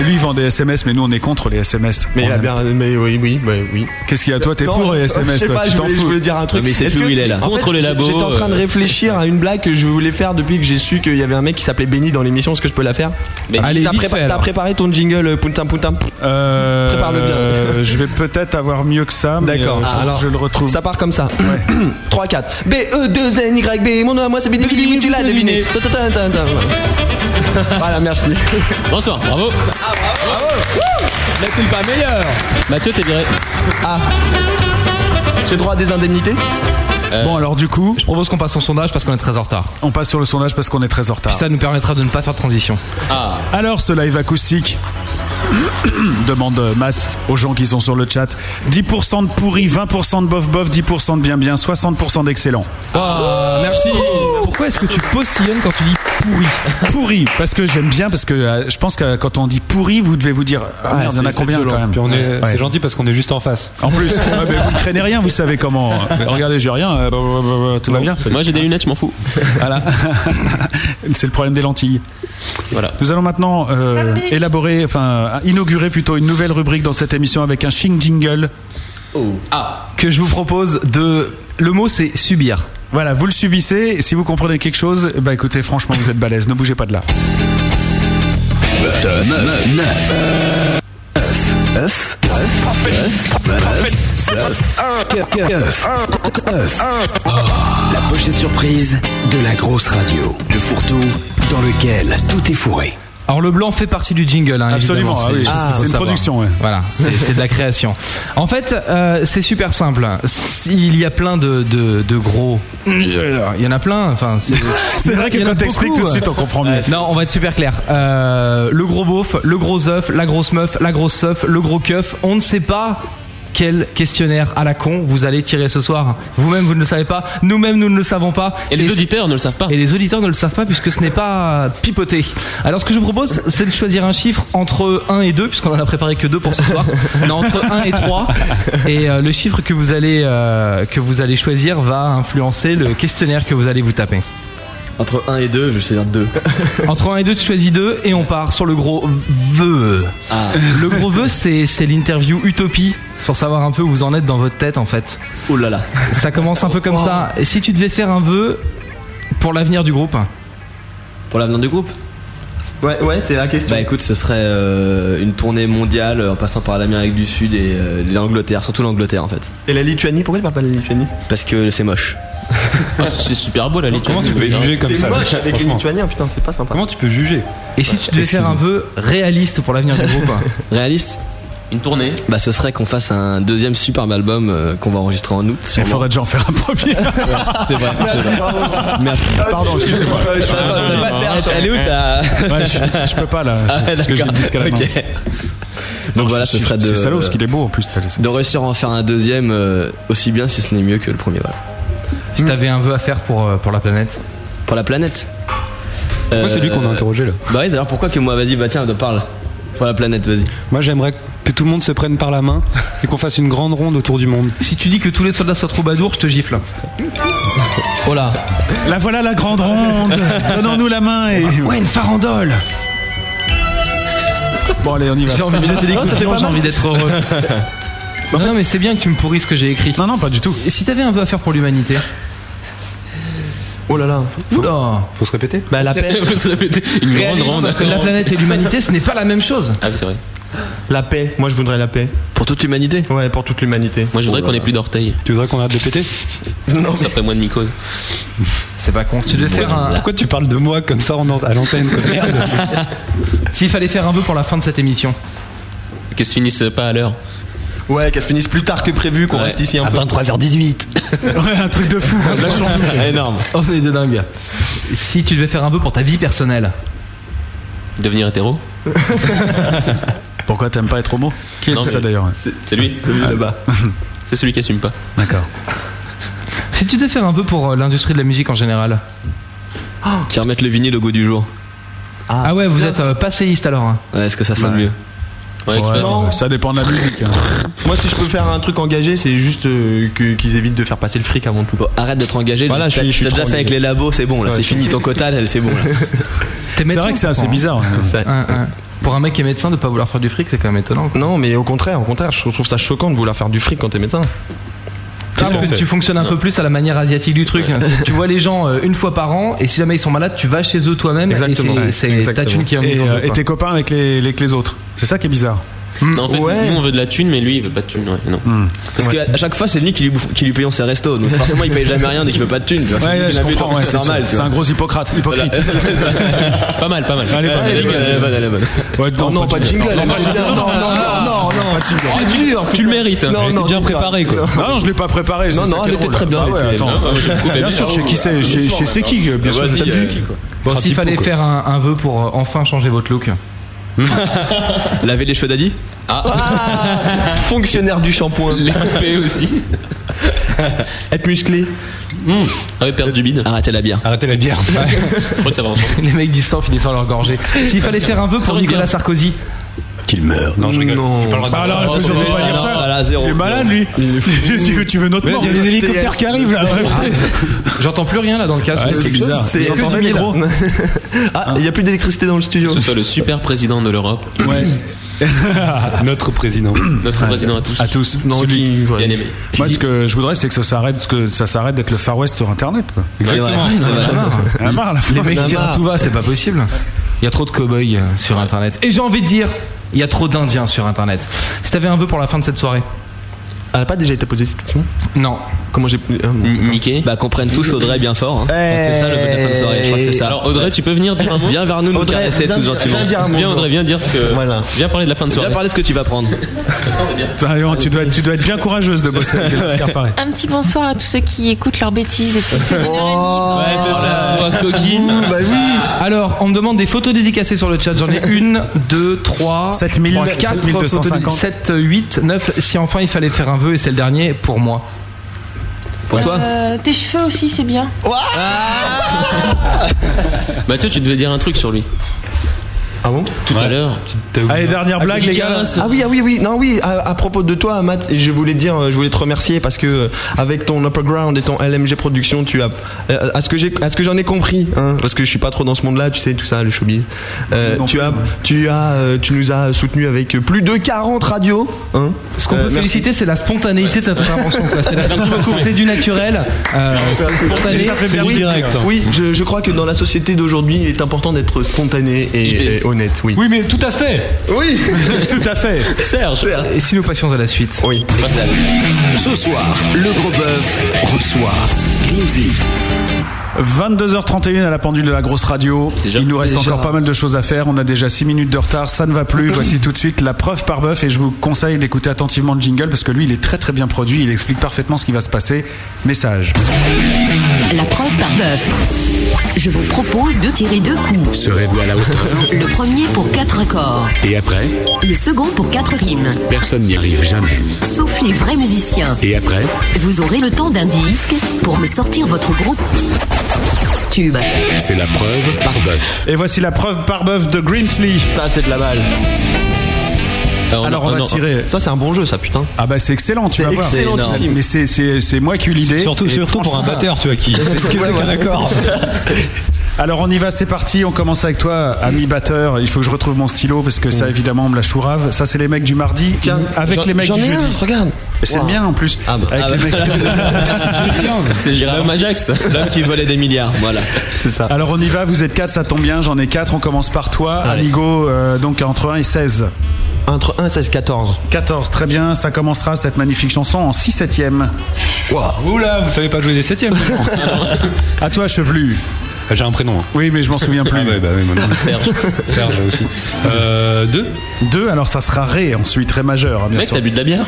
Lui, il vend des SMS, mais nous, on est contre les SMS.
Mais il a
On aime.
bien. Mais oui, oui, bah oui.
Qu'est-ce qu'il y a Toi, t'es
Non,
pour les
Je
SMS,
sais
toi,
pas,
tu
je
t'en
voulais, je
fous.
voulais dire un truc.
mais c'est
Est-ce
plus
que-
où il est, là.
en
Contre
fait,
les labos,
J'étais en train de
euh.
réfléchir à une blague que je voulais faire depuis que j'ai su qu'il y avait un mec qui s'appelait Benny dans l'émission. Est-ce que je peux la faire
Mais-
Allez,
t'as
vite
prépa-
fait,
t'as
alors.
préparé ton jingle euh, Puntam Puntam
Euh,
Prépare-le bien.
euh, je vais peut-être avoir mieux que ça. mais,
D'accord,
euh, faut que
alors
je le retrouve.
ça part comme ça. 3, 4. B, E, 2, N, Y, B. Mon nom à moi, c'est Benny Billy, oui, tu l'as deviné. Ta, ta, ta, ta, ta. Voilà, merci.
Bonsoir, bravo. Ah, bravo. La culpa meilleure. Mathieu, t'es viré.
Ah. J'ai droit à des indemnités
Bon, alors du coup,
Euh.
Je propose qu'on passe au sondage parce qu'on est très en retard.
on passe sur le sondage parce qu'on est très en retard.
Puis ça nous permettra de ne pas faire de transition.
Alors, ce live acoustique demande euh, Matt aux gens qui sont sur le chat 10% de pourri, 20% de bof-bof, 10% de bien-bien, 60% d'excellent.
Ah,
merci.
Pourquoi est-ce que tu postillonnes quand tu dis pourri
Pourri, parce que j'aime bien, parce que euh, je pense que euh, quand on dit pourri, vous devez vous dire Ah merde, il y en a combien quand même
Puis on est,
Ouais.
c'est gentil parce qu'on est juste en face.
En plus, ouais, mais vous ne craignez rien, vous savez comment. Euh, Regardez, j'ai rien, euh, blablabla, tout va bien.
Moi j'ai des lunettes, je m'en fous.
Voilà. C'est le problème des lentilles.
Voilà.
Nous allons maintenant euh, élaborer, enfin inaugurer plutôt une nouvelle rubrique dans cette émission avec un ching jingle.
Ah,
Que je vous propose de. Le mot c'est subir.
Voilà, vous le subissez. et Si vous comprenez quelque chose, bah écoutez, franchement, vous êtes balèze. Ne bougez pas de là.
La pochette surprise de la grosse radio. Le fourre-tout dans lequel tout est fourré.
Alors le blanc fait partie du jingle, hein,
Absolument, ah oui,
évidemment,
c'est-
juste
c'est
qu'il faut
une
savoir.
production, ouais.
Voilà, c'est c'est de la création. En fait, euh, c'est super simple. Il y a plein de, de, de gros. Il y en a plein. Enfin, c'est-
C'est vrai que
Il y en a
quand t'expliques
beaucoup.
tout de suite, on comprend mieux.
Non, on va être super clair. Euh, le gros beauf, le gros œuf, la grosse meuf, la grosse seuf, le gros keuf. On ne sait pas. Quel questionnaire à la con vous allez tirer ce soir Vous-même, vous ne le savez pas. Nous-mêmes, nous ne le savons pas.
Et les
Et-
auditeurs ne le savent pas.
et les auditeurs ne le savent pas puisque ce n'est pas pipoté. Alors ce que je vous propose, c'est de choisir un chiffre entre 1 et 2, puisqu'on en a préparé que 2 pour ce soir. Non, entre 1 et 3. Et euh, le chiffre que vous, allez, euh, que vous allez choisir va influencer le questionnaire que vous allez vous taper.
Entre 1 et 2, je sais dire 2.
Entre 1 et 2, tu choisis 2 et on part sur le gros vœu.
Ah.
Ah.
Le gros vœu, c'est c'est l'interview Utopie. C'est pour savoir un peu où vous en êtes dans votre tête en fait.
Oh là là.
Ça commence un peu comme ça. Et si tu devais faire un vœu pour l'avenir du groupe
Pour l'avenir du groupe
Ouais, ouais, c'est la question.
Bah écoute, ce serait euh, une tournée mondiale euh, en passant par l'Amérique du Sud et euh, l'Angleterre, surtout l'Angleterre en fait.
Et la Lituanie, pourquoi il parle pas de la Lituanie
Parce que c'est moche.
Ah, c'est super beau la Lituanie.
Comment tu peux juger comme
T'es
ça
moche avec les
franchement
Lituaniens, putain, c'est pas sympa.
Comment tu peux juger
Et si tu devais faire un vœu réaliste pour l'avenir du groupe
Réaliste
Une tournée.
Bah ce serait qu'on fasse un deuxième superbe album euh, qu'on va enregistrer en août.
Il
sûrement.
faudrait déjà en faire un premier.
C'est vrai, c'est vrai. Ah, Merci.
Pardon, excusez-moi.
Euh,
Ah,
Elle est où ta.
Ouais, je, je peux pas là,
Ah,
parce que j'ai le
d'accord.
disque à la main.
Ok. Donc voilà, ce serait de,
C'est salaud parce qu'il est beau en plus. t'as laissé.
de réussir à en faire un deuxième euh, aussi bien, si ce n'est mieux que le premier. Voilà.
Si t'avais un vœu à faire pour, euh, pour la planète
Pour la planète. Euh,
Moi, c'est lui qu'on a interrogé là.
Bah oui, d'ailleurs, pourquoi que moi, vas-y, bah tiens, te parle. Pour la planète, vas-y.
Moi, j'aimerais que tout le monde se prenne par la main et qu'on fasse une grande ronde autour du monde.
Si tu dis que tous les soldats soient troubadours, je te gifle.
Oh là.
La voilà la grande ronde. Donnons-nous la main et
Ouais, une farandole
bon allez, on y va.
J'ai envie de jeter les coutillons, j'ai envie d'être heureux. Non, non, mais c'est bien que tu me pourris ce que j'ai écrit.
Non non, pas du tout.
Et si t'avais un vœu à faire pour l'humanité
Oh là là.
Oula
Faut se répéter
Bah la paix,
Faut se répéter. Une grande ronde.
Parce que la planète et l'humanité, ce n'est pas la même chose.
Ah, c'est vrai.
la paix. Moi, je voudrais la paix.
Pour toute l'humanité
Ouais, pour toute l'humanité.
Moi je voudrais qu'on ait plus d'orteils.
Tu voudrais qu'on arrête de péter
Non,
Ça ferait moins de mycose.
C'est pas con. Si tu devais faire un...
Pourquoi tu parles de moi comme ça en ant- à l'antenne quoi Merde
S'il fallait faire un vœu pour la fin de cette émission
Que se finissent pas à l'heure.
Ouais, qu'elle se finisse plus tard que prévu, qu'on reste ici un
à
peu.
23h18.
ouais, un truc de fou.
Énorme. On est des dingues. Si tu devais faire un vœu pour ta vie personnelle.
Devenir hétéro
Pourquoi t'aimes pas être homo Qui a
Non,
dit ça
c'est-
d'ailleurs
C'est c'est lui.
Ah.
C'est celui qui assume pas.
D'accord.
Si tu devais faire un vœu pour euh, l'industrie de la musique en général.
Qui remettent le vinyle au goût du jour.
Ah, ouais, vous êtes euh, passéiste alors.
Ouais, Est-ce que ça sonne
Ouais.
mieux
Ouais, Ouais, non.
ça dépend de la musique. hein.
Moi, si je peux faire un truc engagé, c'est juste euh, que- qu'ils évitent de faire passer le fric avant tout.
arrête d'être engagé.
Voilà, je
T'as-
suis, je suis
t'as
trop
déjà fait avec
engagé.
les labos, c'est bon là,
Ouais,
c'est
je suis-
fini ton quota, là, c'est bon là.
T'es médecin,
vrai que c'est assez
pourtant, hein.
bizarre, ouais. Ça-
Un- un- Pour un mec qui est médecin de pas vouloir faire du fric, c'est quand même étonnant.
Non, mais au contraire, au contraire, je trouve ça choquant de vouloir faire du fric quand t'es médecin.
Je trouve que tu fonctionnes un peu plus à la manière asiatique du truc. hein. Tu- Tu vois les gens euh, une fois par an et si jamais ils sont malades, tu vas chez eux toi-même. et c'est- C'est ta thune qui est en
Et,
mise en
euh,
jeu,
et
quoi.
tes copains avec les, avec les autres. C'est ça qui est bizarre.
Non, en fait, nous on veut de la thune, mais lui il veut pas de thune. ouais, non.
Parce qu'à à chaque fois, c'est lui qui lui, bouffe- qui lui payons ses restos. Donc forcément, il paye jamais rien dès qu'il veut pas de thunes. tu vois.
Ouais,
lui
ouais,
qui
je
l'a payé,
comprends,
donc
ouais,
c'est
c'est
normal.
sûr.
tu
C'est
vois.
un gros hypocrate, hypocrite.
pas mal, pas mal.
Allez, pas mal. Ouais,
non, non, pas de jingle.
Non,
Non,
pas de jingle.
non, non, non, non,
Pas de jingle.
Ah, tu- dur, tu putain. le mérites, hein.
Non,
Elle
non,
était bien
non,
préparée, quoi.
Non, non, je l'ai pas préparé.
Non,
c'est
non,
ça qui
elle
est
était
drôle.
très bien,
Ah ouais,
elle était-
attends.
Non, je l'ai coupé,
Bien
mais
sûr,
ça,
chez qui
ah,
c'est
le
Chez
soir,
chez c'est qui Bien
Ah,
sûr,
vas-y,
c'est
euh,
qui, quoi.
Bon, s'il fallait faire un, un vœu pour euh, enfin changer votre look.
Laver les cheveux d'Adi
Fonctionnaire du shampoing.
Les couper aussi.
Être musclé.
Ah ouais, perdre du bide.
Arrêtez la bière.
Arrêtez la bière.
Je crois que ça va ensemble.
Les mecs disent ça en finissant leur gorgée. S'il fallait faire un vœu pour Nicolas Sarkozy.
Qu'il meurt.
Non, je rigole.
Ah là, je ne pas dire ça. Il est malade, lui. Si tu veux notre mort.
J'entends plus rien là dans le casque.
Ouais, c'est bizarre.
C'est
Vous entendez le gros
Ah, il n'y a plus d'électricité dans le studio.
Que ce soit le super président de l'Europe.
Ouais.
Notre président.
Notre président à tous.
À tous.
Non,
Celui-
qui- Bien aimé.
Moi, ce que je voudrais, c'est que ça s'arrête, que ça s'arrête d'être le Far West sur Internet. Quoi.
Exactement.
Il y en a marre. Il y en a marre, la
Les
France. Il y en
mecs
a
tirent à
marre.
tout va, c'est pas possible. Il y a trop de cow-boys euh, sur internet. Et j'ai envie de dire, il y a trop d'indiens sur internet. Si t'avais un vœu pour la fin de cette soirée
Elle n'a pas déjà été posée cette question
Non.
Comment j'ai.
Niqué. Bah, qu'on prenne tous Audrey bien fort. hein. Je crois que C'est ça le but de fin de soirée. Je crois que c'est ça.
Alors Audrey, tu peux venir dire un mot
Viens vers nous, nous
Audrey,
caresser
viens
tout
dire-
gentiment.
viens dire un mot. Viens, Audrey, viens dire ce que- Viens parler de la fin de soirée.
Viens parler de ce que tu vas prendre.
Sérieux, tu dois, être- tu dois être bien courageuse de bosser avec Oscar pareil.
Un petit bonsoir à tous ceux qui écoutent leurs bêtises. Et puis-
Oh.
Ouais, c'est ça. Toi, coquine.
Bah oui.
Alors, on me demande des photos dédicacées sur le chat. J'en ai une, deux, trois,
7000, 7250.
7, 8, 9. Si enfin il fallait faire un vœu, et c'est le dernier, pour moi. Pour toi
Euh, tes cheveux aussi, c'est bien.
Mathieu, tu devais dire un truc sur lui.
Ah bon
Tout à l'heure.
Allez, dernière blague, les gars.
Ah oui, ah oui, oui. Non, oui. À, à propos de toi, Matt, et je voulais te dire, euh, je voulais te remercier parce que euh, avec ton Upper Ground et ton LMG Production, tu as, euh, à ce que j'ai, à ce que j'en ai compris, hein, parce que je suis pas trop dans ce monde-là, tu sais, tout ça, le showbiz. Euh, tu as, tu as, euh, tu nous as soutenu avec euh, plus de 40 radios. Hein.
Ce qu'on peut féliciter, c'est la spontanéité de cette intervention. quoi. C'est la- C'est du naturel. euh, c'est spontané.
oui, Oui, je, je crois que dans la société d'aujourd'hui, il est important d'être spontané et, et honnête. Oui.
Oui, mais tout à fait.
Oui.
Tout à fait.
Serge.
Et si nous passions à la suite
Oui.
Ce soir, le gros bœuf reçoit Grizzly.
22h31 à la pendule de la grosse radio. Il nous reste
Déjà.
encore pas mal de choses à faire. On a déjà 6 minutes de retard. Ça ne va plus. Voici tout de suite la preuve par bœuf. Et je vous conseille d'écouter attentivement le jingle parce que lui, il est très très bien produit. Il explique parfaitement ce qui va se passer. Message.
La preuve par bœuf. Je vous propose de tirer deux coups.
Serez-vous à la hauteur
Le premier pour quatre accords,
Et après
le second pour quatre rimes.
Personne n'y arrive jamais.
Sauf les vrais musiciens.
Et après
Vous aurez le temps d'un disque pour me sortir votre gros tube.
C'est la preuve par bœuf.
Et voici la preuve par bœuf de Grimsley.
Ça, c'est de la balle.
on a-
Alors
Ah
on
on
va
a-
tirer.
Ça, c'est un bon jeu, ça, putain.
Ah bah c'est excellent, tu
C'est
vas voir.
excellentissime.
C'est énorme. Mais c'est- c'est c'est moi qui ai eu l'idée.
Surtout,
Et
surtout pour un
franchement-
batteur, tu vois, qui. Qu'est-ce que c'est qu'un accord
Alors on y va, c'est parti, on commence avec toi, ami batteur. Il faut que je retrouve mon stylo parce que ça évidemment on me la chourave. Ça c'est les mecs du mardi
Tiens,
avec
j'en-
les mecs
j'en
du
ai
jeudi.
un, regarde.
Et C'est
Wow.
bien en plus. avec
Ah
les
bah.
mecs-
C'est Gérard Majax.
L'homme qui volait des milliards. Voilà.
C'est ça.
Alors on y va, vous êtes quatre, ça tombe bien, j'en ai quatre, on commence par toi, Amigo, euh, donc entre 1 et 16.
Entre 1 16, 14.
14, très bien, ça commencera cette magnifique chanson en 6 septième.
Wow.
Ah,
Oula, vous savez pas jouer des septièmes.
À toi chevelu.
J'ai un prénom. hein.
Oui, mais je m'en souviens plus.
Ah ouais, bah oui, moi non plus.
Serge.
Serge aussi. Euh, deux
Deux, alors ça sera Ré, ensuite Ré majeur. hein, bien
Mec,
sûr.
t'as bu de la bière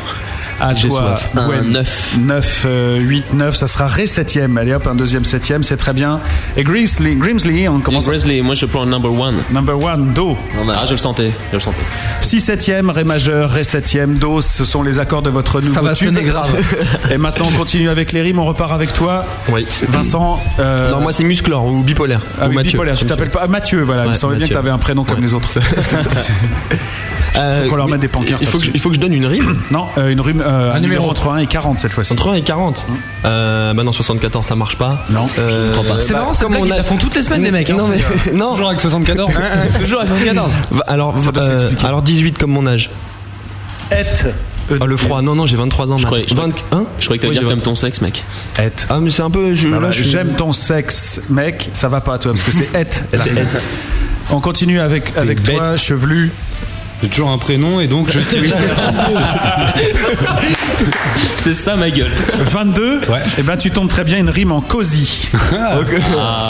Ah,
J'ai
toi,
soif. Un
9. 9, 8, 9, ça sera Ré septième. Allez hop, un deuxième septième, c'est très bien. Et Grimsley, Grimsley on commence.
Grizzly, moi je prends un number one.
Number one, Do.
Ah, je le sentais, je le sentais.
6 septième, Ré majeur, Ré septième, Do, ce sont les accords de votre nouveau
Ça va
tube.
sonner grave.
Et maintenant, on continue avec les rimes, on repart avec toi.
Oui.
Vincent. euh,
Non, moi c'est musclor ou bipolaire.
Ah
ou
oui,
Mathieu.
bipolaire, tu t'appelles pas ah, Mathieu, voilà. il me
Ouais,
semblait bien que
Mathieu.
t'avais un prénom comme les autres.
Euh,
faut qu'on leur mette des pancartes.
Il faut, que,
là-dessus.
il faut que je donne une rime
Non, euh, une rime, euh, un, numéro entre 1 et 40 cette fois-ci.
Entre 1 et 40 euh, Bah non, 74 ça marche pas. Euh, bah,
Non.
C'est marrant, cette
comme
blague,
on
ils
a-
la font toutes les semaines, les mecs, hein,
Non,
c'est-
mais, non. Toujours
avec 74. Hein, hein, toujours avec 74.
Va- Alors,
Ça doit
euh,
s'expliquer.
alors 18 comme mon âge.
euh, Ah,
Oh, le froid, non, non, j'ai 23 ans.
Je croyais, je, croyais, je croyais que t'allais
Oui,
dire
j'ai
comme ton sexe, mec.
Être.
Ah, mais c'est un peu. je-
Bah
là,
voilà,
je suis-
J'aime ton sexe, mec. Ça va pas, toi, parce que c'est être.
C'est
la-
être.
On continue avec, avec toi, chevelu.
J'ai toujours un prénom et donc je tire.
C'est ça ma gueule.
22 Et ben tu tombes très bien une rime en cosy.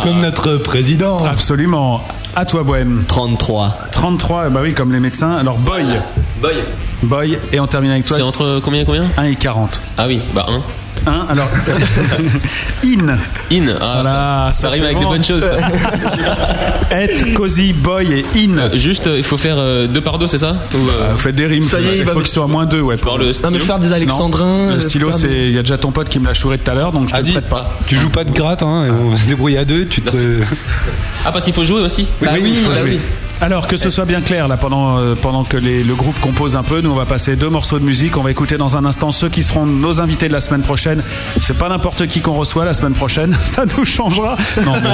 Comme notre président.
Absolument. À toi, Bohème.
33.
33, bah oui, comme les médecins. Alors, boy.
Boy.
Boy, et on termine avec toi.
C'est entre combien et combien
1 et 40.
Ah oui, bah 1.
1, alors. in.
In, ah,
Voilà,
ça,
ça,
ça rime
c'est
avec
bon.
des bonnes choses. ça.
Être, cosy, boy et in.
Euh, Juste, euh, il faut faire euh, deux par deux, c'est ça Ou, euh,
Vous faites des rimes.
Ça y
il
est, il va
faut
me-
qu'il soit à moins 2. Ouais,
Genre le stylo Non, mais faire des
alexandrins,
Le
euh,
stylo,
faire
c'est.
des-
Il y a déjà ton pote qui me l'a chouré tout à l'heure, donc je te le prête pas.
Tu joues pas de gratte, hein, et on va se débrouiller à deux. Tu te...
Ah, parce qu'il faut jouer aussi
Oui, il faut
bah
jouer.
oui.
Alors que ce soit bien clair là pendant euh, pendant que les- le groupe compose un peu, nous on va passer deux morceaux de musique. On va écouter dans un instant ceux qui seront nos invités de la semaine prochaine. C'est pas n'importe qui qu'on reçoit la semaine prochaine, ça nous changera. Non, mais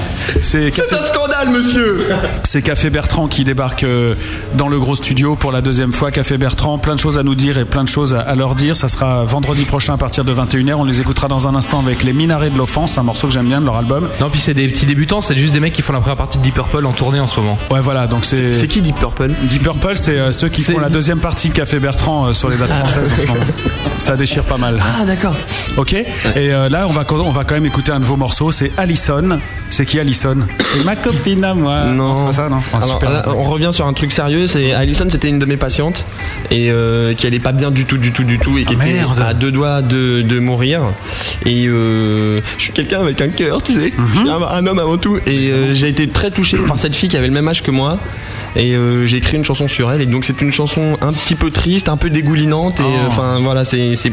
je- c'est Café-
scandale, monsieur
c'est Café Bertrand qui débarque euh, dans le gros studio pour la deuxième fois. Café Bertrand, plein de choses à nous dire et plein de choses à, à leur dire. Ça sera vendredi prochain à partir de 21h. On les écoutera dans un instant avec les Minarets de l'Offense, un morceau que j'aime bien de leur album.
Non, puis c'est des petits débutants, c'est juste des mecs qui font la première partie de Deep Purple en tournée en ce moment.
Ouais, voilà, donc c'est.
C'est qui Deep Purple
Deep Purple, c'est euh, ceux qui font la deuxième partie de Café Bertrand euh, sur les dates françaises en ce moment. Ça déchire pas mal.
Ah, d'accord.
Ok Et euh, là, on va, on va quand même écouter un de vos morceaux. C'est Allison. C'est qui Allison C'est ma copine à moi.
Non,
c'est pas ça, non Oh,
Alors,
super.
là, on revient sur un truc sérieux. C'est Alison, c'était une de mes patientes et euh, qui allait pas bien du tout, du tout, du tout, et qui était
Ah, merde.
à deux doigts de, de mourir. Et euh, je suis quelqu'un avec un cœur, tu sais. Je suis
Mhm.
un, un homme avant tout. Et euh, j'ai été très touché par cette fille qui avait le même âge que moi. Et euh, j'ai écrit une chanson sur elle. Et donc c'est une chanson un petit peu triste, un peu dégoulinante. Et
Ah.
euh, enfin voilà, c'est c'est-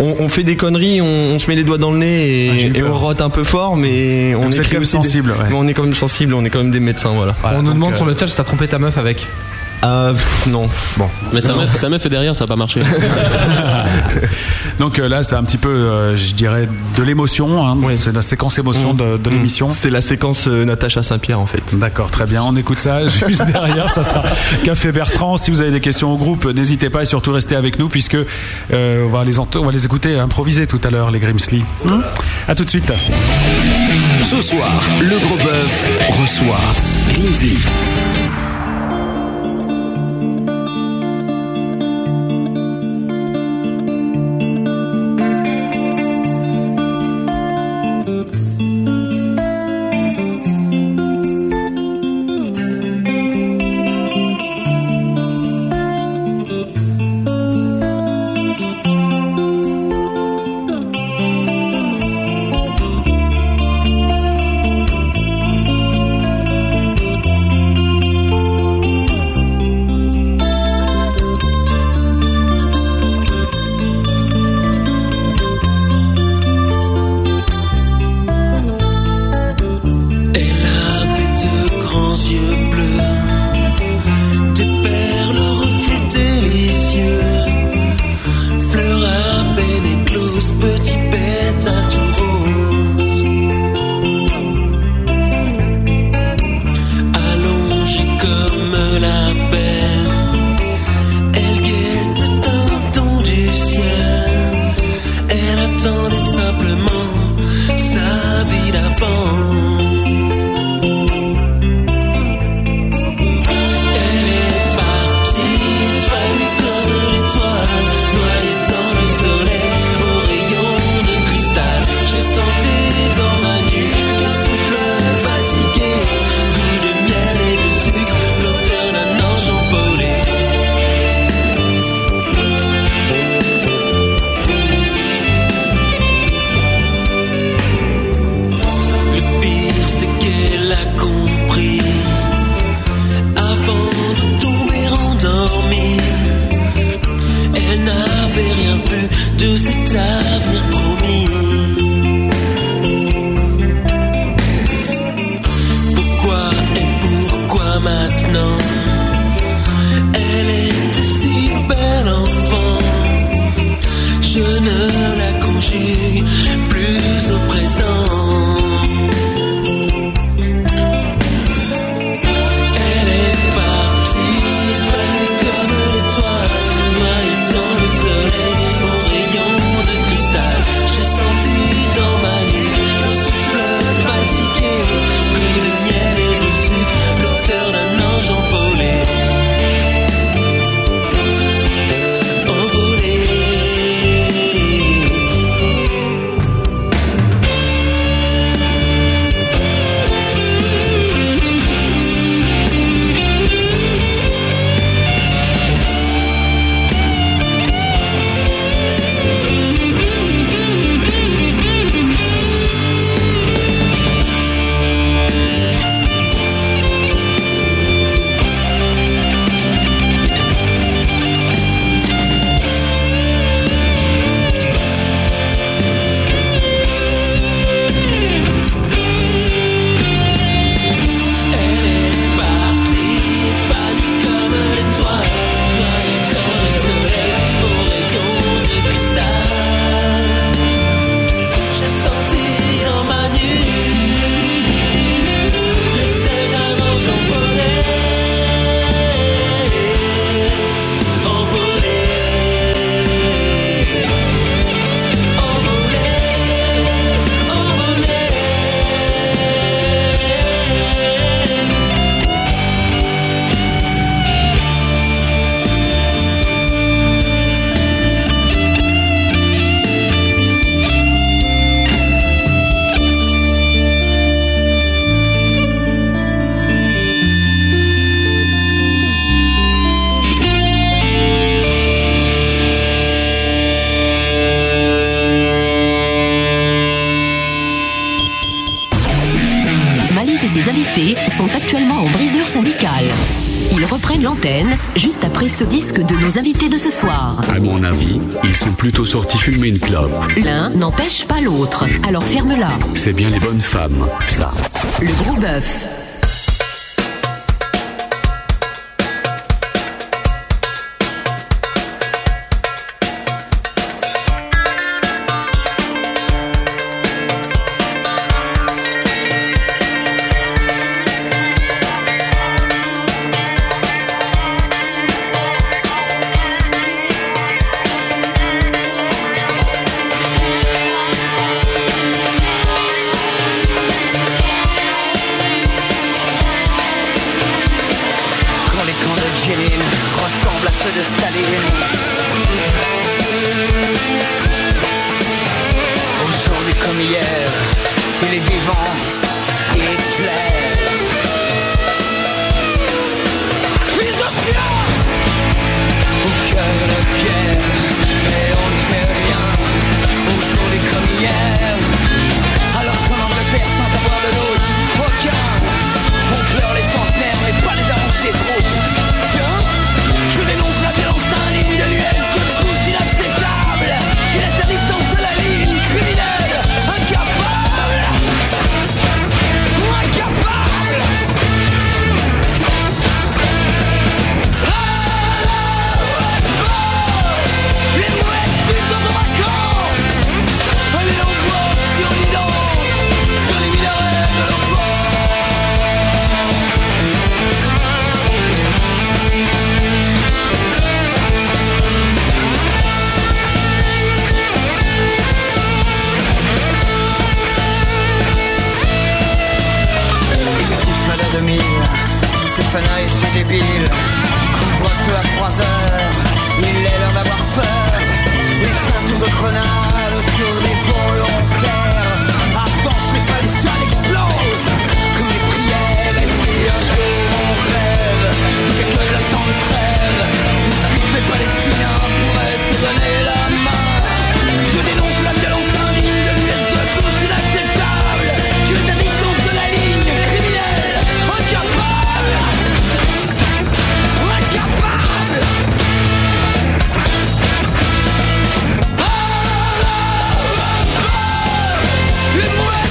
on, on fait des conneries, on, on se met les doigts dans le nez
Ah,
et, et on rote un peu fort, mais on
Vous êtes
écrit
quand même
aussi des-
sensible, ouais.
mais on est quand même sensible, on est quand même des médecins, voilà.
on nous
donc,
demande
euh,
sur le chat si t'as trompé ta meuf avec.
Euh, pff, non. Bon.
Mais sa meuf, sa meuf est derrière, ça va pas marcher.
Donc euh, là, c'est un petit peu, euh, je dirais, de l'émotion. hein. C'est la séquence
Mmh.
émotion de, de l'émission.
C'est la séquence euh, Natacha Saint-Pierre en fait.
D'accord, très bien. On écoute ça juste derrière. Ça sera Café Bertrand. Si vous avez des questions au groupe, n'hésitez pas et surtout restez avec nous puisque euh, on, va les ent- on va les écouter improviser tout à l'heure, les Grimsley. Hmm à tout de suite.
Ce soir, le gros bœuf reçoit Grimsy.
Thank
maintenant. Elle était si belle enfant. Je ne la conjugue plus au présent. Elle est partie, pâle comme l'étoile, noyée dans le soleil, au rayon de cristal. J'ai senti dans ma nuque mon souffle fatigué, pris de miel et de sucre, l'odeur d'un ange envolé. Envolé. Elle est partie, pâle comme l'étoile, noyée dans le soleil, au rayon de cristal. J'ai senti dans ma nuque les ailes d'un ange envolé, envolé, envolé, envolé.
Malice et ses invités sont actuellement en brisure syndicale. Ils reprennent l'antenne juste après ce disque de nos invités de ce soir.
À mon avis, ils sont plutôt sortis fumer une clope.
L'un n'empêche pas l'autre, alors ferme-la.
C'est bien les bonnes femmes, ça.
Le gros bœuf.
Quand les camps de Jenin ressemblent à ceux de Staline. Aujourd'hui comme hier, il est vivant, Hitler. Fils de chien Au cœur de pierre, et on ne fait rien. Aujourd'hui comme hier, alors qu'en Angleterre, sans avoir de doute, aucun. On pleure les centenaires mais pas les avances des troupes Tiens, je dénonce la violence indigne de l'US de couche inacceptable Qui laisse à distance de la ligne criminelle Incapable Incapable Ah, Les mouettes suivent en vacances Allez l'on voit sur les danses Dans les minarets de l'enfance Tout à la demi, ces fanas et ces débiles Couvre-feu à trois heures, il est l'heure d'avoir peur Les ceintures de grenades autour des volontaires Avance les palissades explosent Comme les prières et si un jour on rêve De quelques instants de trêve Où suite fait palestinien pourrait se donner la main Je dénonce la violence indigne de l'US de Bush inacceptable Tu es à distance de la ligne criminelle Incapable Incapable Oh, oh, oh, oh.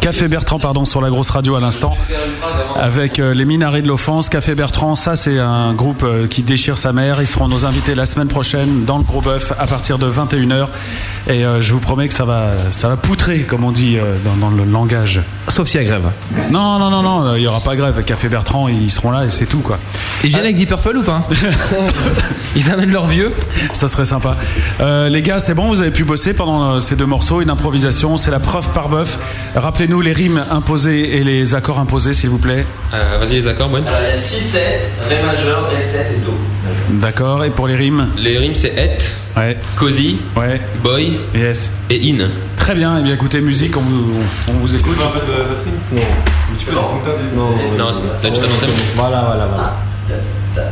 Café Bertrand, pardon, sur la grosse radio à l'instant, avec euh, les minarets de l'offense. Café Bertrand, ça c'est un groupe euh, qui déchire sa mère. Ils seront nos invités la semaine prochaine dans le Gros Bœuf à partir de 21h. Et euh, je vous promets que ça va, ça va poutrer, comme on dit euh, dans, dans le langage.
Sauf s'il y a grève.
Non, non, non, non, il n'y aura pas grève. Café Bertrand, ils seront là et c'est tout quoi.
Ils viennent avec Deep Purple ou pas Ils amènent leurs vieux
Ça serait sympa. Euh, les gars, c'est bon, vous avez pu bosser pendant euh, ces deux morceaux, une improvisation, c'est la preuve par bœuf. Rappelez-nous les rimes imposées et les accords imposés, s'il vous plaît.
Euh, Vas-y, les accords, Moine.
Alors, il y a 6, 7, Ré majeur, et 7 et Do.
D'accord, et pour les rimes
Les rimes, c'est être,
Ouais.
cozy, boy
yes.
et in.
Très bien, et bien écoutez, musique, on vous, on vous écoute.
Non. Tu peux Non,
Non, c'est juste avant thème.
Voilà, voilà, voilà.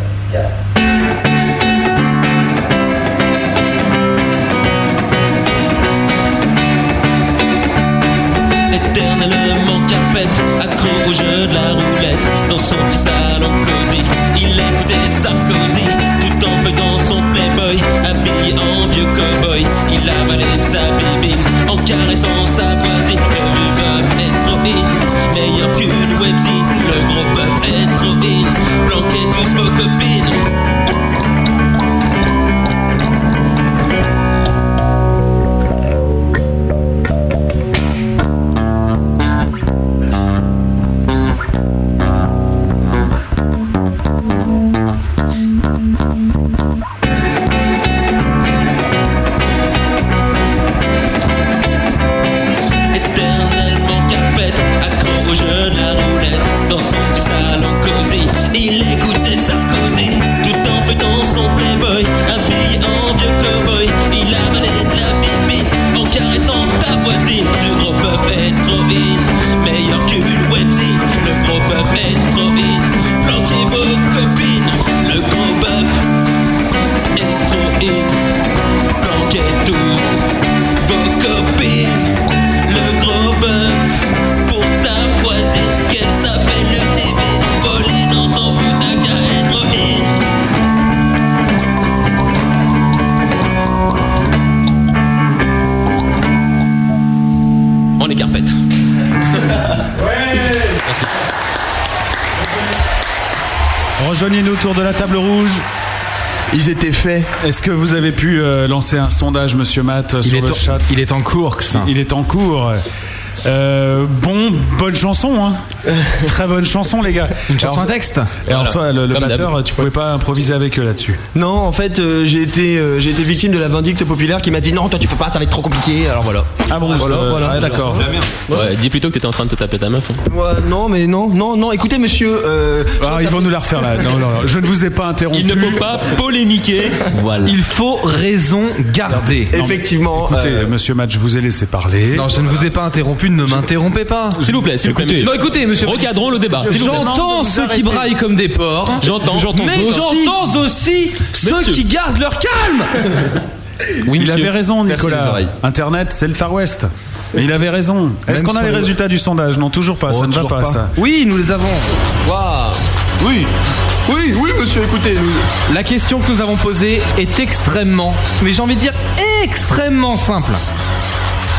Éternellement carpette, accro au jeu de la roulette, dans son petit salon cosy, il écoutait Sarkozy, tout en faisant son playboy, habillé en vieux cowboy, il avalait sa bibine, en caressant sa voisine, le vieux bœuf est trop in, meilleur qu'une webzine, le gros bœuf est trop in, planquez tous vos copines. Éternellement carpette, accro au jeu de la roulette, dans son petit salon cosy. Il écoutait Sarkozy, tout en faisant son playboy, habillé en vieux cowboy. Il avalait de la bibi, en caressant ta voisine. Le gros bœuf est trop vite, meilleur qu'une webzine. Le gros bœuf est trop vite, planquez vos copines. Le gros bœuf est trop vite, planquez tous vos copines. Le gros bœuf pour ta voisine qu'elle s'appelle le TV Pauline on s'en fout d'un qu'à être
On les carpette. Merci.
Rejoignez-nous autour de la table rouge.
Ils étaient faits.
Est-ce que vous avez pu euh, lancer un sondage, monsieur Matt, euh, sur
est
le
en-
chat
Il est en cours,
Il est en cours. Euh, bon, bonne chanson, hein. très bonne chanson, les gars.
Une chanson
Alors-
à texte
Et alors,
Voilà.
toi, le, le
Comme
batteur,
d'hab.
tu pouvais pas improviser avec eux là-dessus.
Non, en fait, euh, j'ai été, euh, j'ai été victime de la vindicte populaire qui m'a dit non, toi tu peux pas, ça va être trop compliqué. Alors voilà.
Ah bon,
voilà, voilà.
Ouais, dis plutôt que t'étais en train de te taper ta meuf. hein.
Ouais, non, mais non, non, non. Écoutez, monsieur. euh, je crois
Ah,
que
ils
ça
vont
fait-
nous la refaire là. Non, non, non, je ne vous ai pas interrompu.
Il ne faut pas polémiquer.
Voilà.
Il faut raison garder.
Non, mais Écoutez,
euh,
monsieur Matt, je vous ai laissé parler.
Non, je ne vous ai pas interrompu, ne m'interrompez pas.
S'il vous plaît, s'il vous plaît,
Écoutez,
monsieur.
non, écoutez, monsieur.
Recadrons le débat, s'il vous plaît.
J'entends ceux qui braillent comme des porcs.
J'entends, j'entends
Mais
aussi.
j'entends aussi ceux qui gardent leur calme.
il
monsieur.
avait raison,
Merci les
Nicolas.
oreilles.
Internet, c'est le Far West. Et il avait raison. Est-ce
Même
qu'on a
sur
les
le-
résultats du sondage Non, toujours pas.
Oh,
ça ne va
toujours
pas,
pas.
ça.
Oui, nous les avons.
Waouh. Oui. Oui, oui, monsieur. Écoutez. nous-
La question que nous avons posée est extrêmement, mais j'ai envie de dire extrêmement simple.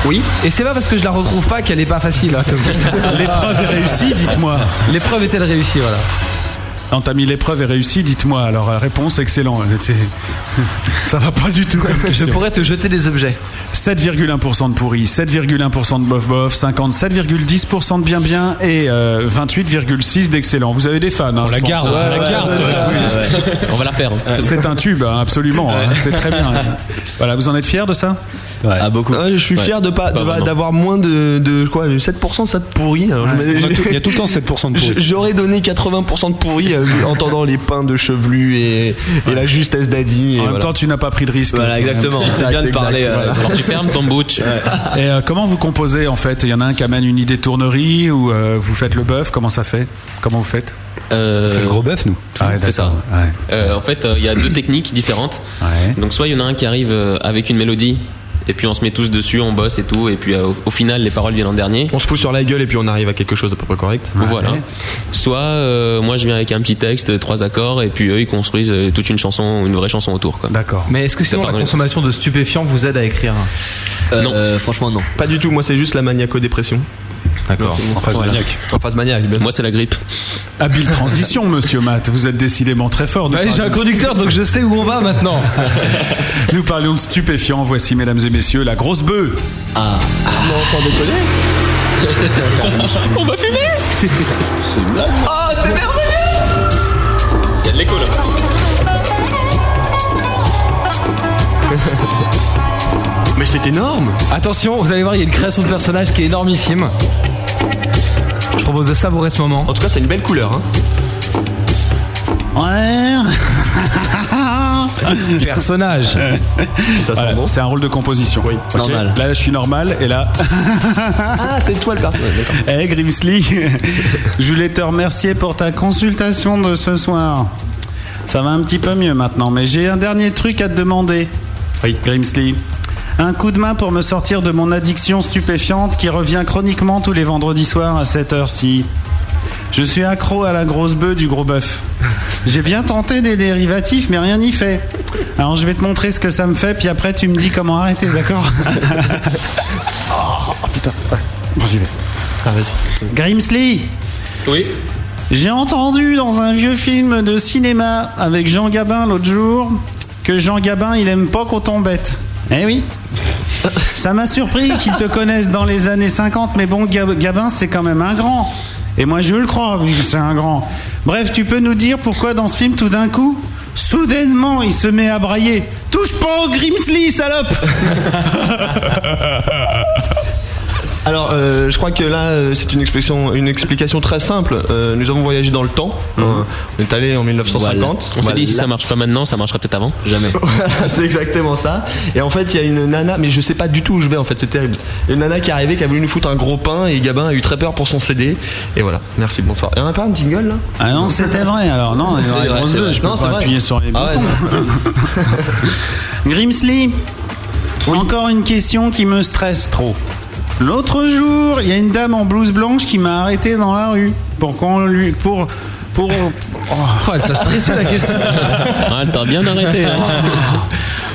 Oui.
Et c'est pas parce que je la retrouve pas qu'elle est pas facile. hein, comme question.
L'épreuve est réussie, dites-moi.
L'épreuve est-elle réussie, voilà.
Non, t'as mis l'épreuve est réussie, dites-moi. Alors, la réponse, excellent. C'est- Ça va pas du tout. comme
Je
question.
pourrais te jeter des objets.
7,1% de pourri, 7,1% de bof bof, 57,10% de bien bien et euh, 28,6% d'excellent. Vous avez des fans. hein,
On
je
la
pense.
garde, on la garde. celle-là.
On va la faire.
Ah,
hein.
C'est- C'est un tube, hein, absolument. hein, C'est très bien. Voilà, vous en êtes fiers de ça
Ah, beaucoup.
Ah, je suis
Ouais.
fier de pas
Pas
de-
vraiment.
d'avoir moins de, de quoi de 7% de ça de pourri. Alors,
On
je-
a tout- Il y a tout le temps 7% de
J-
pourri.
J'aurais donné 80% de pourri euh, en entendant les pains de chevelu et, et la justesse d'Adi. et
En même
voilà.
temps, tu n'as pas pris de risque.
Voilà, exactement. C'est
Exact,
bien de
exact,
parler. euh,
voilà.
Alors tu fermes ton bouche.
Et euh, comment vous composez en fait Il y en a un qui amène une idée tournerie ou euh, vous faites le bœuf Comment ça fait Comment vous faites
Euh,
Le gros bœuf, nous.
Ah, ouais,
C'est ça.
d'accord, ouais.
Euh, en fait, euh, il y a deux techniques différentes.
Ouais.
Donc soit il y en a un qui arrive euh, avec une mélodie, et puis on se met tous dessus, on bosse et tout, et puis euh, au, au final les paroles viennent en dernier.
On se fout sur la gueule et puis on arrive à quelque chose de peu près correct.
Voilà. Soit euh, moi je viens avec un petit texte, trois accords, et puis eux ils construisent euh, toute une chanson, une vraie chanson autour. Quoi.
D'accord.
Mais est-ce que sinon la consommation de stupéfiants vous aide à écrire hein
euh, franchement, non.
Pas du tout, moi c'est juste la maniaco-dépression.
D'accord.
En phase maniaque.
En phase maniaque, bien sûr.
Moi, c'est la grippe.
Habile transition, monsieur Matt. Vous êtes décidément très fort. de
Bah,
parler
j'ai un
de-
conducteur, donc je sais où on va maintenant.
Nous parlions de stupéfiants. Voici, mesdames et messieurs, la grosse bœuf.
Ah.
sans déconner.
On va fumer
C'est une blague.
Ah, c'est merveilleux
Il y a de l'écho là.
Mais c'est énorme
Attention, vous allez voir, il y a une création de personnage qui est énormissime. Je propose de savourer ce moment.
En tout cas, c'est une belle couleur. hein.
Ouais.
Personnage.
Voilà, c'est un rôle de composition. Ok.
Normal.
Là, je suis normal et là.
ah, c'est toi le personnage. d'accord.
Eh Grimsley, je voulais te remercier pour ta consultation de ce soir. Ça va un petit peu mieux maintenant, mais j'ai un dernier truc à te demander. Oui. Grimsley. Un coup de main pour me sortir de mon addiction stupéfiante qui revient chroniquement tous les vendredis soirs à cette heure-ci. Je suis accro à la grosse bœuf du gros bœuf. J'ai bien tenté des dérivatifs, mais rien n'y fait. Alors je vais te montrer ce que ça me fait, puis après tu me dis comment arrêter, d'accord Oh putain, Ouais, bon, j'y vais.
Ah, vas-y.
Grimsley
Oui
J'ai entendu dans un vieux film de cinéma avec Jean Gabin l'autre jour que Jean Gabin il aime pas qu'on t'embête. Eh oui Ça m'a surpris qu'ils te connaissent dans les années 50, mais bon, Gab- Gabin c'est quand même un grand. Et moi je le crois, oui, c'est un grand. Bref, tu peux nous dire pourquoi dans ce film tout d'un coup, soudainement il se met à brailler Touche pas au Grimsley, salope
Alors, euh, je crois que là, euh, c'est une explication, une explication très simple. Euh, nous avons voyagé dans le temps. Euh, on est allé en 1950.
Mhm. On s'est dit, si
Voilà.
ça marche pas maintenant, ça marchera peut-être avant. Jamais.
Voilà, c'est exactement ça. Et en fait, il y a une nana, mais je sais pas du tout où je vais en fait, c'est terrible. Une nana qui est arrivée, qui a voulu nous foutre un gros pain, et Gabin a eu très peur pour son CD. Et voilà, merci, bonsoir. Il y en a pas un jingle là
Ah non, c'était vrai alors, non,
C'est
la
vrai,
grosse
c'est
gueule,
vrai.
je peux
Non, c'est
pas
vrai.
appuyer sur les
Ah ouais,
boutons. Grimsley, encore une question qui me stresse trop. L'autre jour, il y a une dame en blouse blanche qui m'a arrêté dans la rue pour qu'on lui. pour. pour.
Oh, elle t'a stressé la question.
Ah, elle t'a bien arrêté. hein.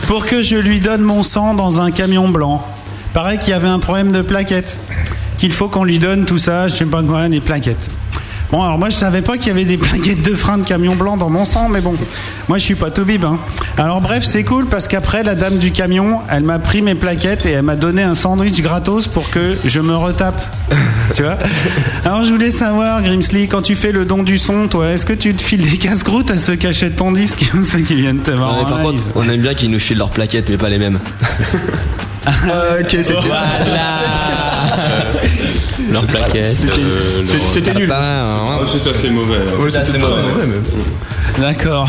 pour que je lui donne mon sang dans un camion blanc. Pareil qu'il y avait un problème de plaquettes. Qu'il faut qu'on lui donne tout ça, je sais pas quoi, les plaquettes. Bon, alors moi je savais pas qu'il y avait des plaquettes de frein de camion blanc dans mon sang, mais bon, moi je suis pas tout bib. hein. Alors bref, c'est cool parce qu'après la dame du camion, elle m'a pris mes plaquettes et elle m'a donné un sandwich gratos pour que je me retape. tu vois Alors je voulais savoir, Grimsley, quand tu fais le don du son, toi, est-ce que tu te files des casse-croûtes à ceux qui achètent ton disque ou ceux qui viennent te voir
Ouais, mais
en
par contre,
live
on aime bien qu'ils nous filent leurs plaquettes, mais pas les mêmes.
Ah, ok, c'était.
Leurs plaquettes.
C'était-
euh,
c'est-
leurs-
c'était nul.
Papa,
Oh,
hein.
C'était assez mauvais.
Ouais, c'était très mauvais, mais-
D'accord.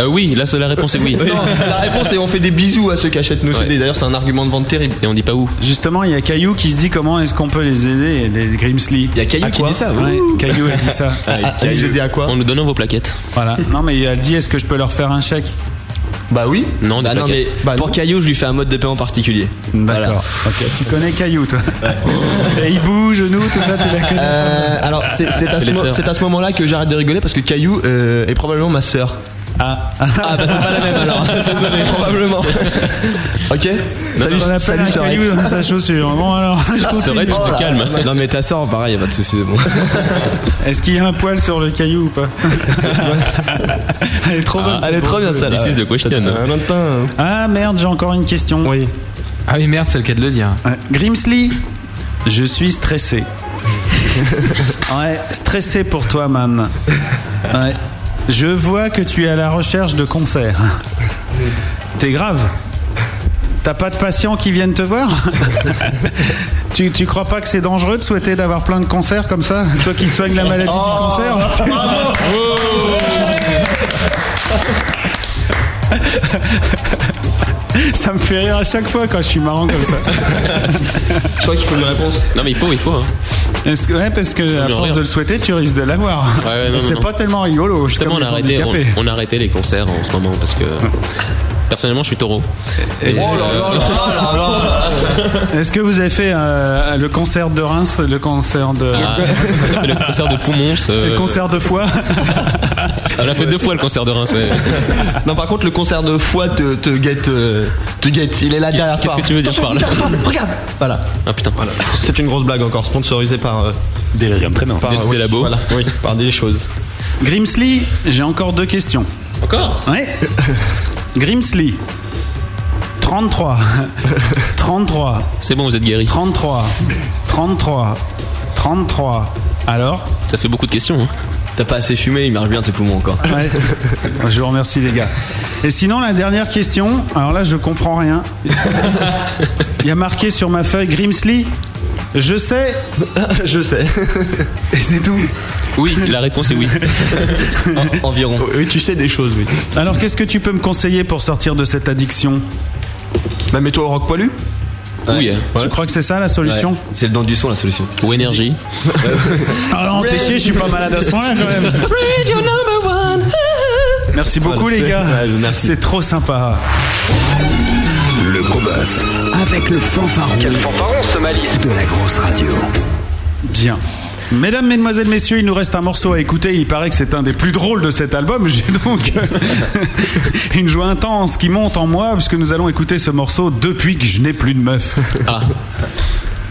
Euh, oui, là, c'est la réponse est oui.
Non, la réponse est on fait des bisous à ceux qui achètent nos CD. D'ailleurs, c'est un argument de vente terrible.
Et on dit pas où.
Justement, il y a Caillou qui se dit comment est-ce qu'on peut les aider, les Grimsley. Il
y a Caillou qui dit ça,
Ouais,
ouh.
Caillou a dit ça.
Ah, Caillou. j'ai dit à quoi
En nous donnant vos plaquettes.
Voilà. Non, mais elle dit est-ce que je peux leur faire un chèque
Bah oui.
Non, des
Bah non, mais
plaquettes.
pour Caillou, je lui fais un mode de paiement particulier.
D'accord. Ok. Tu connais Caillou, toi Et il bouge, genoux, tout ça, tu la connais
Euh, alors, c'est c'est à,
C'est
ce
les
mo-
sœurs.
c'est à ce moment-là que j'arrête de rigoler parce que Caillou euh, est probablement ma sœur.
Ah.
Ah, bah c'est pas la même alors.
Désolé, probablement. ok Salut,
on appelle
salut,
un
sœur.
Caillou dans sa chaussure. Bon, alors, je
Serait,
continue.
tu te calmes. Oh Non, mais ta sœur, pareil, y a pas de soucis, c'est bon.
Est-ce qu'il y a un poil sur le Caillou ou pas Elle est trop bonne.
Elle est trop bien, ça.
This is the question.
Un an de pain.
Ah merde, j'ai encore une question.
Oui.
Ah oui, merde, c'est le cas de le dire.
Ouais. Grimsley, Euh, je suis stressé. ouais, stressé pour toi, man. Ouais. Je vois que tu es à la recherche de concerts. T'es grave T'as pas de patients qui viennent te voir tu, tu crois pas que c'est dangereux de souhaiter d'avoir plein de concerts comme ça Toi qui soignes la maladie du cancer tu- Ça me fait rire à chaque fois quand je suis marrant comme ça.
Je crois qu'il faut une réponse.
Non, mais il faut, il faut. hein.
Est-ce que- ouais, parce que à
me
force
rire.
de le souhaiter, tu risques de l'avoir.
Ouais, ouais, non,
c'est
non,
pas
non.
tellement rigolo. je suis
Justement, on
comme
a,
les
arrêté,
handicapés.
on, on a arrêté les concerts en ce moment parce que. Personnellement, je suis taureau.
Oh
Et-
Est-ce que vous avez fait euh, le concert de Reims, le concert de,
Ah, ça fait le concert de poumons.
le
euh,
concert de foie
On l'a fait deux fois le concert de Reims. ouais.
Non, par contre, le concert de foi te, te guette. euh, Te guette. Il est là derrière
qu'est-ce
toi.
que tu veux dire par là
Attention, derrière toi, Regarde Voilà.
Ah putain.
C'est une grosse blague encore, sponsorisée par. euh, Par,
Des-
euh,
des
oui,
labos.
Voilà, oui, par des choses.
Grimsley, j'ai encore deux questions.
Encore
Ouais. Grimsley. 33. 33.
C'est bon, vous êtes guéri.
33. 33. 33. Alors
Ça fait beaucoup de questions. hein.
T'as pas assez fumé, il marche bien tes poumons encore.
Ouais. Je vous remercie les gars. Et sinon la dernière question, alors là je comprends rien. Il y a marqué sur ma feuille Grimsley. Je sais.
Je sais.
Et c'est tout.
Oui, la réponse est oui.
environ.
Oui, tu sais des choses, oui.
Alors qu'est-ce que tu peux me conseiller pour sortir de cette addiction
Bah mets-toi au rock poilu.
Oui. hein.
Tu crois que c'est ça la solution
Ouais. C'est le dent du son la solution.
Ou énergie.
Ah non, t'es chier, je suis pas malade à ce point-là quand même.
Radio number one.
Merci beaucoup
Voilà,
les
c'est-
gars.
ouais, merci.
C'est trop sympa.
Le gros bœuf avec le fanfaron. Quel fanfaron ce malice De la grosse radio.
Bien. Mesdames, Mesdemoiselles, Messieurs, il nous reste un morceau à écouter. Il paraît que c'est un des plus drôles de cet album. J'ai donc euh, une joie intense qui monte en moi puisque nous allons écouter ce morceau depuis que je n'ai plus de meuf.
Ah.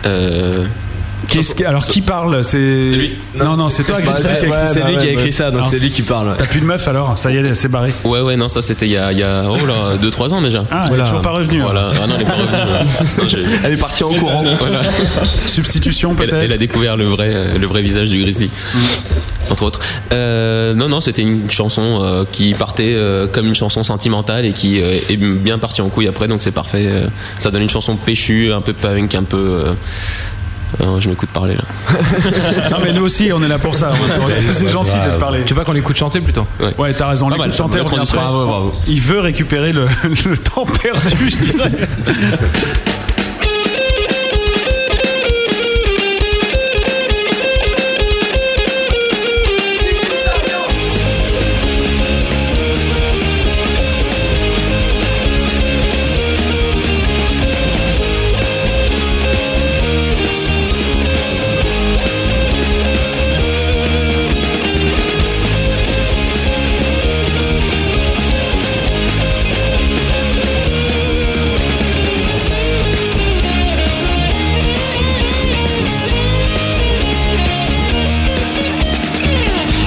Euh...
Qu'est-ce que- alors qui parle C'est Non, non, c'est toi.
Bah, Ah.
Grimsley, qui a écrit-
c'est lui qui a écrit ça, donc
Alors,
c'est lui qui parle.
T'as plus de meuf alors Ça y est, c'est barré.
Ouais, ouais, non, ça c'était il y a, il y a oh là, 2-3 ans déjà.
Ah, elle est toujours pas revenue, hein.
Voilà. Ah non, elle est pas revenue.
Elle est partie en courant.
Voilà.
Substitution
Elle,
peut-être.
elle a découvert le vrai, euh, le vrai visage du grizzly,
Mm.
entre autres. Euh, non, non, c'était une chanson euh, qui partait euh, comme une chanson sentimentale et qui euh, est bien partie en couille après, donc c'est parfait. euh, ça donne une chanson péchue, un peu punk, un peu. euh, euh, je m'écoute parler là.
Non mais nous aussi, on est là pour ça. C'est gentil de parler.
Tu veux pas qu'on l'écoute chanter plutôt
Ouais,
t'as raison. On
Pas mal,
l'écoute chanter,
la
on revient
transition.
après.
Bravo, bravo.
Il veut récupérer le, le temps perdu, je dirais.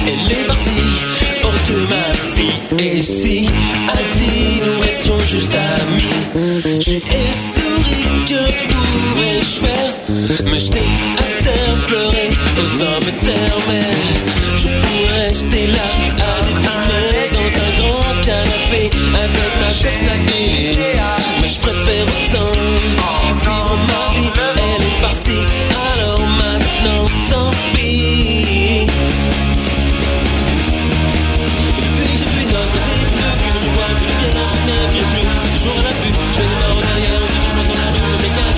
Elle est partie hors de ma vie Et si à dit nous restions juste amis J'ai souri, que pouvais-je faire Me jeter à terre, pleurer, autant me taire Mais je pourrais rester là à dépiner Dans un grand canapé avec ma chef snackée Mais je préfère autant vivre ma vie Elle est partie, alors maintenant tant pis depuis, j'ai plus notre rythme, que je vois plus rien, je n'ai plus, toujours à l'affût, je vais droit en arrière, je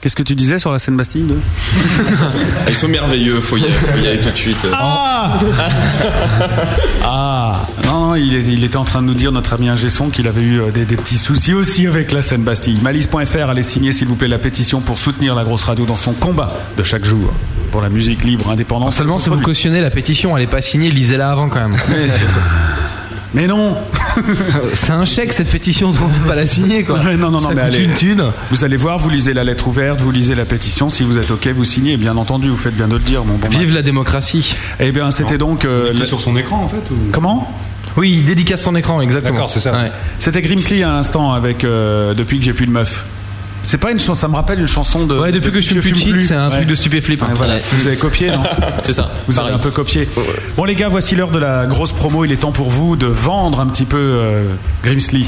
Qu'est-ce que tu disais sur la scène Bastille 2
Ils sont merveilleux, faut y aller, faut y aller tout de suite.
Ah Ah Non, non, il, est- il était en train de nous dire, notre ami Ingesson, qu'il avait eu euh, des, des petits soucis aussi avec la scène Bastille. Malice.fr, allez signer s'il vous plaît la pétition pour soutenir la grosse radio dans son combat de chaque jour pour la musique libre, indépendante.
Seulement, si vous cautionnez la pétition, elle est pas signée, lisez-la avant quand même.
Mais non
C'est un chèque cette pétition, on ne pas la signer quoi.
Ouais, non, non, non,
Ça
mais
coûte
allez.
une thune.
Vous allez voir, vous lisez la lettre ouverte, vous lisez la pétition. Si vous êtes OK, vous signez. Bien entendu, vous faites bien de le dire, mon bon. Vive
la démocratie.
Eh bien, c'était donc. euh, la-
sur son écran en fait
Comment
Oui, il dédicace son écran, exactement.
D'accord, c'est ça.
C'était Grimsley à l'instant avec euh, Depuis que j'ai plus de meuf. C'est pas une chanson, ça me rappelle une chanson de.
Ouais, depuis que je fume plus de shit, c'est un truc de stupéflip.
Ouais, voilà.
Ouais.
Vous avez copié, non
C'est ça.
Vous avez un peu copié. Bon, les gars, voici l'heure de la grosse promo. Il est temps pour vous de vendre un petit peu euh, Grimsley.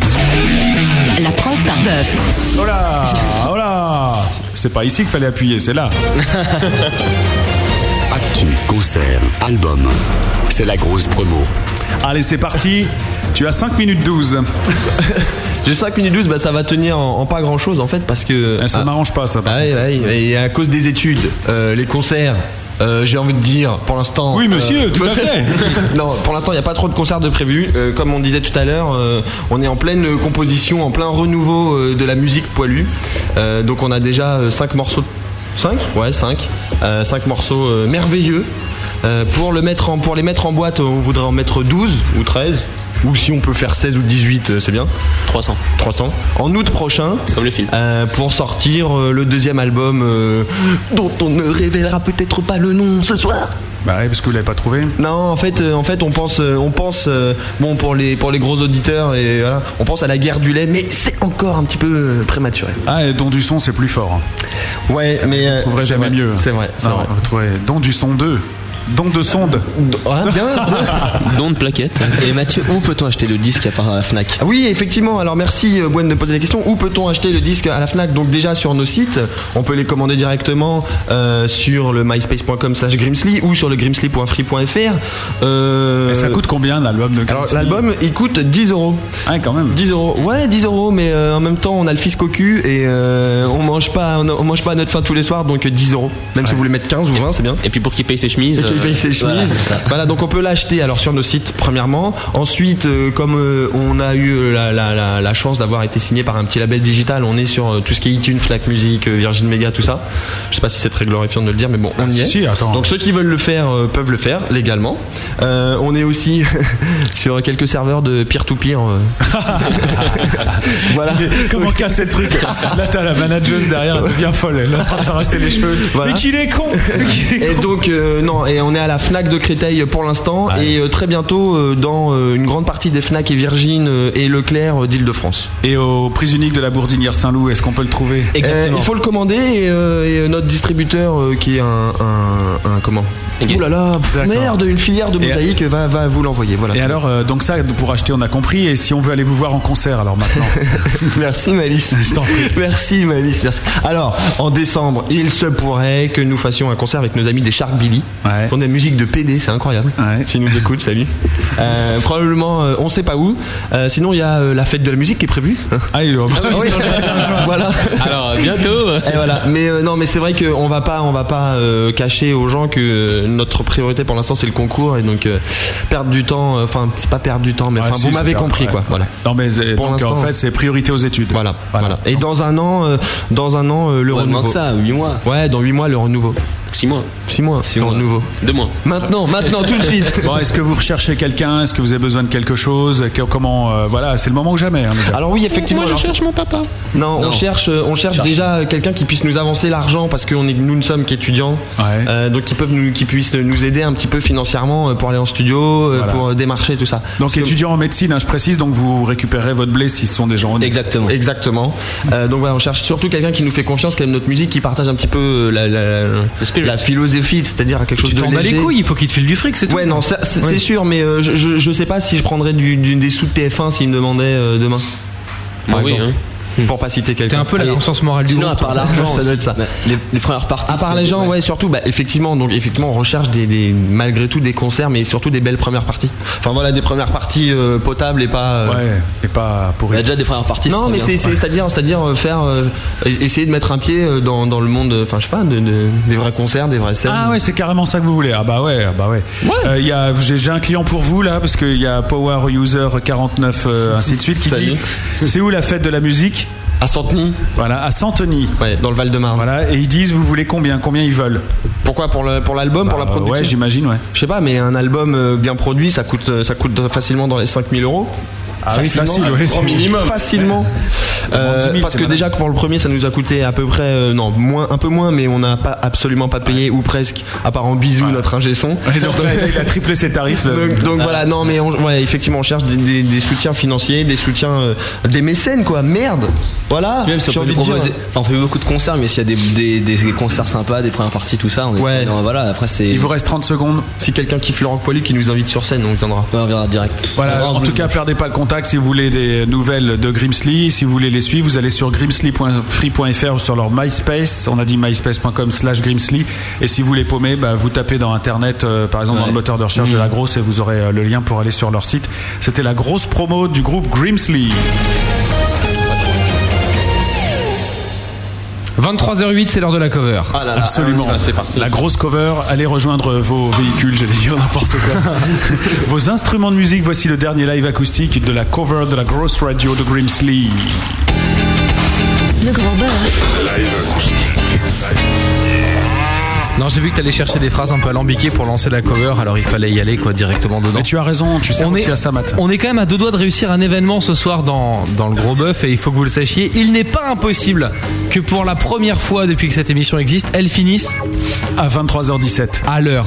La preuve par bœuf.
Oh là Oh là C'est pas ici qu'il fallait appuyer, c'est là.
Actu, concert, album. C'est la grosse promo.
Allez, c'est parti. Tu as 5 minutes 12.
J'ai 5 minutes 12, bah, ça va tenir en, en pas grand chose en fait parce que.
Eh, ça
Ah.
m'arrange pas ça.
et à cause des études, euh, les concerts. euh, j'ai envie de dire, pour l'instant.
Euh,
Oui, monsieur, tout à fait.
non, pour l'instant, il n'y a pas trop de concerts de prévus. Euh, comme on disait tout à l'heure, euh, on est en pleine euh, composition, en plein renouveau euh, de la musique poilue. Euh, donc, on a déjà 5 morceaux. 5 Ouais, 5. 5 morceaux euh, merveilleux. Euh, pour, le mettre en, pour les mettre en boîte, on voudrait en mettre 12 ou 13. Ou si on peut faire 16 ou 18, euh, c'est bien.
300.
300. En août prochain.
Comme le film.
pour sortir euh, le deuxième album euh, dont on ne révélera peut-être pas le nom ce soir.
Bah ouais, parce que vous l'avez pas trouvé.
Non, en fait, euh, en fait, on pense, euh, on pense, euh, bon pour les pour les gros auditeurs et voilà, on pense à la guerre du lait, mais c'est encore un petit peu euh, prématuré.
Ah, et Don du son, c'est plus fort.
Ouais, mais euh,
Vous trouverez
c'est
jamais
vrai, Ah,
mieux. hein.
C'est vrai, c'est
Non,
vrai. Euh,
Vous trouverez Don du son 2. Don de sonde.
ah,
Don de plaquette.
Et Mathieu, où peut-on acheter le disque à part à la Fnac
Ah Oui, effectivement. Alors merci euh, Gwen de poser la question. Où peut-on acheter le disque à la Fnac Donc déjà sur nos sites, on peut les commander directement euh, sur le myspace.com/grimsley ou sur le grimsley.free.fr. Euh,
Et ça coûte combien l'album de
Alors
Grimsley
l'album il coûte 10 euros.
Ouais quand même.
10 euros. Ouais 10 euros mais euh, en même temps on a le fisc au cul et euh, on mange pas on, on mange pas à notre faim tous les soirs donc euh, 10 euros. Même si vous voulez mettre 15 ou 20 c'est bien.
Et puis pour qu'il paye ses chemises.
Et qu'il
euh,
paye ses
voilà,
chemises.
c'est ça.
Voilà, donc on peut l'acheter alors sur nos sites premièrement. Ensuite, euh, comme euh, on a eu euh, la, la- la- la chance d'avoir été signé par un petit label digital, on est sur euh, tout ce qui est iTunes, Flac Music, euh, Virgin Mega, tout ça. Je sais pas si c'est très glorifiant de le dire, mais bon, on y
Ah, si,
est.
si, attends.
Donc ceux qui veulent le faire euh, peuvent le faire légalement. Euh, on est aussi sur quelques serveurs de peer-to-peer. euh. voilà.
Comment casser le truc Là, t'as la manageuse derrière, elle devient folle. Elle est en train de s'arracher les cheveux.
Voilà.
Mais qu'il est con
Et donc euh, non, et on est à la Fnac de Créteil pour l'instant et euh, très bientôt euh, dans euh, une grande partie des Fnac et Virgin euh, et Leclerc euh, d'Île-de-France.
Et aux prises uniques de la Bourdinière Saint-Loup, est-ce qu'on peut le trouver
Euh, il faut le commander et, euh, et, euh, notre distributeur euh, qui est un, un- un- comment
Égay.
Ouh là là, pff,
D'accord.
merde, une filière de
Et-
euh,
mosaïque va, va vous l'envoyer. Voilà.
Et alors, euh, donc ça, pour acheter, on a compris. Et si on veut aller vous voir en concert, alors maintenant
Merci Malice.
Je t'en prie.
Merci Malice, merci. Alors, en décembre, il se pourrait que nous fassions un concert avec nos amis des Shark Billy. Ils font de la musique de PD, c'est incroyable. S'ils nous écoutent, salut. Euh, probablement, euh, on sait pas où. Euh, sinon, il y a euh, la fête de la musique qui est prévue.
Ah, il est
oui. voilà.
Alors euh, bientôt. euh,
Et voilà. Mais euh, non, mais c'est vrai qu'on va pas, on va pas euh, cacher aux gens que euh, notre priorité pour l'instant c'est le concours et donc euh, perdre du temps. euh, Enfin, c'est pas perdre du temps, mais
Ah,
enfin,
si,
vous
c'est
m'avez
bien,
compris
ouais.
quoi. Voilà.
Non, mais euh,
Pour
donc, en
l'instant.
fait, c'est priorité aux études.
Voilà, voilà. Et dans un an, euh, dans un an, euh, le
Ouais, moins
renouveau.
que ça,
8 mois. Ouais, dans 8 mois, le renouveau.
6 mois.
6 mois, le renouveau.
Deux mois.
Maintenant, maintenant, tout de suite.
Bon, est-ce que vous recherchez quelqu'un Est-ce que vous avez besoin de quelque chose Que- Comment euh, Voilà, c'est le moment ou jamais. hein, les
Ah,
gars.
Alors oui, effectivement.
Moi je
alors-
cherche mon papa.
Non,
Non.
on cherche, euh, on cherche
Cherche.
déjà euh, quelqu'un qui puisse nous avancer l'argent parce que on est- nous ne sommes qu'étudiants, Euh, donc qui peuvent nous, qui puissent nous aider un petit peu financièrement euh, pour aller en studio, euh,
Voilà.
pour euh, démarcher tout ça.
donc étudiant en médecine, hein, je précise, donc vous récupérez votre blé s'ils sont des gens honnêtes.
Exactement.
Exactement. Euh, donc voilà, on cherche surtout quelqu'un qui nous fait confiance, qui aime notre musique, qui partage un petit peu euh, la, la, la philosophie, c'est-à-dire quelque chose
Tu
de
t'en bats
léger.
les couilles, il faut qu'il te file du fric, c'est tout.
Ouais, non, ça, c'est
Ouais.
c'est sûr, mais euh, je, je, je sais pas si je prendrais du, du- des sous de TF1 s'ils me demandaient euh, demain.
Bah oui,
exemple.
hein.
Pour pas citer quelqu'un.
Ah T'es un peu la
Allez,
conscience morale du
Sinon,
groupe,
à part
toi.
l'argent,
Vraiment,
ça doit
aussi.
être ça. Les, premières parties. À part
c'est-
les gens, ouais, surtout, bah, effectivement, donc effectivement, on recherche des, des- malgré tout des concerts, mais surtout des belles premières parties. Enfin voilà, des premières parties euh, hein. potables et pas.
ouais, et pas pourries.
Il y a
Bah,
déjà des premières parties.
Non, mais c'est c'est- c'est-à-dire, c'est-à-dire euh, faire, euh, essayer de mettre un pied euh, dans, dans le monde, euh, enfin je sais pas, de- de- des vrais concerts, des vraies scènes.
Ah ouais, c'est carrément ça que vous voulez. Ah bah ouais, ah bah ouais. Euh, il y a- j'ai j'ai un client pour vous là parce qu'il y a Power User 49 euh, ainsi de suite qui dit c'est où la fête de la musique
À Santeny.
Voilà, à Santeny.
dans le Val-de-Marne.
Voilà, et ils disent vous voulez combien Combien ils veulent Bah,
Pourquoi pour le- pour l'album, pour la production
Ouais, j'imagine, ouais.
Je sais pas, mais un album euh, bien produit, ça coûte, euh, ça coûte facilement dans les 5000 euros.
Ah oui, facile, ouais, c'est-
au minimum. Facilement. Euh,
10 000,
parce
c'est
que
malin.
déjà que pour le premier, ça nous a coûté à peu près, euh, non, moins, un peu moins, mais on n'a pas absolument pas payé ou presque, à part en bisous notre ingé son.
Et donc là, il a triplé ses tarifs. là.
Donc, donc voilà, non, mais on- ouais, effectivement, on cherche des, des- des soutiens financiers, des soutiens, euh, des mécènes, quoi. Merde. Voilà.
Puis même si on
j'ai
peut lui
envie de dire.
proposer- enfin, on fait beaucoup de concerts, mais s'il y a des, des- des concerts sympas, des premières parties, tout ça, on est non, voilà, après c'est.
Il vous
reste 30 secondes.
Si quelqu'un kiffe Laurent Poilu qui nous invite sur scène, on viendra.
on verra direct.
Voilà, en tout cas, perdez pas le contact si vous voulez des nouvelles de Grimsley. Si vous voulez les suivre, vous allez sur grimsley.free.fr ou sur leur MySpace. On a dit myspace.com slash Grimsley. Et si vous voulez paumer, bah, vous tapez dans Internet, euh, par exemple dans le moteur de recherche
Mm.
de la grosse, et vous aurez euh, le lien pour aller sur leur site. C'était la grosse promo du groupe Grimsley.
Ah, 23h08, c'est l'heure de la cover.
Ah
Absolument.
bah,
La grosse cover, allez rejoindre vos véhicules, j'allais dire n'importe quoi. vos instruments de musique, voici le dernier live acoustique de la cover de la grosse radio de Grimsley.
Le grand bœuf.
Non, j'ai vu que t'allais chercher des phrases un peu alambiquées pour lancer la cover, alors il fallait y aller quoi directement dedans. Mais
tu as raison, tu sais
on
aussi
est,
à ça, Matt.
On est quand même à deux doigts de réussir un événement ce soir dans, dans le gros bœuf et il faut que vous le sachiez, il n'est pas impossible que pour la première fois depuis que cette émission existe, elle finisse
à 23h17
à l'heure.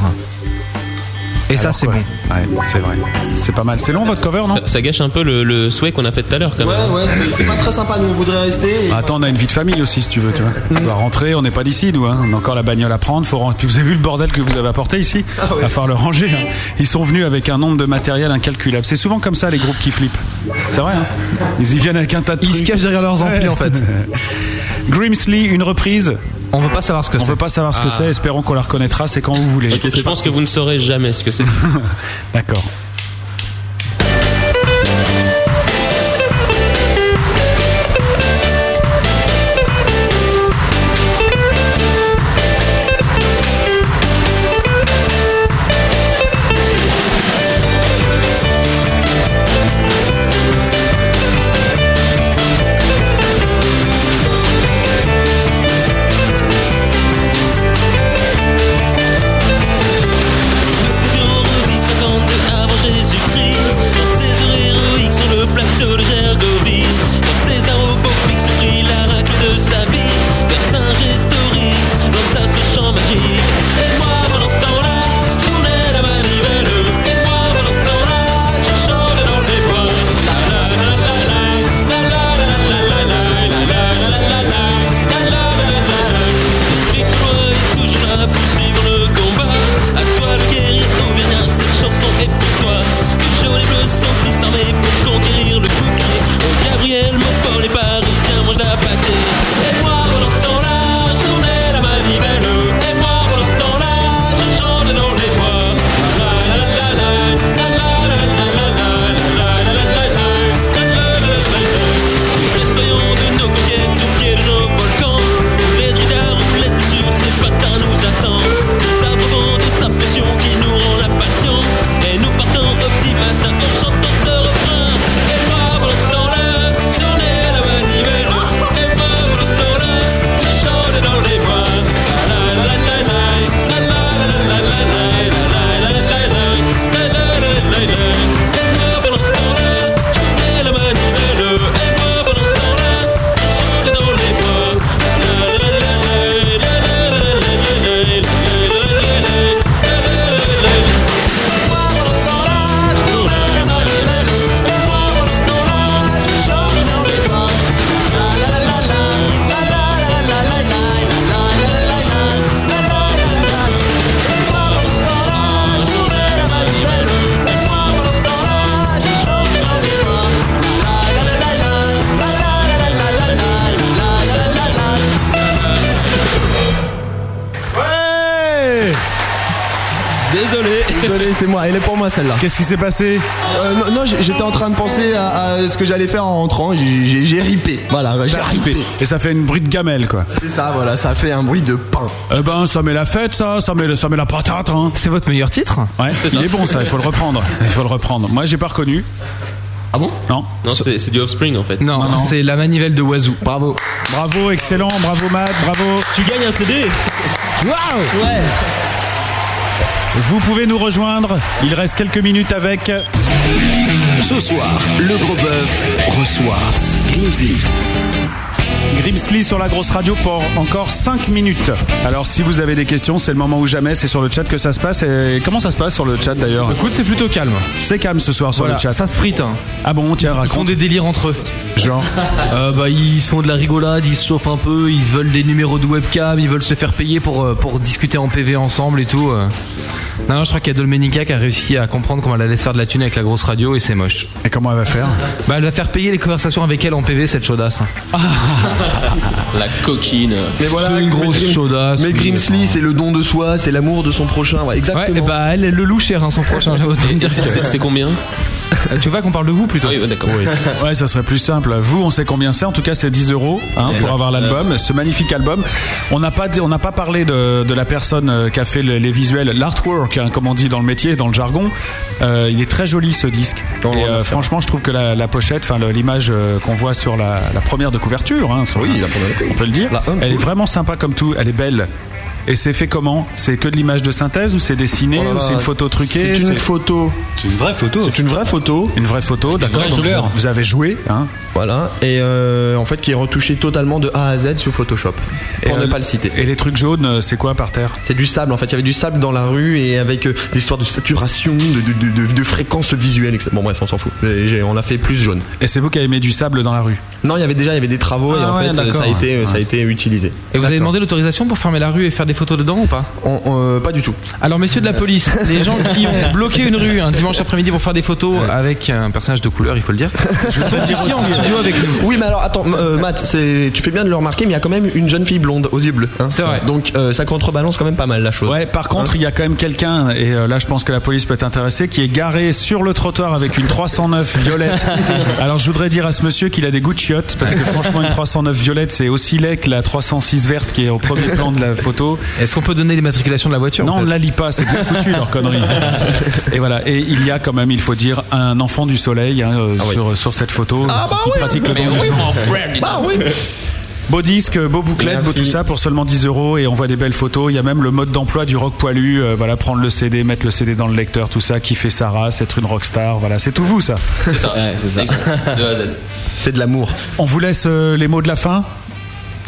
Et ça c'est bon.
Ouais, c'est vrai. C'est pas mal. C'est long votre cover, non
ça, ça gâche un peu le, le souhait qu'on a fait tout à l'heure quand même. hein.
Ouais, c'est- c'est pas très sympa, nous on voudrait rester. et-
Bah, attends, on a une vie de famille aussi, si tu veux, tu vois.
Mm.
On doit rentrer, on n'est pas d'ici, nous. hein. On a encore la bagnole à prendre. Faut ren- Puis vous avez vu le bordel que vous avez apporté ici
Ah
Il va falloir le ranger. hein. Ils sont venus avec un nombre de matériel incalculable. C'est souvent comme ça, les groupes qui flippent. C'est vrai, hein Ils y viennent avec un tas de
Ils se
trucs.
cachent derrière leurs amplis
Ouais.
en fait.
Grimsley, une reprise.
On veut pas savoir ce que
On veut pas savoir ce que
Ah.
c'est. Espérons qu'on la reconnaîtra. C'est quand vous voulez.
je pense que vous ne saurez jamais ce que c'est.
D'accord.
Avant
Désolé.
Désolé, c'est moi. Elle est pour moi celle-là.
Qu'est-ce qui s'est passé
Euh, Non, non, j'- j'étais en train de penser à, à ce que j'allais faire en rentrant. J'ai- J'ai j'ai ripé. Voilà, j'ai
T'as
ripé.
ripé. Et ça fait une bruit de gamelle, quoi.
C'est ça, voilà, ça fait un bruit de pain.
Eh ben, ça met la fête, ça, ça met, ça met la patate. hein.
C'est votre meilleur titre
Ouais,
C'est ça.
il est bon, ça, il faut le reprendre. Il faut le reprendre. Moi, j'ai pas reconnu.
Ah bon
Non.
Non, c'est c'est du offspring en fait.
Non, c'est la manivelle de Wazoo.
Bravo.
Bravo, excellent, bravo Matt, bravo.
Tu gagnes un CD
Waouh
Ouais
Vous pouvez nous rejoindre. Il reste quelques minutes avec.
Ce soir, le gros bœuf reçoit Grimsy.
Grimsley sur la grosse radio pour encore 5 minutes. Alors si vous avez des questions, c'est le moment ou jamais, c'est sur le chat que ça se passe. Et comment ça se passe sur le chat d'ailleurs
Écoute, c'est plutôt calme.
C'est calme ce soir sur
Voilà,
le chat.
ça se frite. hein.
Ah bon, tiens,
Ils font
raconte.
des délires entre eux.
Genre
Euh, bah, ils se font de la rigolade, ils se chauffent un peu, ils se veulent des numéros de webcam, ils veulent se faire payer pour, euh, pour discuter en PV ensemble et tout. euh. Non, non, je crois qu'il y a Dolmenica qui a réussi à comprendre comment elle allait se faire de la thune avec la grosse radio et c'est moche.
Et comment elle va faire
Bah, elle va faire payer les conversations avec elle en PV, cette chaudasse.
La coquine.
Mais voilà,
C'est une
mais
grosse
Grim-
chaudasse,
Mais
oui,
Grimsley, c'est le don de soi, c'est l'amour de son prochain. Ouais,
Ouais,
exactement.
et bah, elle, elle le loue cher, hein, son prochain. j'avoue, autant dire
C'est-
que-
C'est c'est combien
Euh, Tu vois qu'on parle de vous plutôt
Oui, bah, d'accord.
Ouais, ça serait plus simple. Vous, on sait combien c'est. En tout cas, c'est 10 euros hein, pour avoir l'album, ce magnifique album. On n'a pas, dit- on n'a pas parlé de, de la personne euh, qui a fait le- les visuels, l'artwork, hein, comme on dit dans le métier, dans le jargon. Euh, il est très joli ce disque.
On le
Et, euh,
remercie.
franchement, je trouve que la, la pochette, enfin le- l'image euh, qu'on voit sur la, la première de couverture, hein, sur
Oui, la première de
on peut le dire,
La hum,
elle est
cool.
vraiment sympa comme tout. Elle est belle. Et c'est fait comment C'est que de l'image de synthèse ou c'est dessiné
Oh là
ou c'est
là,
une photo truquée
C'est une photo.
C'est une vraie photo.
C'est une vraie photo.
Une vraie photo, d'accord.
vraie
donc
couleur.
vous- Vous avez joué, hein
Voilà, et euh, en fait qui est retouchée totalement de A à Z sur Photoshop. Pour
Et,
ne
euh,
pas le citer.
Et les trucs jaunes, euh, c'est quoi par terre
C'est du sable, en fait. Il y avait du sable dans la rue et avec euh, des histoires de saturation, de, de, de, de- de fréquence visuelle, etc. Bon, bref, on s'en fout. Mais j'ai- On l'a fait plus jaune.
Et c'est vous qui avez mis du sable dans la rue
Non, il y avait déjà il y avait des travaux et
Ah
en
ouais,
fait, euh,
d'accord.
ça a, été, euh, ça a
Ouais.
été utilisé.
Et vous avez demandé l'autorisation pour fermer la rue et faire des photos dedans ou pas
On- on, euh, pas du tout.
Alors, messieurs de la police, les gens qui ont bloqué une rue un dimanche après-midi pour faire des photos avec un personnage de couleur, il faut le dire, sont ici en studio avec nous.
Oui, mais alors attends, m- euh, Matt, c'est- tu fais bien de le remarquer, mais il y a quand même une jeune fille blonde aux yeux bleus. hein.
C'est vrai.
Donc euh, ça contrebalance quand même pas mal la chose.
Ouais, par contre, il y a quand même quelqu'un, et euh, là je pense que la police peut être intéressée, qui est garé sur le trottoir avec une 309 violette. Alors je voudrais dire à ce monsieur qu'il a des goûts de chiottes, parce que franchement, une 309 violette, c'est aussi laid que la 306 verte qui est au premier plan de la photo.
Est-ce qu'on peut donner les matriculations de la voiture
Non, on
peut-être
la lit pas, c'est bien foutu leur connerie. Et voilà, et il y a quand même, il faut dire, un enfant du soleil hein, euh, sur, sur cette photo
Ah bah
qui
oui,
pratique le
mais
don du
oui,
sang.
mon
frère, dis
Bah oui
Beau disque, beau bouclette, beau
Merci.
tout ça pour seulement 10 euros et on voit des belles photos. Il y a même le mode d'emploi du rock poilu. euh, voilà, prendre le CD, mettre le CD dans le lecteur, tout ça, kiffer sa race, être une rockstar. Voilà, c'est tout vous ça.
C'est ça.
Ouais, c'est ça.
Exact. De A à Z.
C'est de l'amour.
On vous laisse euh, les mots de la fin.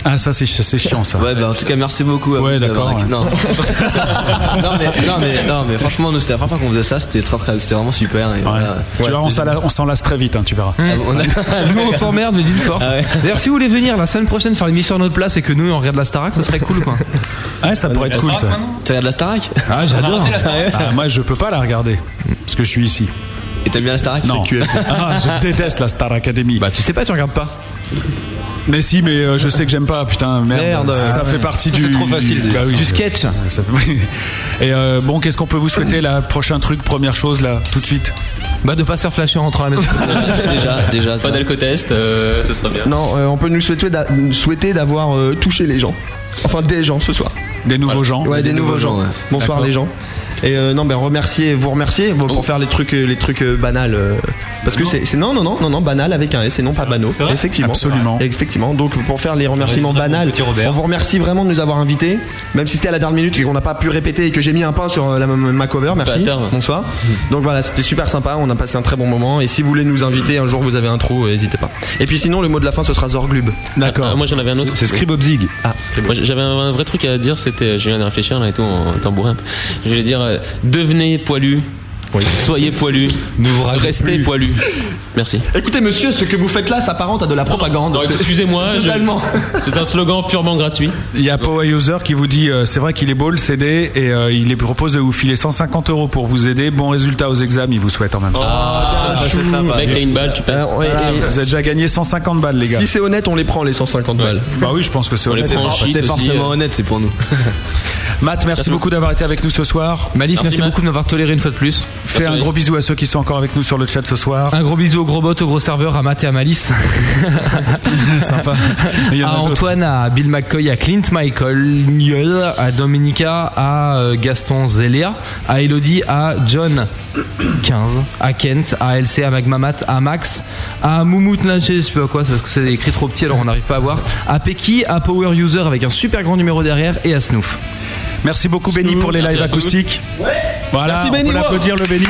Ah ça c'est ch- c'est chiant ça.
Ouais, bah en tout cas, merci beaucoup. à
Ouais,
vous
d'accord,
d'avoir accueilli-
ouais.
Non, franchement- non, mais, non, mais, non, mais franchement, nous, c'était la première fois qu'on faisait ça, c'était très, très, c'était vraiment super. Et voilà.
tu
Ouais,
verras, on
c'était-
s'en la- on s'en lasse très vite, hein, tu verras.
Ah bon, on a-
Nous on s'emmerde mais d'une force.
Ah ouais.
D'ailleurs si vous voulez venir la semaine prochaine faire l'émission à notre place et que nous on regarde la Starac, ce serait cool quoi.
Ouais, ça pourrait être cool ça.
Tu regardes la Starac
Ah j'adore.
Ah, moi je peux pas la regarder parce que je suis ici.
Et t'aimes bien la Starac
Non. Ah, je déteste la Star Academy.
Bah tu sais pas tu regardes pas.
Mais si, mais euh, je sais que j'aime pas, putain, merde.
Merde,
ça, ça
ouais.
fait partie du.
c'est trop facile,
bah oui.
Du sketch.
Ça fait- oui. Et euh, bon, qu'est-ce qu'on peut vous souhaiter là Prochain truc, première chose là, tout de suite.
Bah de pas se faire flasher en rentrant à la maison.
Déjà, déjà.
Pas
ça.
d'alcotest, euh, ce serait bien.
Non, euh, on peut nous souhaiter d'a- souhaiter d'avoir euh, touché les gens. Enfin, des gens ce soir.
Des nouveaux gens.
Ouais, des, nouveaux, gens.
ouais.
Bonsoir
D'accord.
les gens. Et euh, non, ben remercier, vous remercier bon, pour faire les trucs, euh, les trucs euh, banals. euh, parce que c'est c'est- non, non, non, non, non, banal avec un S et non pas banaux.
C'est vrai
Effectivement.
Absolument.
Effectivement. Donc pour faire les remerciements
J'aurais dit ça pour
banals,
le petit Robert.
on vous remercie vraiment de nous avoir invités, même si c'était à la dernière minute et qu'on n'a pas pu répéter et que j'ai mis un pain sur euh, la, ma cover. Merci.
Bâtard.
Bonsoir. Donc voilà, c'était super sympa. On a passé un très bon moment. Et si vous voulez nous inviter un jour, vous avez un trou, euh, n'hésitez pas. Et puis sinon, le mot de la fin, ce sera Zorglub.
Ah, moi, j'en avais un autre.
C'est Scribobzig.
Ah, c'est
Moi, j'avais un vrai truc à dire, c'était, je viens de réfléchir là et tout en tambourin. Je voulais dire, euh, devenez poilu, soyez poilu,
Ne vous rasez
restez
plus.
poilu. Merci.
Écoutez, monsieur, ce que vous faites là s'apparente à de la propagande.
Non, excusez-moi, je-
Totalement.
c'est un slogan purement gratuit.
Il y a Power User qui vous dit euh, c'est vrai qu'il est beau le CD et euh, il les propose de vous filer 150 euros pour vous aider. Bon résultat aux examens, il vous souhaite en même temps.
Ah,
bah,
Ah, c'est sympa. Mec, t'as une balle,
Ah,
tu passes.
Voilà, vous avez déjà gagné 150 balles, les gars.
Si c'est honnête, on les prend les 150 balles.
Bah oui, je pense que c'est honnête.
C'est forcément honnête, c'est pour nous.
Matt, merci beaucoup d'avoir été avec nous ce soir.
Malice, merci, beaucoup de m'avoir toléré une fois de plus.
Fais un gros bisou à ceux qui sont encore avec nous sur le chat ce soir.
Un gros bisou au gros bot, au gros serveur, à Matt et à Malice.
Sympa. Il y en a
À
d'autres.
Antoine, à Bill McCoy, à Clint Michael, Niel, à Dominica, à euh, Gaston Zelia, à Elodie, à John 15, à Kent, à LC, à Magmamat, à Max, à Moumout Naché, je sais pas quoi, c'est parce que c'est écrit trop petit alors on n'arrive pas à voir, à Peki, à Power User avec un super grand numéro derrière et à Snoof.
Merci beaucoup Benny pour les lives acoustiques. Voilà,
Merci,
on
Benny.
peut l'applaudir le Benny.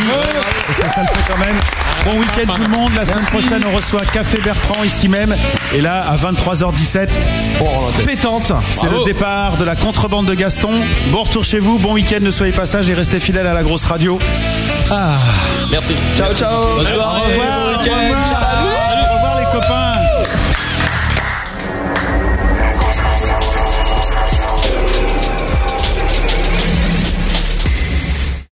Parce que ça le fait quand même. Bon week-end tout le monde. La semaine prochaine, on reçoit Café Bertrand ici même. Et là, à 23h17, pétante. C'est le
Bravo.
départ de la contrebande de Gaston. Bon retour chez vous. Bon week-end. Ne soyez pas sages et restez fidèles à la grosse radio. Ah.
Merci.
Ciao, ciao.
Au revoir.